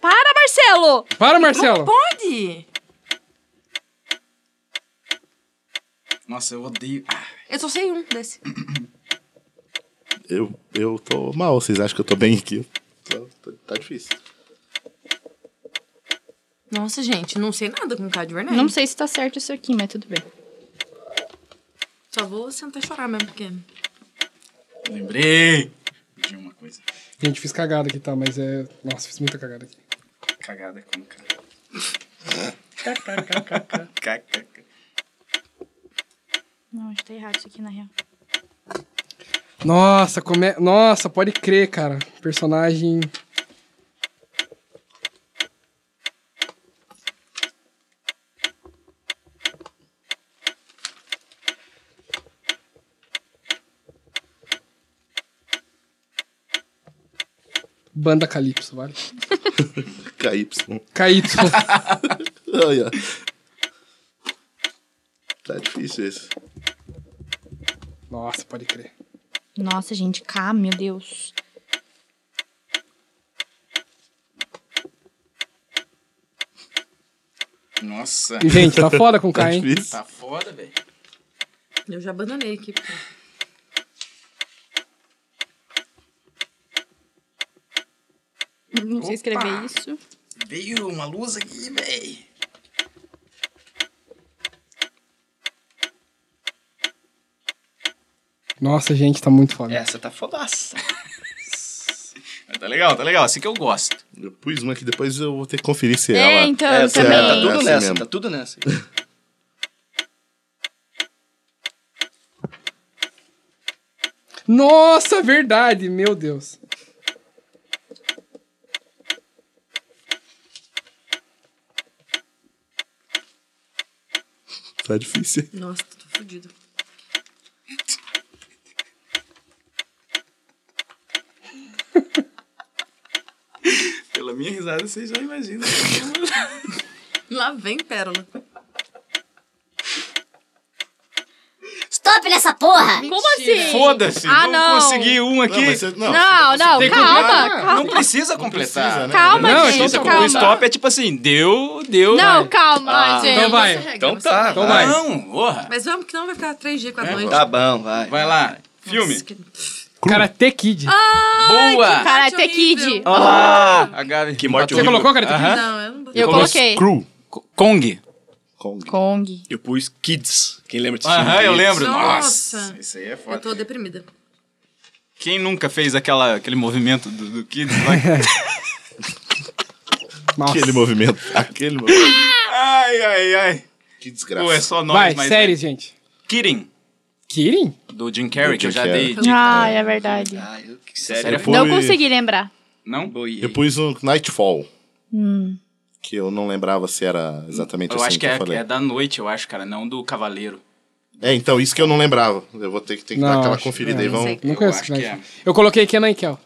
[SPEAKER 7] Para, Marcelo!
[SPEAKER 3] Para, Marcelo.
[SPEAKER 5] Pode!
[SPEAKER 4] Nossa, eu odeio. Ah,
[SPEAKER 5] Eu só sei um desse.
[SPEAKER 2] Eu, eu tô mal, vocês acham que eu tô bem aqui? Tô- tô- tá difícil.
[SPEAKER 5] Nossa, gente, não sei nada com K de verdade.
[SPEAKER 7] Não sei se tá certo isso aqui, mas tudo bem.
[SPEAKER 5] Só vou sentar e chorar mesmo, porque.
[SPEAKER 4] lembrei de uma coisa.
[SPEAKER 3] Gente, fiz cagada aqui, tá? Mas é... Nossa, fiz muita cagada aqui.
[SPEAKER 4] Cagada com K. KKKKK.
[SPEAKER 7] Não, acho que tá errado isso aqui, na real.
[SPEAKER 3] Nossa, como é... Nossa, pode crer, cara. Personagem... Banda Calypso, vale?
[SPEAKER 2] KY.
[SPEAKER 3] KY.
[SPEAKER 2] Olha. Tá difícil esse.
[SPEAKER 3] Nossa, pode crer.
[SPEAKER 7] Nossa, gente, K, meu Deus.
[SPEAKER 4] Nossa.
[SPEAKER 3] Gente, tá foda com K, hein?
[SPEAKER 2] Difícil.
[SPEAKER 4] Tá foda, velho.
[SPEAKER 5] Eu já abandonei aqui. porque-
[SPEAKER 7] Não sei escrever isso.
[SPEAKER 4] Veio uma luz aqui, velho.
[SPEAKER 3] Nossa, gente, tá muito
[SPEAKER 4] É.
[SPEAKER 3] foda.
[SPEAKER 6] Essa tá fodaça.
[SPEAKER 4] Tá legal, tá legal. Assim que eu gosto.
[SPEAKER 2] Eu pus uma aqui, depois eu vou ter que conferir se ela.
[SPEAKER 7] É, então, eu
[SPEAKER 6] É,
[SPEAKER 2] também.
[SPEAKER 6] tá
[SPEAKER 7] também.
[SPEAKER 6] tudo
[SPEAKER 2] Essa
[SPEAKER 6] nessa,
[SPEAKER 2] mesmo.
[SPEAKER 6] tá tudo nessa.
[SPEAKER 3] Nossa, verdade, meu Deus. Então
[SPEAKER 2] Tá difícil.
[SPEAKER 5] Nossa, tô fodido.
[SPEAKER 4] Pela minha risada, vocês já imaginam.
[SPEAKER 5] Lá vem pérola.
[SPEAKER 11] Stop nessa
[SPEAKER 12] essa porra?
[SPEAKER 7] Como assim?
[SPEAKER 4] Foda-se,
[SPEAKER 7] Ah,
[SPEAKER 4] vou
[SPEAKER 7] não.
[SPEAKER 4] conseguir um aqui.
[SPEAKER 2] Não, mas você- não,
[SPEAKER 7] Não, não,
[SPEAKER 4] tem que
[SPEAKER 7] calma,
[SPEAKER 4] completar.
[SPEAKER 7] calma.
[SPEAKER 4] Não precisa completar.
[SPEAKER 7] né? Calma,
[SPEAKER 4] não,
[SPEAKER 7] gente,
[SPEAKER 4] então tá bom.
[SPEAKER 7] calma.
[SPEAKER 4] O stop é tipo assim, deu, deu.
[SPEAKER 7] Não,
[SPEAKER 4] vai.
[SPEAKER 7] calma, gente.
[SPEAKER 5] Então vai.
[SPEAKER 4] Então tá.
[SPEAKER 5] Então
[SPEAKER 3] vai.
[SPEAKER 4] Não, porra.
[SPEAKER 5] Mas vamos que não vai ficar 3 dias com a noite.
[SPEAKER 4] Tá bom, vai. Vai lá. Filme.
[SPEAKER 3] Karate Kid.
[SPEAKER 4] Boa.
[SPEAKER 7] Karate Kid.
[SPEAKER 4] Olha lá. A Gabi. Ah, Que
[SPEAKER 3] Você horrível. colocou Karate Kid?
[SPEAKER 5] Não, eu não
[SPEAKER 7] Eu coloquei.
[SPEAKER 4] Crew. Kong.
[SPEAKER 7] Kong.
[SPEAKER 6] Eu pus Kids. Quem lembra disso?
[SPEAKER 4] Aham, eu lembro.
[SPEAKER 5] Nossa.
[SPEAKER 4] Nossa. Isso aí é
[SPEAKER 5] Eu
[SPEAKER 4] foda.
[SPEAKER 5] tô deprimida.
[SPEAKER 4] Quem nunca fez aquela, aquele movimento do, do Kid? Vai.
[SPEAKER 2] Aquele movimento. Aquele movimento.
[SPEAKER 4] ai, ai, ai.
[SPEAKER 2] Que desgraça.
[SPEAKER 4] Pô, é só nós,
[SPEAKER 3] Vai,
[SPEAKER 4] mas...
[SPEAKER 3] séries, gente.
[SPEAKER 4] Kidding,
[SPEAKER 3] Kirin?
[SPEAKER 4] do Jim Carrey,
[SPEAKER 2] Do
[SPEAKER 4] que eu
[SPEAKER 2] Jim
[SPEAKER 4] já dei
[SPEAKER 2] Carrey.
[SPEAKER 4] dica.
[SPEAKER 7] Ah, é verdade.
[SPEAKER 6] Que sério.
[SPEAKER 4] Sério,
[SPEAKER 2] Eu
[SPEAKER 7] Não
[SPEAKER 2] fui-
[SPEAKER 7] consegui lembrar.
[SPEAKER 4] Não?
[SPEAKER 2] Eu pus um Nightfall,
[SPEAKER 7] Hum.
[SPEAKER 2] que eu não lembrava se era exatamente
[SPEAKER 4] Eu
[SPEAKER 2] assim
[SPEAKER 4] acho que
[SPEAKER 2] eu
[SPEAKER 4] é,
[SPEAKER 2] falei.
[SPEAKER 4] é da noite, eu acho, cara, não do cavaleiro.
[SPEAKER 2] É... então, isso que eu não lembrava. Eu vou ter que, ter que dar
[SPEAKER 3] Não,
[SPEAKER 2] aquela
[SPEAKER 3] acho-
[SPEAKER 2] conferida
[SPEAKER 3] é,
[SPEAKER 2] aí.
[SPEAKER 3] não
[SPEAKER 2] Vamos...
[SPEAKER 3] Não
[SPEAKER 4] Eu
[SPEAKER 3] conheço.
[SPEAKER 4] acho que
[SPEAKER 3] né? Eu coloquei Kenan e Kel.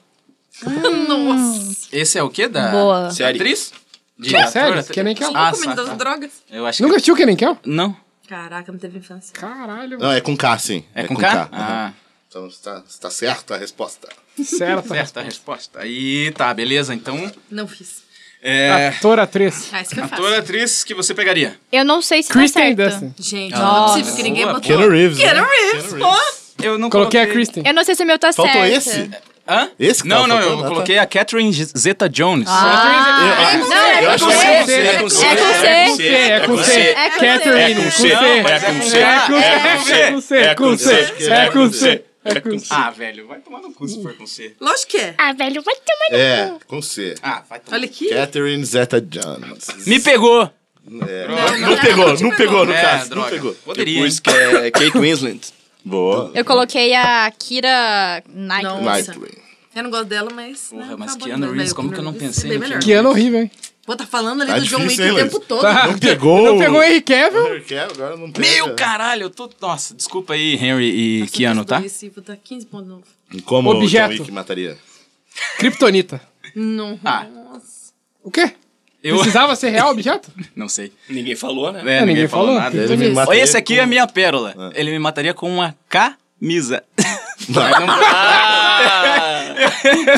[SPEAKER 5] Nossa.
[SPEAKER 4] Esse é o quê? Da
[SPEAKER 7] Boa.
[SPEAKER 4] da
[SPEAKER 6] Série.
[SPEAKER 4] atriz? De
[SPEAKER 3] Série?
[SPEAKER 4] atora?
[SPEAKER 3] Que nem que ela-
[SPEAKER 4] Ah,
[SPEAKER 5] Cinco
[SPEAKER 4] tá,
[SPEAKER 5] minutos
[SPEAKER 4] tá.
[SPEAKER 5] das drogas.
[SPEAKER 4] Eu acho
[SPEAKER 3] Ah, Nunca
[SPEAKER 4] que...
[SPEAKER 3] assistiu Kenan e Kel?
[SPEAKER 4] Não.
[SPEAKER 5] Caraca, não teve infância.
[SPEAKER 3] Caralho.
[SPEAKER 2] Não, é com K, sim.
[SPEAKER 4] É, com, K?
[SPEAKER 2] aham.
[SPEAKER 4] Ah,
[SPEAKER 2] Então, está, está certa a resposta.
[SPEAKER 3] Certo.
[SPEAKER 4] certa a resposta. Aí, tá, beleza. Então,
[SPEAKER 5] Não fiz.
[SPEAKER 4] é...
[SPEAKER 3] Ator, atriz.
[SPEAKER 5] Ah, isso foi fácil.
[SPEAKER 4] Ator, atriz que você pegaria?
[SPEAKER 7] Eu não sei se tá
[SPEAKER 3] Kristen
[SPEAKER 7] certo.
[SPEAKER 3] Dustin.
[SPEAKER 5] Gente, não é possível que ninguém
[SPEAKER 4] Boa.
[SPEAKER 5] botou.
[SPEAKER 2] Keanu Reeves,
[SPEAKER 5] Keanu
[SPEAKER 2] né?
[SPEAKER 5] Reeves, pô.
[SPEAKER 4] Eu não
[SPEAKER 3] Coloquei a Kristen.
[SPEAKER 7] Eu não sei se o meu tá
[SPEAKER 2] Faltou
[SPEAKER 7] certo.
[SPEAKER 2] esse?
[SPEAKER 4] Hã?
[SPEAKER 2] Esse que
[SPEAKER 4] Não,
[SPEAKER 2] tava
[SPEAKER 4] não, eu
[SPEAKER 2] faltando, tá?
[SPEAKER 4] coloquei a Catherine Zeta-Jones.
[SPEAKER 7] Ah, não, é
[SPEAKER 2] Eu
[SPEAKER 7] com
[SPEAKER 2] acho
[SPEAKER 7] C.
[SPEAKER 2] que é
[SPEAKER 3] você.
[SPEAKER 7] É com C. É com C.
[SPEAKER 3] É com C.
[SPEAKER 7] É com C.
[SPEAKER 3] Catherine.
[SPEAKER 7] É
[SPEAKER 3] com
[SPEAKER 7] com
[SPEAKER 3] C.
[SPEAKER 4] mas é com C.
[SPEAKER 3] É com C. É com C. É com C. É com C.
[SPEAKER 4] Ah, velho, vai tomar no cu se for com C.
[SPEAKER 5] Lógico que é.
[SPEAKER 12] Ah, velho, vai tomar
[SPEAKER 2] É, com C.
[SPEAKER 4] Ah, vai tomar.
[SPEAKER 5] Olha aqui.
[SPEAKER 2] Catherine Zeta-Jones.
[SPEAKER 4] Me pegou.
[SPEAKER 2] Não pegou, não pegou no
[SPEAKER 4] É,
[SPEAKER 2] caso. Não
[SPEAKER 4] droga.
[SPEAKER 2] pegou.
[SPEAKER 4] Poderia,
[SPEAKER 6] Pus que é Kate Winslet.
[SPEAKER 2] Boa.
[SPEAKER 7] Eu coloquei a Kira Knight.
[SPEAKER 5] Não.
[SPEAKER 2] Nightwing.
[SPEAKER 5] Eu não gosto dela, mas...
[SPEAKER 4] Porra,
[SPEAKER 5] né,
[SPEAKER 4] mas
[SPEAKER 5] tá bom
[SPEAKER 4] Keanu
[SPEAKER 5] demais.
[SPEAKER 4] Reeves,
[SPEAKER 5] Mas
[SPEAKER 4] como que eu não
[SPEAKER 5] Keanu
[SPEAKER 4] pensei
[SPEAKER 5] Reeves
[SPEAKER 4] no
[SPEAKER 5] é bem
[SPEAKER 4] Keanu?
[SPEAKER 5] melhor.
[SPEAKER 3] Keanu horrível, hein? Ah,
[SPEAKER 5] Pô, tá falando ali
[SPEAKER 2] Tá
[SPEAKER 5] do John Wick
[SPEAKER 2] difícil,
[SPEAKER 5] o
[SPEAKER 2] hein,
[SPEAKER 5] tempo
[SPEAKER 2] Luiz?
[SPEAKER 5] todo.
[SPEAKER 2] Não pegou.
[SPEAKER 3] Não pegou Henry Cavill?
[SPEAKER 2] Quer, agora não pega.
[SPEAKER 4] Meu caralho, eu tô. Nossa, desculpa aí, Henry e
[SPEAKER 5] Nossa,
[SPEAKER 4] Keanu, tá?
[SPEAKER 5] dois, e Vou dar 15 pontos novo.
[SPEAKER 2] Como
[SPEAKER 3] Objeto.
[SPEAKER 2] o John Wick mataria?
[SPEAKER 3] Kryptonita.
[SPEAKER 5] Não.
[SPEAKER 4] Ah.
[SPEAKER 3] O quê?
[SPEAKER 4] Eu.
[SPEAKER 3] Precisava ser real o objeto?
[SPEAKER 4] Não sei.
[SPEAKER 6] Ninguém falou, né?
[SPEAKER 4] É,
[SPEAKER 3] ninguém
[SPEAKER 4] ninguém falou
[SPEAKER 3] falou.
[SPEAKER 4] nada.
[SPEAKER 2] Ele me
[SPEAKER 4] Ó,
[SPEAKER 2] mataria
[SPEAKER 4] Esse aqui
[SPEAKER 2] com-
[SPEAKER 4] é a minha pérola. Ele me mataria com uma camisa. Mas não-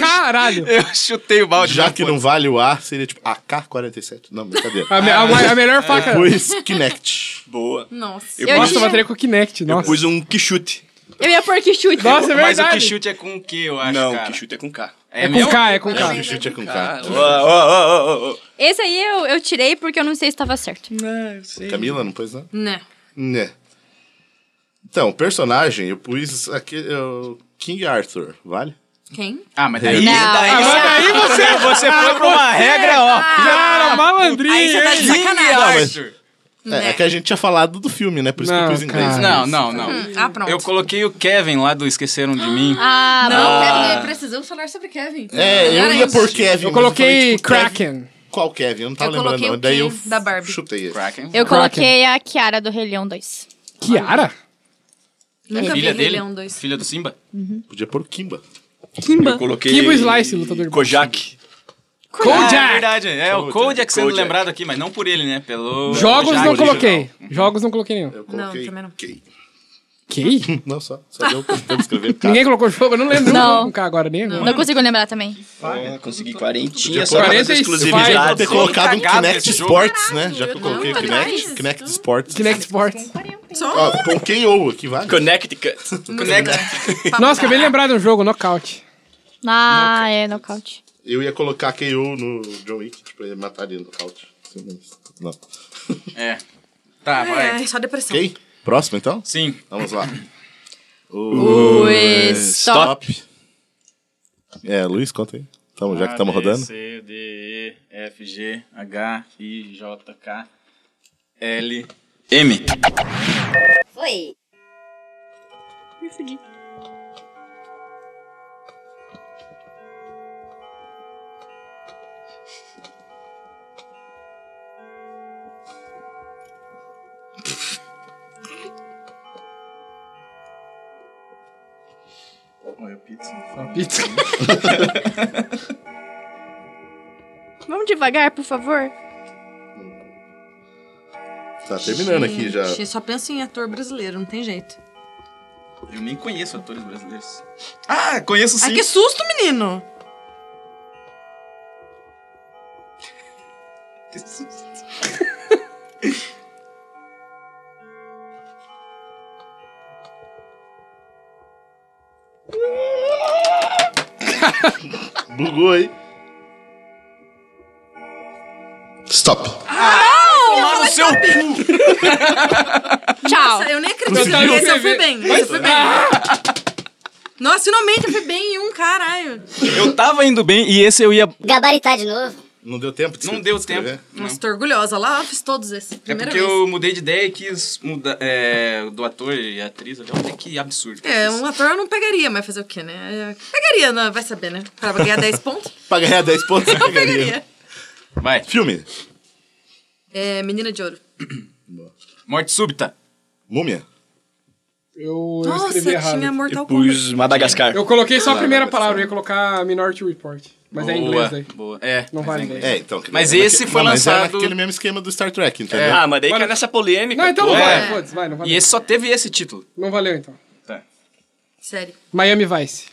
[SPEAKER 3] Caralho.
[SPEAKER 4] eu chutei o balde.
[SPEAKER 2] Já
[SPEAKER 4] mas
[SPEAKER 2] que
[SPEAKER 4] foi.
[SPEAKER 2] não vale o ar, seria tipo AK-47. Não, brincadeira.
[SPEAKER 3] A, me- a ma- a melhor faca.
[SPEAKER 2] Pois Kinect.
[SPEAKER 6] Boa.
[SPEAKER 5] Nossa.
[SPEAKER 7] Eu
[SPEAKER 3] Nossa, eu
[SPEAKER 7] tinha-
[SPEAKER 3] bateria com o Kinect.
[SPEAKER 6] Eu
[SPEAKER 3] Nossa.
[SPEAKER 6] pus um que chute.
[SPEAKER 7] Eu ia pôr que chute.
[SPEAKER 3] Nossa, é
[SPEAKER 4] Mas o
[SPEAKER 3] verdade.
[SPEAKER 4] que chute é com o que, eu acho.
[SPEAKER 6] Não,
[SPEAKER 4] cara.
[SPEAKER 6] que chute é com K.
[SPEAKER 3] É com
[SPEAKER 4] mesmo?
[SPEAKER 3] K, é com K.
[SPEAKER 2] O chute é com K.
[SPEAKER 6] Ó, ó, ó, ó, ó.
[SPEAKER 7] Esse aí eu, eu tirei porque eu não sei se tava certo.
[SPEAKER 2] Camila, não pôs não?
[SPEAKER 5] Né.
[SPEAKER 2] Né. Então, personagem, eu pus aqui é o King Arthur, vale?
[SPEAKER 5] Quem?
[SPEAKER 4] Ah, mas daí,
[SPEAKER 7] Não,
[SPEAKER 4] daí,
[SPEAKER 7] mas
[SPEAKER 4] daí você, você foi pra uma regra, ó.
[SPEAKER 3] ah, Cara, malandrinho.
[SPEAKER 5] tá Aí você tá de
[SPEAKER 3] hein?
[SPEAKER 5] sacanagem.
[SPEAKER 2] É, é que a gente tinha falado do filme, né? Por isso que eu
[SPEAKER 3] Não,
[SPEAKER 2] pus em inglês.
[SPEAKER 4] Não,
[SPEAKER 3] cara.
[SPEAKER 4] não, não.
[SPEAKER 5] Ah, pronto.
[SPEAKER 4] Eu coloquei o Kevin lá do Esqueceram de Mim.
[SPEAKER 7] Ah,
[SPEAKER 5] Não, Kevin, né, precisamos falar sobre Kevin.
[SPEAKER 2] É, eu
[SPEAKER 5] Era
[SPEAKER 2] ia
[SPEAKER 5] isso.
[SPEAKER 2] por Kevin.
[SPEAKER 3] Eu
[SPEAKER 2] mas falei,
[SPEAKER 3] coloquei
[SPEAKER 2] tipo, Kevin-
[SPEAKER 3] Kraken.
[SPEAKER 2] Qual Kevin? Eu não tava
[SPEAKER 5] Eu
[SPEAKER 2] lembrando.
[SPEAKER 5] coloquei
[SPEAKER 2] não.
[SPEAKER 5] o
[SPEAKER 2] Daí eu
[SPEAKER 5] Ken da Barbie.
[SPEAKER 2] chutei esse.
[SPEAKER 4] Kraken.
[SPEAKER 7] eu coloquei a Kiara do Rei Leão 2.
[SPEAKER 3] Kiara?
[SPEAKER 5] Nunca vi
[SPEAKER 4] Filha
[SPEAKER 5] Rei
[SPEAKER 4] dele?
[SPEAKER 5] Leão 2.
[SPEAKER 4] Filha do Simba?
[SPEAKER 2] Podia pôr Kimba.
[SPEAKER 6] Eu coloquei.
[SPEAKER 3] Kimbo Slice, lutador de
[SPEAKER 6] Kojak.
[SPEAKER 4] Ah, é
[SPEAKER 3] Kojak.
[SPEAKER 4] verdade. É, o Kojak sendo
[SPEAKER 6] Kojak.
[SPEAKER 4] lembrado aqui, mas não por ele, né? Pelo...
[SPEAKER 3] Jogos
[SPEAKER 4] Jack
[SPEAKER 3] não
[SPEAKER 4] original.
[SPEAKER 3] coloquei. Jogos não coloquei nenhum.
[SPEAKER 2] Eu coloquei
[SPEAKER 5] também não.
[SPEAKER 2] Kay.
[SPEAKER 3] Que?
[SPEAKER 2] Não, só. Só deu tempo escrever. K.
[SPEAKER 3] Ninguém colocou jogo? Eu não lembro.
[SPEAKER 7] Não.
[SPEAKER 3] Não. Cá agora, nem agora.
[SPEAKER 7] Não consigo lembrar também.
[SPEAKER 6] Ah, consegui 40.
[SPEAKER 3] pôr 45,
[SPEAKER 2] Eu
[SPEAKER 6] exclusividade.
[SPEAKER 2] ter colocado um
[SPEAKER 4] cagado
[SPEAKER 2] Kinect
[SPEAKER 4] esse jogo.
[SPEAKER 2] Sports, né? Já que eu coloquei o
[SPEAKER 5] não, tá
[SPEAKER 2] Kinect.
[SPEAKER 5] mas-
[SPEAKER 2] Kinect Sports. Ah,
[SPEAKER 3] Kinect Sports.
[SPEAKER 5] Só
[SPEAKER 2] Ó, coloquei ou aqui, vale?
[SPEAKER 6] Connecticut.
[SPEAKER 3] Nossa, acabei de lembrar de um jogo, Knockout.
[SPEAKER 7] Ah, é, nocaute.
[SPEAKER 2] Eu ia colocar KO no John Wick, tipo, ele mataria no nocaute. Não.
[SPEAKER 4] É. Tá, vai.
[SPEAKER 5] É, só depressão.
[SPEAKER 2] Ok? Próximo, então?
[SPEAKER 4] Sim.
[SPEAKER 2] Vamos lá.
[SPEAKER 7] Ui, stop.
[SPEAKER 2] É, Luiz, conta aí. Tamo, já que estamos
[SPEAKER 4] A, B,
[SPEAKER 2] rodando.
[SPEAKER 4] C, D, E, F, G, H, I, J, K, L, M.
[SPEAKER 12] Foi.
[SPEAKER 3] Pizza.
[SPEAKER 7] Vamos devagar, por favor.
[SPEAKER 2] Tá terminando aqui já.
[SPEAKER 5] Gente, Só penso em ator brasileiro, não tem jeito.
[SPEAKER 4] Eu nem conheço atores brasileiros. Ah, conheço sim.
[SPEAKER 5] Ai, que susto, menino!
[SPEAKER 2] Bugou, hein? Stop.
[SPEAKER 5] Tomar no seu cu! Tchau! eu nem acredito.
[SPEAKER 2] Você viu?
[SPEAKER 5] Esse eu fui bem. Esse eu fui bem. Nossa, finalmente eu fui bem em um, caralho.
[SPEAKER 4] Eu tava indo bem e esse eu ia.
[SPEAKER 5] Gabaritar de novo.
[SPEAKER 2] Não deu tempo de
[SPEAKER 4] Não deu tempo.
[SPEAKER 5] Nossa, tô orgulhosa. Lá eu fiz todos esses.
[SPEAKER 4] É
[SPEAKER 5] Primeira
[SPEAKER 4] porque
[SPEAKER 5] vez.
[SPEAKER 4] eu mudei de ideia e quis mudar é, do ator e atriz. Olha, olha que absurdo.
[SPEAKER 5] É, um ator eu não pegaria, mas fazer o quê, né? É, Pegaria, né? vai saber, né? Pra ganhar 10 pontos.
[SPEAKER 2] Pra ganhar 10 pontos,
[SPEAKER 5] Eu pegaria.
[SPEAKER 4] Vai.
[SPEAKER 2] Filme.
[SPEAKER 5] É, Menina de Ouro.
[SPEAKER 4] Morte súbita.
[SPEAKER 2] Múmia.
[SPEAKER 3] Eu, eu
[SPEAKER 5] Nossa,
[SPEAKER 3] escrevi errado. tipo Ah,
[SPEAKER 5] tinha Mortal
[SPEAKER 6] Pus Madagascar.
[SPEAKER 3] Tá Eu coloquei só a primeira palavra, eu ia colocar Minority Report. Mas é em inglês daí.
[SPEAKER 4] Boa. É.
[SPEAKER 3] Não vale inglês.
[SPEAKER 2] É, então. que-
[SPEAKER 4] Mas
[SPEAKER 2] é
[SPEAKER 4] esse
[SPEAKER 2] naque-
[SPEAKER 4] foi
[SPEAKER 2] não, mas é
[SPEAKER 4] lançado- É.
[SPEAKER 2] naquele mesmo esquema do Star Trek, entendeu?
[SPEAKER 6] Ah, mas daí cai nessa polêmica.
[SPEAKER 3] Não, então não
[SPEAKER 6] pô.
[SPEAKER 3] vale, foda-se, vai, não
[SPEAKER 4] E
[SPEAKER 3] valeu.
[SPEAKER 4] esse só teve esse título.
[SPEAKER 3] Não valeu então.
[SPEAKER 5] Série.
[SPEAKER 3] Miami Vice.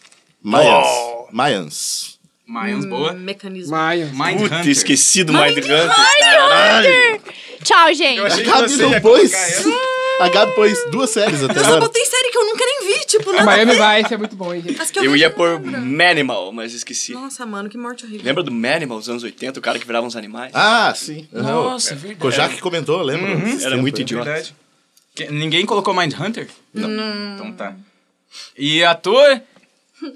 [SPEAKER 2] Mayans.
[SPEAKER 4] Oh.
[SPEAKER 2] Mayans.
[SPEAKER 4] Mayans,
[SPEAKER 5] boa. Hum, Mecanismo.
[SPEAKER 3] Mayans.
[SPEAKER 4] Mind
[SPEAKER 6] Puta, esqueci do
[SPEAKER 7] Mind
[SPEAKER 6] Mind Hunter.
[SPEAKER 3] então
[SPEAKER 7] Tchau, gente.
[SPEAKER 2] A Gabi não pôs. A Gabi pôs duas séries até
[SPEAKER 5] Eu só
[SPEAKER 2] agora.
[SPEAKER 5] botei série que eu nunca nem vi, tipo, nada.
[SPEAKER 3] Miami
[SPEAKER 5] a ver.
[SPEAKER 3] Vice Ah, é muito bom, hein, gente.
[SPEAKER 5] As que eu,
[SPEAKER 6] Eu
[SPEAKER 5] vi-
[SPEAKER 6] ia pôr Manimal, mas esqueci.
[SPEAKER 5] Nossa, mano, que morte horrível.
[SPEAKER 6] Lembra do Manimal, dos anos 80, o cara que virava uns animais?
[SPEAKER 2] Ah, sim. Aham.
[SPEAKER 4] Nossa, é verdade. Uhum.
[SPEAKER 2] Kojak comentou, lembra? Esse
[SPEAKER 6] Era
[SPEAKER 2] tempo,
[SPEAKER 6] muito
[SPEAKER 2] né?
[SPEAKER 6] idiota.
[SPEAKER 4] Que- ninguém colocou Mind Hunter? Não. Então tá. E ator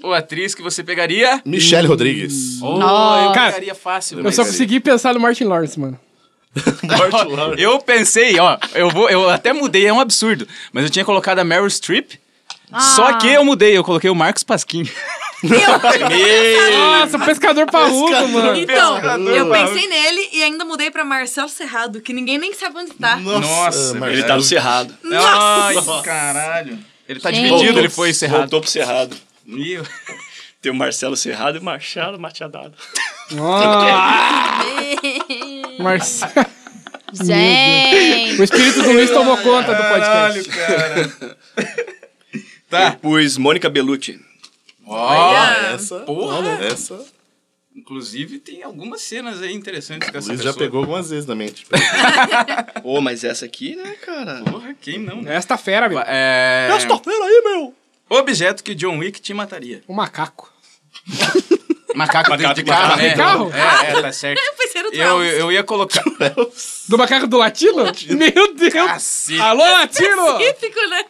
[SPEAKER 4] ou atriz que você pegaria?
[SPEAKER 2] Michelle Rodrigues.
[SPEAKER 4] Oh, eu
[SPEAKER 3] Cara,
[SPEAKER 4] pegaria fácil.
[SPEAKER 3] Eu só
[SPEAKER 4] mas-
[SPEAKER 3] consegui pensar no Martin Lawrence, mano.
[SPEAKER 4] Eu pensei, ó, eu vou, eu até mudei, é um absurdo, mas eu tinha colocado a Meryl Streep. Só que eu mudei, eu coloquei o Marcos Pasquim.
[SPEAKER 3] Nossa, pescador parrudo, mano.
[SPEAKER 5] Então, eu
[SPEAKER 2] Pescador.
[SPEAKER 5] pensei nele e ainda mudei pra Marcelo Cerrado, que ninguém nem sabe onde tá.
[SPEAKER 4] Nossa,
[SPEAKER 2] Marcelo.
[SPEAKER 6] Ele tá no Cerrado.
[SPEAKER 4] Ai,
[SPEAKER 5] Nossa.
[SPEAKER 4] caralho. Ele tá
[SPEAKER 7] Gente.
[SPEAKER 4] dividido, ele foi cerrado.
[SPEAKER 6] Voltou pro Cerrado.
[SPEAKER 4] Meu.
[SPEAKER 6] Tem o Marcelo Cerrado e o Machado Machadado.
[SPEAKER 3] Nossa. Marcelo.
[SPEAKER 7] Gente.
[SPEAKER 3] O espírito do Luiz tomou conta do podcast.
[SPEAKER 4] cara.
[SPEAKER 6] Tá. Eu pus Mônica Bellucci.
[SPEAKER 4] Ó,
[SPEAKER 2] Essa. Porra. Essa. O
[SPEAKER 4] inclusive tem algumas cenas aí interessantes com essa
[SPEAKER 2] Luiz já
[SPEAKER 4] pessoa.
[SPEAKER 2] pegou algumas vezes na mente.
[SPEAKER 6] Ô, mas essa aqui, né, cara?
[SPEAKER 4] Porra, quem não, né?
[SPEAKER 3] Esta fera, meu.
[SPEAKER 4] É...
[SPEAKER 6] pera aí, meu!
[SPEAKER 4] Objeto que John Wick te mataria.
[SPEAKER 3] o macaco.
[SPEAKER 4] Macaco, dentro de carro,
[SPEAKER 6] Macaco
[SPEAKER 4] né?
[SPEAKER 3] de carro?
[SPEAKER 4] É, é, tá certo.
[SPEAKER 5] Eu pensei no
[SPEAKER 4] Eu,
[SPEAKER 5] Travis.
[SPEAKER 4] eu ia colocar...
[SPEAKER 3] Do macaco do latino? Meu Deus.
[SPEAKER 4] Cacete.
[SPEAKER 3] Alô, latino!
[SPEAKER 5] Específico, né?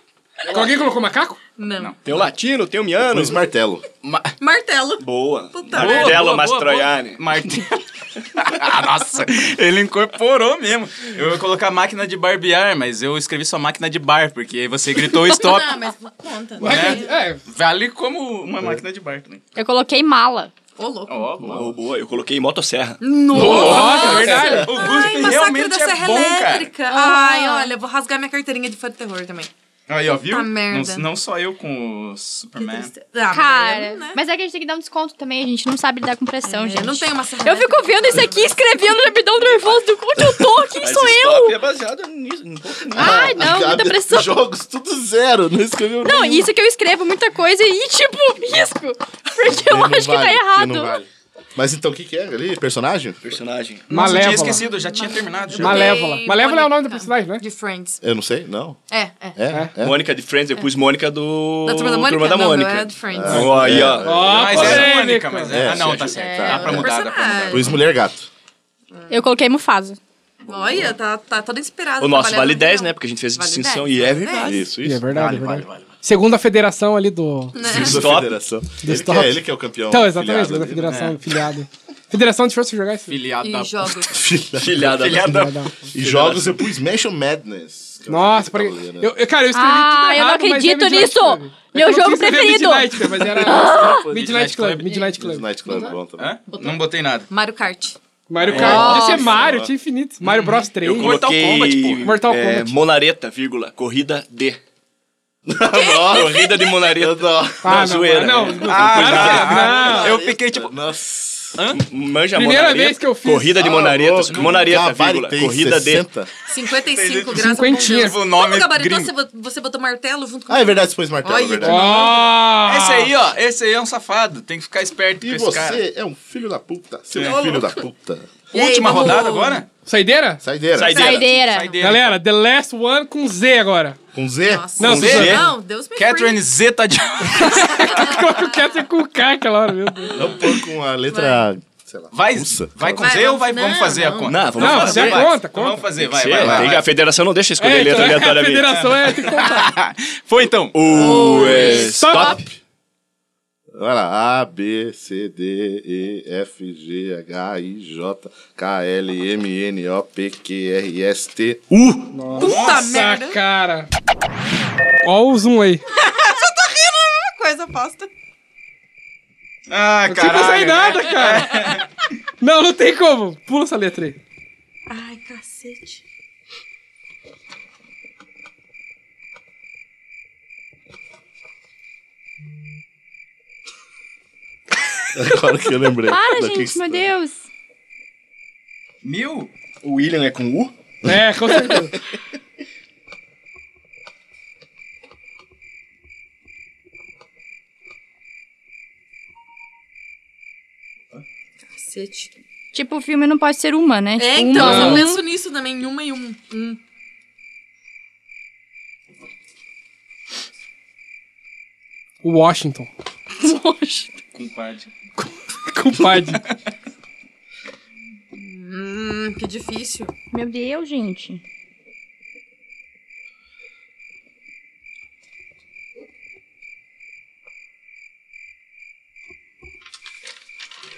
[SPEAKER 3] Alguém colocou macaco?
[SPEAKER 5] Não.
[SPEAKER 6] Tem o Latino, tem o Miano.
[SPEAKER 2] Luiz Martelo.
[SPEAKER 4] Ma-
[SPEAKER 5] Martelo. Tá,
[SPEAKER 6] Boa.
[SPEAKER 5] Puta merda.
[SPEAKER 4] boa,
[SPEAKER 6] Martelo
[SPEAKER 4] boa,
[SPEAKER 6] Mastroianni.
[SPEAKER 4] Martelo. Ah, Nossa, ele incorporou mesmo. Eu ia colocar máquina de barbear, mas eu escrevi só máquina de bar, porque aí você gritou stop.
[SPEAKER 5] Ah, mas conta. né?
[SPEAKER 3] É.
[SPEAKER 4] Vale como uma máquina de bar também.
[SPEAKER 7] Eu coloquei mala.
[SPEAKER 5] Ô, louco.
[SPEAKER 4] Ó,
[SPEAKER 6] Oh, boa, eu coloquei motosserra.
[SPEAKER 3] Nossa, é verdade.
[SPEAKER 4] O
[SPEAKER 5] Ai,
[SPEAKER 4] Gusten
[SPEAKER 5] Massacre da
[SPEAKER 4] realmente
[SPEAKER 5] Serra
[SPEAKER 4] é bom, cara.
[SPEAKER 5] Elétrica.
[SPEAKER 7] Ah.
[SPEAKER 5] Ai, olha, eu vou rasgar minha carteirinha de fã de terror também.
[SPEAKER 4] Aí, ó, viu?
[SPEAKER 5] Puta merda.
[SPEAKER 4] Não, não só eu com o
[SPEAKER 5] Que
[SPEAKER 4] Superman.
[SPEAKER 5] triste- Ah, mas
[SPEAKER 7] Cara,
[SPEAKER 5] eu, né?
[SPEAKER 7] mas é que a gente tem que dar um desconto também, a gente não sabe lidar com pressão, gente.
[SPEAKER 5] Eu não tenho uma serra
[SPEAKER 7] Eu
[SPEAKER 5] elétrica.
[SPEAKER 7] fico vendo isso aqui, escrevendo, já me dá um nervoso do onde eu tô, quem
[SPEAKER 6] Mas
[SPEAKER 7] sou
[SPEAKER 6] stop
[SPEAKER 7] eu?
[SPEAKER 6] é baseado nisso. Um pouco
[SPEAKER 5] Ah.
[SPEAKER 6] nisso.
[SPEAKER 7] Ai, não, muita pressão.
[SPEAKER 2] Jogos tudo zero. Não escreveu
[SPEAKER 7] Não,
[SPEAKER 2] nada.
[SPEAKER 7] isso é que eu escrevo muita coisa e, tipo, risco. Porque eu
[SPEAKER 2] Não
[SPEAKER 7] acho que
[SPEAKER 2] vale,
[SPEAKER 7] tá errado.
[SPEAKER 2] não vale. Mas então o que, que é ali? Personagem?
[SPEAKER 6] Personagem.
[SPEAKER 4] Nossa, eu tinha
[SPEAKER 3] Malévola.
[SPEAKER 4] esquecido, eu já tinha terminado. já.
[SPEAKER 3] Malévola.
[SPEAKER 5] Ei,
[SPEAKER 3] Malévola é o nome do
[SPEAKER 5] Mônica.
[SPEAKER 3] personagem, né?
[SPEAKER 5] De Friends.
[SPEAKER 2] Eu não sei, não.
[SPEAKER 5] É, é.
[SPEAKER 2] É? é.
[SPEAKER 6] Mônica de Friends, eu pus Mônica do.
[SPEAKER 5] Da Turma da Mônica?
[SPEAKER 6] da
[SPEAKER 5] não,
[SPEAKER 6] Mônica.
[SPEAKER 5] não, é de Friends.
[SPEAKER 6] Então, aí, ó.
[SPEAKER 3] Ó,
[SPEAKER 4] Mas é a Mônica, mas é.
[SPEAKER 2] É,
[SPEAKER 4] Ah, não,
[SPEAKER 2] sim,
[SPEAKER 4] tá
[SPEAKER 2] é.
[SPEAKER 4] certo.
[SPEAKER 5] É,
[SPEAKER 4] Dá pra
[SPEAKER 5] é
[SPEAKER 4] mudar, dá pra mudar.
[SPEAKER 5] personagem.
[SPEAKER 2] Luiz Mulher Gato.
[SPEAKER 7] Eu coloquei Mufasa.
[SPEAKER 5] Olha, tá, tá toda inspirada.
[SPEAKER 6] O nosso vale
[SPEAKER 5] trabalhando
[SPEAKER 6] 10,
[SPEAKER 5] no
[SPEAKER 6] né? Porque a gente fez
[SPEAKER 5] Vale
[SPEAKER 6] distinção.
[SPEAKER 5] 10,
[SPEAKER 6] E é
[SPEAKER 5] vale
[SPEAKER 6] verdade.
[SPEAKER 2] Isso,
[SPEAKER 3] É
[SPEAKER 2] isso.
[SPEAKER 3] verdade, é verdade. Segundo a federação ali do...
[SPEAKER 5] Né?
[SPEAKER 2] Isso da
[SPEAKER 6] Stop.
[SPEAKER 2] federação. Ele que,
[SPEAKER 3] stop.
[SPEAKER 2] é, ele que é o campeão.
[SPEAKER 3] Então, exatamente,
[SPEAKER 2] filiado
[SPEAKER 3] da
[SPEAKER 2] ali,
[SPEAKER 3] federação, filiado. Federação de Força Jogar isso.
[SPEAKER 4] né? Filiado
[SPEAKER 5] final.
[SPEAKER 4] da...
[SPEAKER 5] E jogos.
[SPEAKER 6] Filhada.
[SPEAKER 3] Filhada da-
[SPEAKER 2] né? E jogos eu pus Mansion Madness. que é um
[SPEAKER 3] Nossa,
[SPEAKER 2] jogo
[SPEAKER 3] peraí.
[SPEAKER 2] de tabuleiro.
[SPEAKER 3] Eu, eu- cara, eu escrevi
[SPEAKER 7] Ah,
[SPEAKER 3] tudo
[SPEAKER 7] eu não
[SPEAKER 3] errado, mas
[SPEAKER 7] acredito
[SPEAKER 3] é Midnight
[SPEAKER 7] nisso.
[SPEAKER 3] Club. É
[SPEAKER 7] Meu
[SPEAKER 3] que eu
[SPEAKER 7] jogo
[SPEAKER 3] quis escrever
[SPEAKER 7] preferido. Ah!
[SPEAKER 3] Midnight, né, mas era
[SPEAKER 4] Midnight
[SPEAKER 3] Midnight Club,
[SPEAKER 4] Club.
[SPEAKER 3] Midnight Club.
[SPEAKER 2] Midnight Club, bom também.
[SPEAKER 4] Hã? Não botei nada.
[SPEAKER 5] Mario Kart.
[SPEAKER 3] Mario Kart. Esse é Mario, tinha infinito. Mario Bros 3.
[SPEAKER 6] Eu
[SPEAKER 4] Mortal
[SPEAKER 6] coloquei.
[SPEAKER 4] Kombat, porra.
[SPEAKER 3] Mortal
[SPEAKER 6] é,
[SPEAKER 3] Kombat.
[SPEAKER 6] Monareta, vírgula. Corrida D.
[SPEAKER 2] Nossa,
[SPEAKER 6] Corrida de Monareta.
[SPEAKER 2] eu não-
[SPEAKER 3] Ah,
[SPEAKER 6] zoeira,
[SPEAKER 3] não,
[SPEAKER 6] né?
[SPEAKER 3] não. Ah,
[SPEAKER 4] eu fiquei tipo...
[SPEAKER 2] Nossa.
[SPEAKER 4] Hã?
[SPEAKER 6] Manja
[SPEAKER 3] Primeira
[SPEAKER 6] monaria,
[SPEAKER 3] vez que eu fiz.
[SPEAKER 6] Corrida é de
[SPEAKER 3] Ah,
[SPEAKER 6] monareta.
[SPEAKER 3] louco.
[SPEAKER 6] Monareta,
[SPEAKER 3] Gabarito
[SPEAKER 6] vírgula.
[SPEAKER 3] tem
[SPEAKER 6] Corrida de.
[SPEAKER 2] 60?
[SPEAKER 5] 55
[SPEAKER 2] Tem
[SPEAKER 5] graças a
[SPEAKER 2] cinquentinha.
[SPEAKER 5] Deus.
[SPEAKER 2] O nome
[SPEAKER 5] Como gabaritou,
[SPEAKER 2] gringo.
[SPEAKER 5] então, você bot- você botou martelo junto com
[SPEAKER 2] Ah, é verdade, você pôs martelo, é
[SPEAKER 5] Olha,
[SPEAKER 2] verdade.
[SPEAKER 4] Esse aí, ó, esse aí é um safado. Tem que ficar esperto
[SPEAKER 2] E
[SPEAKER 4] com esse cara.
[SPEAKER 2] você é um filho da puta. Seu
[SPEAKER 4] É.
[SPEAKER 2] filho da puta.
[SPEAKER 4] E aí, Última vamos- rodada agora?
[SPEAKER 3] Saideira?
[SPEAKER 2] Saideira.
[SPEAKER 7] Saideira.
[SPEAKER 3] Galera, The Last One com Z agora.
[SPEAKER 2] Com Z?
[SPEAKER 3] Não,
[SPEAKER 4] Com Z?
[SPEAKER 3] Não,
[SPEAKER 5] Deus me
[SPEAKER 4] Catherine Zeta Jones.
[SPEAKER 3] Catherine com K aquela hora, meu Deus.
[SPEAKER 2] Não pôr com a letra, sei lá,
[SPEAKER 4] Vai,
[SPEAKER 2] russa.
[SPEAKER 4] vai com Z ou vai- vamos fazer a conta?
[SPEAKER 6] Não, vamos
[SPEAKER 4] Não,
[SPEAKER 6] fazer.
[SPEAKER 4] você
[SPEAKER 6] vai.
[SPEAKER 4] conta, conta. Vamos fazer, vai, vai, vai,
[SPEAKER 6] Tem-
[SPEAKER 4] vai.
[SPEAKER 6] A federação não deixa escolher
[SPEAKER 3] então
[SPEAKER 6] letra aleatoriamente.
[SPEAKER 3] é, tem que
[SPEAKER 4] contar. Foi então.
[SPEAKER 6] O stop.
[SPEAKER 2] Vai lá. A, B, C, D, E, F, G, H, I, J, K, L, M, N, O, P, Q, R, S, T, U.
[SPEAKER 3] Nossa, cara. Ó o zoom aí.
[SPEAKER 5] Eu tô rindo da mesma coisa, aposta.
[SPEAKER 4] Ah,
[SPEAKER 3] Não tem pensar em nada, cara. Não, não tem como. Pula essa letra aí.
[SPEAKER 5] Ai, cacete.
[SPEAKER 2] Agora que eu lembrei.
[SPEAKER 7] Para,
[SPEAKER 2] Da
[SPEAKER 7] gente, meu Deus.
[SPEAKER 4] Mil?
[SPEAKER 6] O William é com U?
[SPEAKER 3] É, com certeza.
[SPEAKER 5] Cacete.
[SPEAKER 7] Tipo, o filme não pode ser uma, né?
[SPEAKER 5] É,
[SPEAKER 7] Tipo,
[SPEAKER 5] então,
[SPEAKER 7] uma,
[SPEAKER 5] eu
[SPEAKER 7] um.
[SPEAKER 5] penso nisso também, em uma e um. um.
[SPEAKER 3] O Washington.
[SPEAKER 4] Compadre.
[SPEAKER 3] Compadre.
[SPEAKER 5] Hum, que difícil.
[SPEAKER 7] Meu Deus, gente.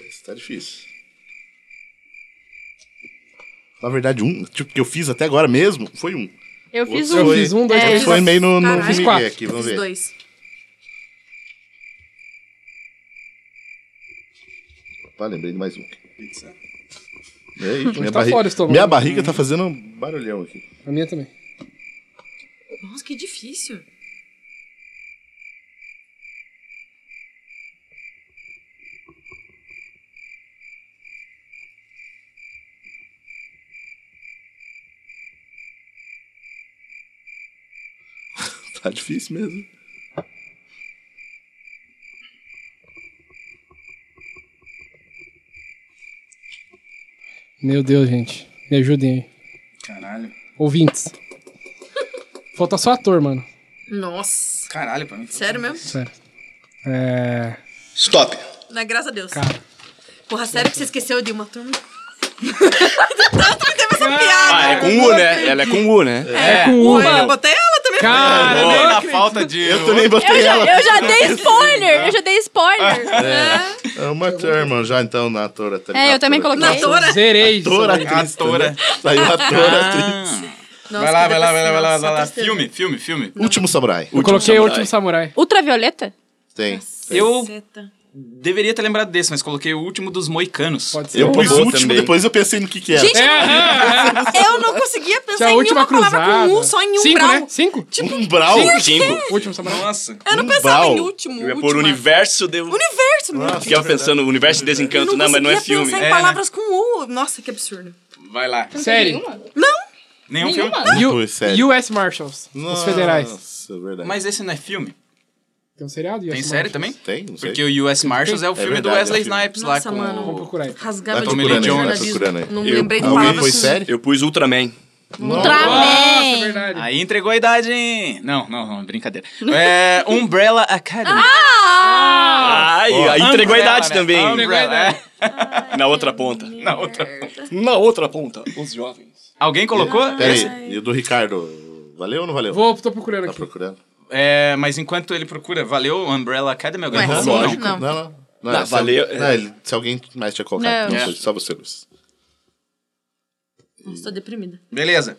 [SPEAKER 2] Esse tá difícil. Na verdade, um, tipo, que eu fiz até agora mesmo, foi um.
[SPEAKER 7] Eu
[SPEAKER 2] Outro
[SPEAKER 7] fiz
[SPEAKER 2] foi-
[SPEAKER 7] um. É,
[SPEAKER 2] outro Foi meio no, no
[SPEAKER 7] Caralho.
[SPEAKER 2] Fiz quatro. aqui, vamos
[SPEAKER 5] Fiz
[SPEAKER 2] ver.
[SPEAKER 5] dois.
[SPEAKER 2] Tá, lembrei de mais um. Pizza. É isso, minha,
[SPEAKER 3] Tá
[SPEAKER 2] barriga-
[SPEAKER 3] fora o estômago.
[SPEAKER 2] minha barriga tá fazendo um barulhão aqui.
[SPEAKER 3] A minha também.
[SPEAKER 5] Nossa, que difícil.
[SPEAKER 2] Tá difícil mesmo.
[SPEAKER 3] Meu Deus, gente. Me ajudem aí.
[SPEAKER 4] Caralho.
[SPEAKER 3] Ouvintes. Falta só ator, mano.
[SPEAKER 5] Nossa.
[SPEAKER 4] Caralho, pra mim.
[SPEAKER 5] Sério mesmo?
[SPEAKER 3] Sério. É.
[SPEAKER 6] Stop.
[SPEAKER 5] Na graça a Deus.
[SPEAKER 3] Cara.
[SPEAKER 5] Porra, sério que você esqueceu de uma turma? Tanto que teve essa piada.
[SPEAKER 6] Ah, é com U, né? Ela é com U, né?
[SPEAKER 5] É,
[SPEAKER 3] com
[SPEAKER 5] U.
[SPEAKER 3] U,
[SPEAKER 5] Eu
[SPEAKER 3] mano.
[SPEAKER 5] botei ela também.
[SPEAKER 3] Cara,
[SPEAKER 6] Boa.
[SPEAKER 3] não
[SPEAKER 6] Na
[SPEAKER 3] acredito.
[SPEAKER 4] Falta de. Eu
[SPEAKER 2] também botei
[SPEAKER 7] Eu
[SPEAKER 2] ela.
[SPEAKER 7] já, eu já dei spoiler! Eu já dei spoiler!
[SPEAKER 2] É uma turma já, então, na atora. tá
[SPEAKER 7] É,
[SPEAKER 2] ligado?
[SPEAKER 7] eu também coloquei.
[SPEAKER 3] Zerei.
[SPEAKER 2] Atora,
[SPEAKER 3] isso aí.
[SPEAKER 2] atriz, né? Saiu
[SPEAKER 7] Ah.
[SPEAKER 2] atora, atriz.
[SPEAKER 4] vai lá, vai lá, vai lá, vai lá, vai lá. Filme, filme, filme.
[SPEAKER 2] Último Samurai.
[SPEAKER 3] Eu coloquei o Último Samurai.
[SPEAKER 7] Ultravioleta?
[SPEAKER 2] Tem.
[SPEAKER 4] Eu deveria ter lembrado desse, mas coloquei o último dos moicanos. Pode
[SPEAKER 2] Eu pus um. o último, depois eu pensei no que que era.
[SPEAKER 5] Gente,
[SPEAKER 3] É, aham, aham.
[SPEAKER 5] Eu não conseguia pensar
[SPEAKER 3] Tinha a
[SPEAKER 5] em
[SPEAKER 3] última
[SPEAKER 5] nenhuma palavra
[SPEAKER 3] cruzada.
[SPEAKER 5] com um, só em um
[SPEAKER 3] Cinco,
[SPEAKER 5] brau.
[SPEAKER 3] né? Cinco?
[SPEAKER 5] Tipo,
[SPEAKER 2] Umbral.
[SPEAKER 5] por quê?
[SPEAKER 2] Tipo,
[SPEAKER 3] Último Samurai.
[SPEAKER 4] Nossa.
[SPEAKER 5] Eu não pensava em
[SPEAKER 6] Umbral.
[SPEAKER 5] último,
[SPEAKER 6] Eu ia pôr
[SPEAKER 5] É, última.
[SPEAKER 6] É universo de.
[SPEAKER 5] Universo, meu Deus.
[SPEAKER 6] Ficava pensando, o universo de
[SPEAKER 5] Eu
[SPEAKER 6] desencanto. Não, mas não é
[SPEAKER 5] conseguia
[SPEAKER 6] filme.
[SPEAKER 5] pensar em
[SPEAKER 3] né?
[SPEAKER 5] palavras com U. Nossa, que absurdo.
[SPEAKER 4] Vai lá.
[SPEAKER 3] Série.
[SPEAKER 4] Nenhum filme?
[SPEAKER 2] Pô, sério.
[SPEAKER 3] US Marshals. Os federais.
[SPEAKER 2] Nossa, verdade.
[SPEAKER 4] Mas esse não é filme?
[SPEAKER 3] Tem um seriado? US
[SPEAKER 4] Tem série
[SPEAKER 3] Marshals?
[SPEAKER 4] também?
[SPEAKER 2] Tem, não sei.
[SPEAKER 4] Porque o US Marshals é o
[SPEAKER 2] É
[SPEAKER 4] filme do
[SPEAKER 2] verdade,
[SPEAKER 4] Wesley
[SPEAKER 2] é filme.
[SPEAKER 4] Snipes
[SPEAKER 5] Nossa,
[SPEAKER 4] lá com
[SPEAKER 5] mano.
[SPEAKER 3] Vou
[SPEAKER 4] o...
[SPEAKER 3] procurar aí.
[SPEAKER 2] Tá
[SPEAKER 5] Rasgava de
[SPEAKER 4] procurando aí, tá
[SPEAKER 5] jornalismo.
[SPEAKER 2] procurando aí.
[SPEAKER 5] Não
[SPEAKER 6] Eu-
[SPEAKER 5] lembrei de
[SPEAKER 2] alguém
[SPEAKER 5] palavras
[SPEAKER 2] pôs
[SPEAKER 5] com
[SPEAKER 2] série?
[SPEAKER 6] Eu pus Ultraman.
[SPEAKER 3] Nossa, é
[SPEAKER 7] Ultraman!
[SPEAKER 3] verdade.
[SPEAKER 4] Aí entregou a idade, hein? Não, não, não, brincadeira. É, Umbrella Academy.
[SPEAKER 5] Ah!
[SPEAKER 3] Ah.
[SPEAKER 4] né?
[SPEAKER 6] Ai, aí entregou
[SPEAKER 3] né?
[SPEAKER 6] a idade também.
[SPEAKER 3] Entregou a
[SPEAKER 4] é.
[SPEAKER 3] idade.
[SPEAKER 6] Na outra ponta.
[SPEAKER 4] Na outra.
[SPEAKER 6] Na outra ponta, os jovens.
[SPEAKER 4] Alguém colocou?
[SPEAKER 2] Pera aí, e o do Ricardo, valeu ou não valeu?
[SPEAKER 3] Vou, tô procurando
[SPEAKER 2] Tá
[SPEAKER 3] aqui.
[SPEAKER 2] procurando?
[SPEAKER 4] É, mas enquanto ele procura, valeu Umbrella Academy?
[SPEAKER 7] É,
[SPEAKER 4] Alguém
[SPEAKER 5] Ué,
[SPEAKER 4] colocou?
[SPEAKER 5] sim,
[SPEAKER 4] Não.
[SPEAKER 5] lógico. Não.
[SPEAKER 2] Não, não. Não, é,
[SPEAKER 6] Não,
[SPEAKER 2] se,
[SPEAKER 6] valeu, é.
[SPEAKER 2] al- não, ele- se alguém mais tinha colocado,
[SPEAKER 7] Não.
[SPEAKER 2] não, foi só você, Luiz.
[SPEAKER 5] Nossa, tô deprimida.
[SPEAKER 4] Beleza.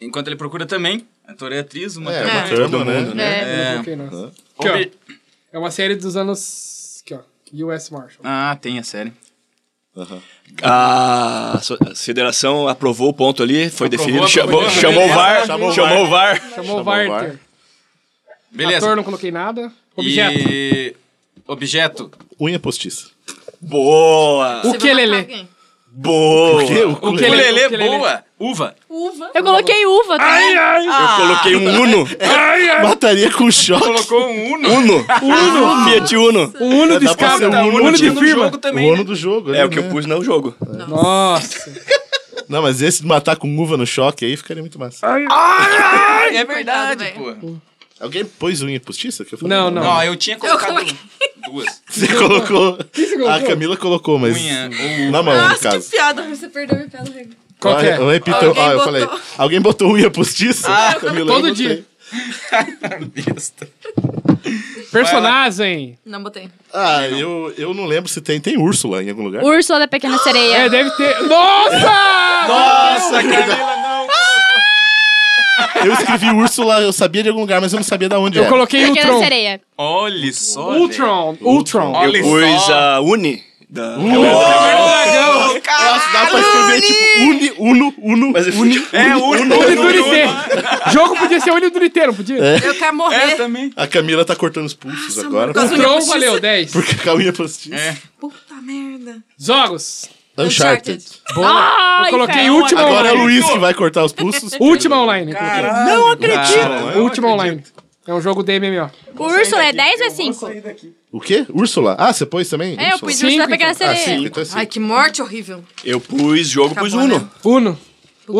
[SPEAKER 4] Enquanto ele procura também, ator e atriz, uma
[SPEAKER 2] É,
[SPEAKER 4] turma.
[SPEAKER 2] uma turma, né?
[SPEAKER 3] Eu
[SPEAKER 4] É.
[SPEAKER 3] não coloquei, não. Aqui, ó.
[SPEAKER 4] Obje-
[SPEAKER 3] É uma série dos anos. Aqui, ó. US Marshall.
[SPEAKER 4] Ah, tem a série.
[SPEAKER 6] A so- a federação aprovou o ponto ali, foi
[SPEAKER 4] Aprovou,
[SPEAKER 6] definido,
[SPEAKER 4] aprovou,
[SPEAKER 6] chamou, chamou o
[SPEAKER 4] beleza.
[SPEAKER 6] VAR,
[SPEAKER 2] Chamou o
[SPEAKER 6] chamou o VAR.
[SPEAKER 3] Chamou o
[SPEAKER 2] Chamou o
[SPEAKER 3] Varter.
[SPEAKER 4] Beleza.
[SPEAKER 3] Ator, não coloquei nada. Objeto.
[SPEAKER 4] E... Objeto.
[SPEAKER 2] Unha postiça.
[SPEAKER 6] Boa!
[SPEAKER 3] O que, Lelê?
[SPEAKER 6] Boa!
[SPEAKER 3] O que
[SPEAKER 4] Ukulele, boa. Uva.
[SPEAKER 5] Uva.
[SPEAKER 7] Eu coloquei uva também.
[SPEAKER 4] Ah.
[SPEAKER 6] Eu coloquei um Uno.
[SPEAKER 2] Ai, ai. Mataria com choque.
[SPEAKER 4] Colocou um Uno.
[SPEAKER 6] Uno. Um
[SPEAKER 3] Uno.
[SPEAKER 6] Fiat Uno.
[SPEAKER 3] O Uno de
[SPEAKER 2] Dá pra
[SPEAKER 3] escada,
[SPEAKER 2] ser um
[SPEAKER 3] o
[SPEAKER 2] Uno Um
[SPEAKER 3] Uno de
[SPEAKER 2] de-
[SPEAKER 3] firma.
[SPEAKER 2] o ano do jogo. né?
[SPEAKER 6] É o que eu pus no jogo.
[SPEAKER 3] Nossa.
[SPEAKER 2] Não, mas esse de matar com uva no choque aí ficaria muito massa.
[SPEAKER 3] Ah.
[SPEAKER 4] Ai, é verdade, pô.
[SPEAKER 2] Alguém pôs unha postiça? Que eu falei?
[SPEAKER 3] Não, não.
[SPEAKER 4] Não, eu tinha colocado duas.
[SPEAKER 2] Você colocou. A Camila colocou, mas.
[SPEAKER 4] Unha ou
[SPEAKER 2] Na mão, no
[SPEAKER 5] Nossa, que
[SPEAKER 2] caso.
[SPEAKER 5] piada. Você perdeu minha piada, Rego.
[SPEAKER 3] Qual Ah, que é?
[SPEAKER 2] Eu repito,
[SPEAKER 5] Alguém
[SPEAKER 2] ah, eu
[SPEAKER 5] botou-
[SPEAKER 2] falei. Alguém botou unha postiça?
[SPEAKER 6] Ah.
[SPEAKER 2] Camila, eu
[SPEAKER 3] todo
[SPEAKER 2] botei.
[SPEAKER 3] dia.
[SPEAKER 4] Besta.
[SPEAKER 3] Personagem.
[SPEAKER 5] Não botei.
[SPEAKER 2] Ah, eu, eu não lembro se tem. Tem Úrsula em algum lugar?
[SPEAKER 7] Urso da Pequena
[SPEAKER 3] É,
[SPEAKER 7] Sereia.
[SPEAKER 3] deve ter. Nossa!
[SPEAKER 2] Nossa,
[SPEAKER 4] Camila, não.
[SPEAKER 2] Eu escrevi Úrsula, eu sabia de algum lugar, mas eu não sabia de onde é.
[SPEAKER 3] Eu
[SPEAKER 2] era.
[SPEAKER 3] coloquei
[SPEAKER 7] Pequena
[SPEAKER 3] Ultron.
[SPEAKER 7] Sereia.
[SPEAKER 4] Olha só. velho.
[SPEAKER 3] Ultron. Ultron.
[SPEAKER 4] Olha
[SPEAKER 6] Eu pus
[SPEAKER 4] só.
[SPEAKER 6] a Uni. Da...
[SPEAKER 3] Dragão.
[SPEAKER 2] Nossa, dá pra escrever tipo Uni, Uno, Uno.
[SPEAKER 6] Mas eu fui...
[SPEAKER 4] É Uno.
[SPEAKER 3] Olho do
[SPEAKER 4] Uno,
[SPEAKER 3] Unité.
[SPEAKER 4] Uno.
[SPEAKER 3] Jogo podia ser olho do Unité, não podia?
[SPEAKER 5] Eu quero
[SPEAKER 4] É,
[SPEAKER 5] morrer.
[SPEAKER 4] também.
[SPEAKER 2] A Camila tá cortando os pulsos agora.
[SPEAKER 5] mano.
[SPEAKER 3] Ultron valeu 10.
[SPEAKER 2] Porque com a unha postiça.
[SPEAKER 4] É.
[SPEAKER 5] Puta merda.
[SPEAKER 3] Jogos.
[SPEAKER 2] É Uncharted.
[SPEAKER 3] Boa. Eu coloquei última
[SPEAKER 2] Agora é o
[SPEAKER 3] online.
[SPEAKER 2] Luiz que vai cortar os pulsos.
[SPEAKER 3] Última online. coloquei.
[SPEAKER 4] Não acredito.
[SPEAKER 3] Última online. É um jogo de MMO.
[SPEAKER 7] O urso é 10 ou é 5?
[SPEAKER 2] O quê? Úrsula? Ah, você pôs também?
[SPEAKER 7] É, eu
[SPEAKER 2] Úrsula.
[SPEAKER 7] pus o urso da
[SPEAKER 3] Cinco,
[SPEAKER 7] Pequena
[SPEAKER 2] Ah,
[SPEAKER 7] Sereia.
[SPEAKER 2] cinco, então é cinco.
[SPEAKER 5] Ai, que morte horrível.
[SPEAKER 6] Eu pus jogo, pus
[SPEAKER 5] Acabou, né?
[SPEAKER 4] né?
[SPEAKER 6] Uno.
[SPEAKER 3] Uno.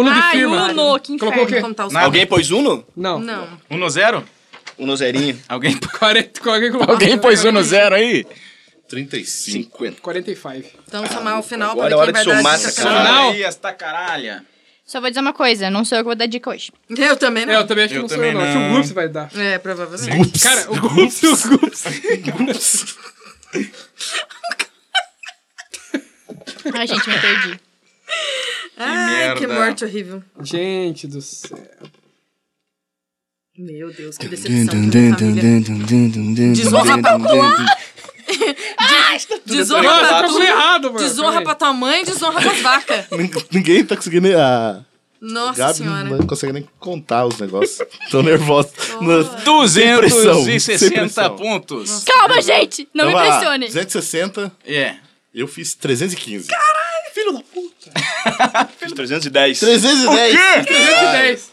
[SPEAKER 3] Uno de
[SPEAKER 7] Ai,
[SPEAKER 3] firma.
[SPEAKER 7] Uno, que
[SPEAKER 3] Colocou o quê?
[SPEAKER 7] inferno.
[SPEAKER 5] Como tá os
[SPEAKER 6] Alguém pôs Uno?
[SPEAKER 3] Não.
[SPEAKER 5] Não.
[SPEAKER 4] Uno zero?
[SPEAKER 6] Uno zerinho.
[SPEAKER 4] Alguém,
[SPEAKER 3] 40, alguém colocou
[SPEAKER 4] alguém pôs Uno zero aí?
[SPEAKER 2] 35.
[SPEAKER 6] 50.
[SPEAKER 3] 45.
[SPEAKER 5] Então, somar o final
[SPEAKER 6] Agora
[SPEAKER 5] pra ver
[SPEAKER 6] é
[SPEAKER 5] quem
[SPEAKER 6] hora
[SPEAKER 5] vai
[SPEAKER 6] de
[SPEAKER 5] dar
[SPEAKER 6] somar
[SPEAKER 5] essa
[SPEAKER 6] essa
[SPEAKER 5] sacanagem.
[SPEAKER 3] Não.
[SPEAKER 4] Aí, esta caralha.
[SPEAKER 7] Só vou dizer uma coisa, não sou eu que vou dar dica hoje.
[SPEAKER 5] Eu também não.
[SPEAKER 3] É, Eu também acho que
[SPEAKER 4] Eu
[SPEAKER 3] não sou
[SPEAKER 4] também
[SPEAKER 3] eu, não. Acho que o
[SPEAKER 4] não.
[SPEAKER 3] Gups vai dar.
[SPEAKER 5] É, provavelmente.
[SPEAKER 2] Ups.
[SPEAKER 3] Cara, o Gups e o Gups.
[SPEAKER 7] Ai, gente, me perdi.
[SPEAKER 5] Ai, que
[SPEAKER 4] merda.
[SPEAKER 5] morte horrível.
[SPEAKER 3] Gente do céu.
[SPEAKER 5] Meu Deus, que decepção de uma família. Desonra pra Desonra
[SPEAKER 3] Nossa,
[SPEAKER 5] pra
[SPEAKER 3] eu calculei
[SPEAKER 5] tu.
[SPEAKER 3] é errado, mano.
[SPEAKER 5] Desonra pra tua mãe, desonra pra vaca.
[SPEAKER 2] Ninguém tá conseguindo. nem- A
[SPEAKER 5] Nossa
[SPEAKER 2] Gabi
[SPEAKER 5] senhora.
[SPEAKER 2] não consegue nem contar os negócios. Tão nervosa. Nossa. sem
[SPEAKER 4] 260
[SPEAKER 2] pressão.
[SPEAKER 4] pontos.
[SPEAKER 7] Calma, gente! Não
[SPEAKER 2] Então
[SPEAKER 7] me
[SPEAKER 2] vai lá,
[SPEAKER 7] pressione.
[SPEAKER 2] 260,
[SPEAKER 4] É.
[SPEAKER 2] eu fiz 315.
[SPEAKER 6] Fiz 310.
[SPEAKER 2] 310!
[SPEAKER 3] 310.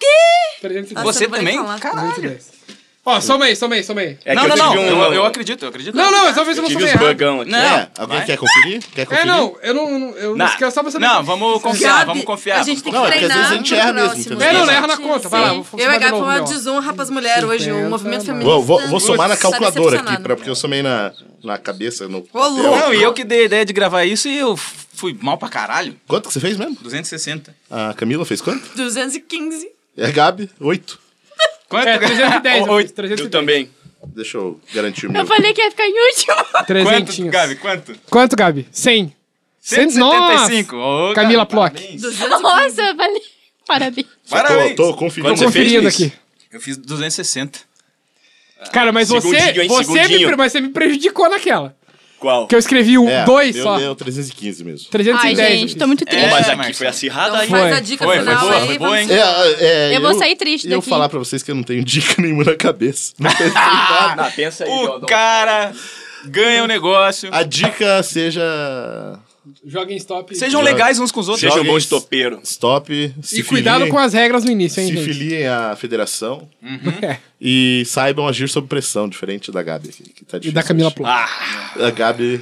[SPEAKER 3] Que? 310.
[SPEAKER 5] Nossa,
[SPEAKER 4] Você
[SPEAKER 5] eu vou
[SPEAKER 4] também?
[SPEAKER 5] falar.
[SPEAKER 4] Caralho.
[SPEAKER 3] 310. Ó, soma aí, soma aí, soma aí.
[SPEAKER 6] É
[SPEAKER 4] não,
[SPEAKER 6] que
[SPEAKER 4] não,
[SPEAKER 6] eu
[SPEAKER 4] não.
[SPEAKER 6] tive um...
[SPEAKER 4] eu, eu acredito, eu acredito.
[SPEAKER 3] Não, não, eu só fiz
[SPEAKER 6] Eu
[SPEAKER 3] uma
[SPEAKER 6] tive
[SPEAKER 3] soma
[SPEAKER 6] os
[SPEAKER 3] errado.
[SPEAKER 6] bugão aqui.
[SPEAKER 4] Não.
[SPEAKER 2] É, alguém quer conferir? Quer
[SPEAKER 3] É,
[SPEAKER 2] conferir?
[SPEAKER 3] não, eu não, não- eu
[SPEAKER 4] Não.
[SPEAKER 3] não quero só pra saber.
[SPEAKER 4] Não, vamos confiar,
[SPEAKER 5] Gabi,
[SPEAKER 4] vamos confiar.
[SPEAKER 5] A gente tem que
[SPEAKER 2] Não, é porque às
[SPEAKER 5] treinar.
[SPEAKER 2] vezes a gente erra
[SPEAKER 5] pro
[SPEAKER 2] mesmo,
[SPEAKER 5] próximo.
[SPEAKER 2] entendeu? É, não,
[SPEAKER 3] erra na conta, vai lá, vou
[SPEAKER 5] Eu e a
[SPEAKER 3] funcionar de
[SPEAKER 5] Gabi
[SPEAKER 3] novo,
[SPEAKER 5] foi uma
[SPEAKER 3] meu.
[SPEAKER 5] desonra pras mulheres hoje, o movimento feminista.
[SPEAKER 2] Vou, vou, vou somar na
[SPEAKER 5] tá
[SPEAKER 2] calculadora aqui,
[SPEAKER 5] decepcionado.
[SPEAKER 2] pra, porque eu somei na, na cabeça. No papel.
[SPEAKER 5] louco.
[SPEAKER 4] Não, e eu que dei a ideia de gravar isso e eu f- fui mal pra caralho.
[SPEAKER 2] Quanto que você fez mesmo?
[SPEAKER 4] 260.
[SPEAKER 2] A Camila fez quanto?
[SPEAKER 5] 215.
[SPEAKER 2] E a Gabi, 8.
[SPEAKER 4] Quanto?
[SPEAKER 3] É, 310. eu fiz,
[SPEAKER 6] Eu
[SPEAKER 3] 310.
[SPEAKER 6] também.
[SPEAKER 2] Deixa eu garantir o meu.
[SPEAKER 7] Eu falei que ia ficar em último.
[SPEAKER 4] Quanto,
[SPEAKER 3] 300.
[SPEAKER 4] Gabi? Quanto?
[SPEAKER 3] Quanto, Gabi? 100.
[SPEAKER 4] 175. Ô,
[SPEAKER 3] Camila
[SPEAKER 4] Gabi,
[SPEAKER 3] Plock.
[SPEAKER 4] parabéns.
[SPEAKER 5] 215.
[SPEAKER 7] Nossa, valeu. Parabéns.
[SPEAKER 2] Tô,
[SPEAKER 4] Parabéns.
[SPEAKER 2] tô conferindo.
[SPEAKER 6] Quando você fez?
[SPEAKER 3] Conferindo
[SPEAKER 6] Luiz?
[SPEAKER 3] aqui.
[SPEAKER 4] Eu fiz 260.
[SPEAKER 3] Cara, mas você,
[SPEAKER 6] Segundinho, hein,
[SPEAKER 3] você, me,
[SPEAKER 6] segundinho.
[SPEAKER 3] pre- mas você me prejudicou naquela.
[SPEAKER 6] Qual?
[SPEAKER 3] Que eu escrevi um,
[SPEAKER 2] É,
[SPEAKER 3] dois
[SPEAKER 2] meu
[SPEAKER 3] só.
[SPEAKER 2] deu 315 mesmo.
[SPEAKER 7] Ai,
[SPEAKER 3] 310.
[SPEAKER 7] gente, tô muito triste.
[SPEAKER 4] É,
[SPEAKER 6] Mas aqui
[SPEAKER 4] Marcelo.
[SPEAKER 6] foi assim. acirrada
[SPEAKER 5] Então
[SPEAKER 6] aí.
[SPEAKER 5] faz a
[SPEAKER 3] Foi,
[SPEAKER 5] dica
[SPEAKER 4] foi,
[SPEAKER 5] final
[SPEAKER 4] foi boa,
[SPEAKER 5] aí.
[SPEAKER 4] foi boa,
[SPEAKER 5] vamos
[SPEAKER 4] hein?
[SPEAKER 5] ver.
[SPEAKER 2] É, é,
[SPEAKER 7] Eu vou sair triste
[SPEAKER 2] Eu
[SPEAKER 7] daqui.
[SPEAKER 2] falar pra vocês que eu não tenho dica nenhuma na cabeça. Não pensei em nada.
[SPEAKER 6] Ah, pensa aí,
[SPEAKER 4] O
[SPEAKER 6] Dodô.
[SPEAKER 4] cara ganha o negócio.
[SPEAKER 6] Ah,
[SPEAKER 2] A dica seja
[SPEAKER 3] Joga em stop.
[SPEAKER 4] Sejam
[SPEAKER 2] Joga.
[SPEAKER 4] legais uns com os outros.
[SPEAKER 6] Sejam
[SPEAKER 2] Joga
[SPEAKER 6] bons
[SPEAKER 2] isso.
[SPEAKER 6] topeiros.
[SPEAKER 2] stop, se
[SPEAKER 3] E cuidado
[SPEAKER 2] filiem,
[SPEAKER 3] com as regras no início, hein,
[SPEAKER 2] se
[SPEAKER 3] gente.
[SPEAKER 2] filiem à federação Uhum.
[SPEAKER 3] É.
[SPEAKER 2] e saibam agir sob pressão, diferente da Gabi, que, que tá
[SPEAKER 3] E
[SPEAKER 2] difícil
[SPEAKER 3] da Camila
[SPEAKER 2] hoje.
[SPEAKER 3] Plum.
[SPEAKER 2] A Gabi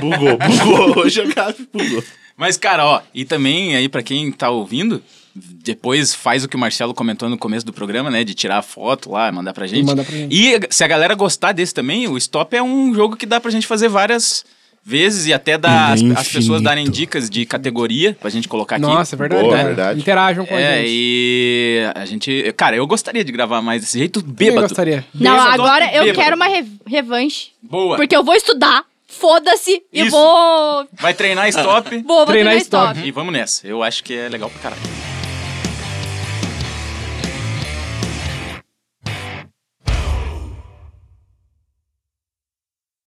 [SPEAKER 2] bugou, bugou. Hoje a Gabi bugou.
[SPEAKER 4] Mas, cara, ó, e também aí pra quem tá ouvindo, depois faz o que o Marcelo comentou no começo do programa, né? De tirar a foto lá, mandar pra gente.
[SPEAKER 3] manda pra gente.
[SPEAKER 4] E se a galera gostar desse também, o Stop é um jogo que dá pra gente fazer várias vezes e até dá as, as pessoas darem dicas de categoria pra gente colocar aqui.
[SPEAKER 3] Nossa, é verdade.
[SPEAKER 2] Boa,
[SPEAKER 3] cara.
[SPEAKER 2] verdade.
[SPEAKER 3] Interajam com a
[SPEAKER 4] É,
[SPEAKER 3] gente.
[SPEAKER 4] e a gente. Cara, eu gostaria de gravar mais desse jeito
[SPEAKER 3] Eu
[SPEAKER 4] bêbado.
[SPEAKER 3] gostaria.
[SPEAKER 7] Não,
[SPEAKER 4] Bêbado,
[SPEAKER 7] agora eu
[SPEAKER 4] bêbado.
[SPEAKER 7] quero uma re- revanche.
[SPEAKER 4] Boa.
[SPEAKER 7] Porque eu vou estudar. Foda-se. E
[SPEAKER 4] Isso.
[SPEAKER 7] vou.
[SPEAKER 4] Vai treinar stop
[SPEAKER 7] Vou, vou
[SPEAKER 3] Treinar
[SPEAKER 7] treinar
[SPEAKER 3] stop.
[SPEAKER 7] stop.
[SPEAKER 4] e vamos nessa. Eu acho que é legal pra caralho.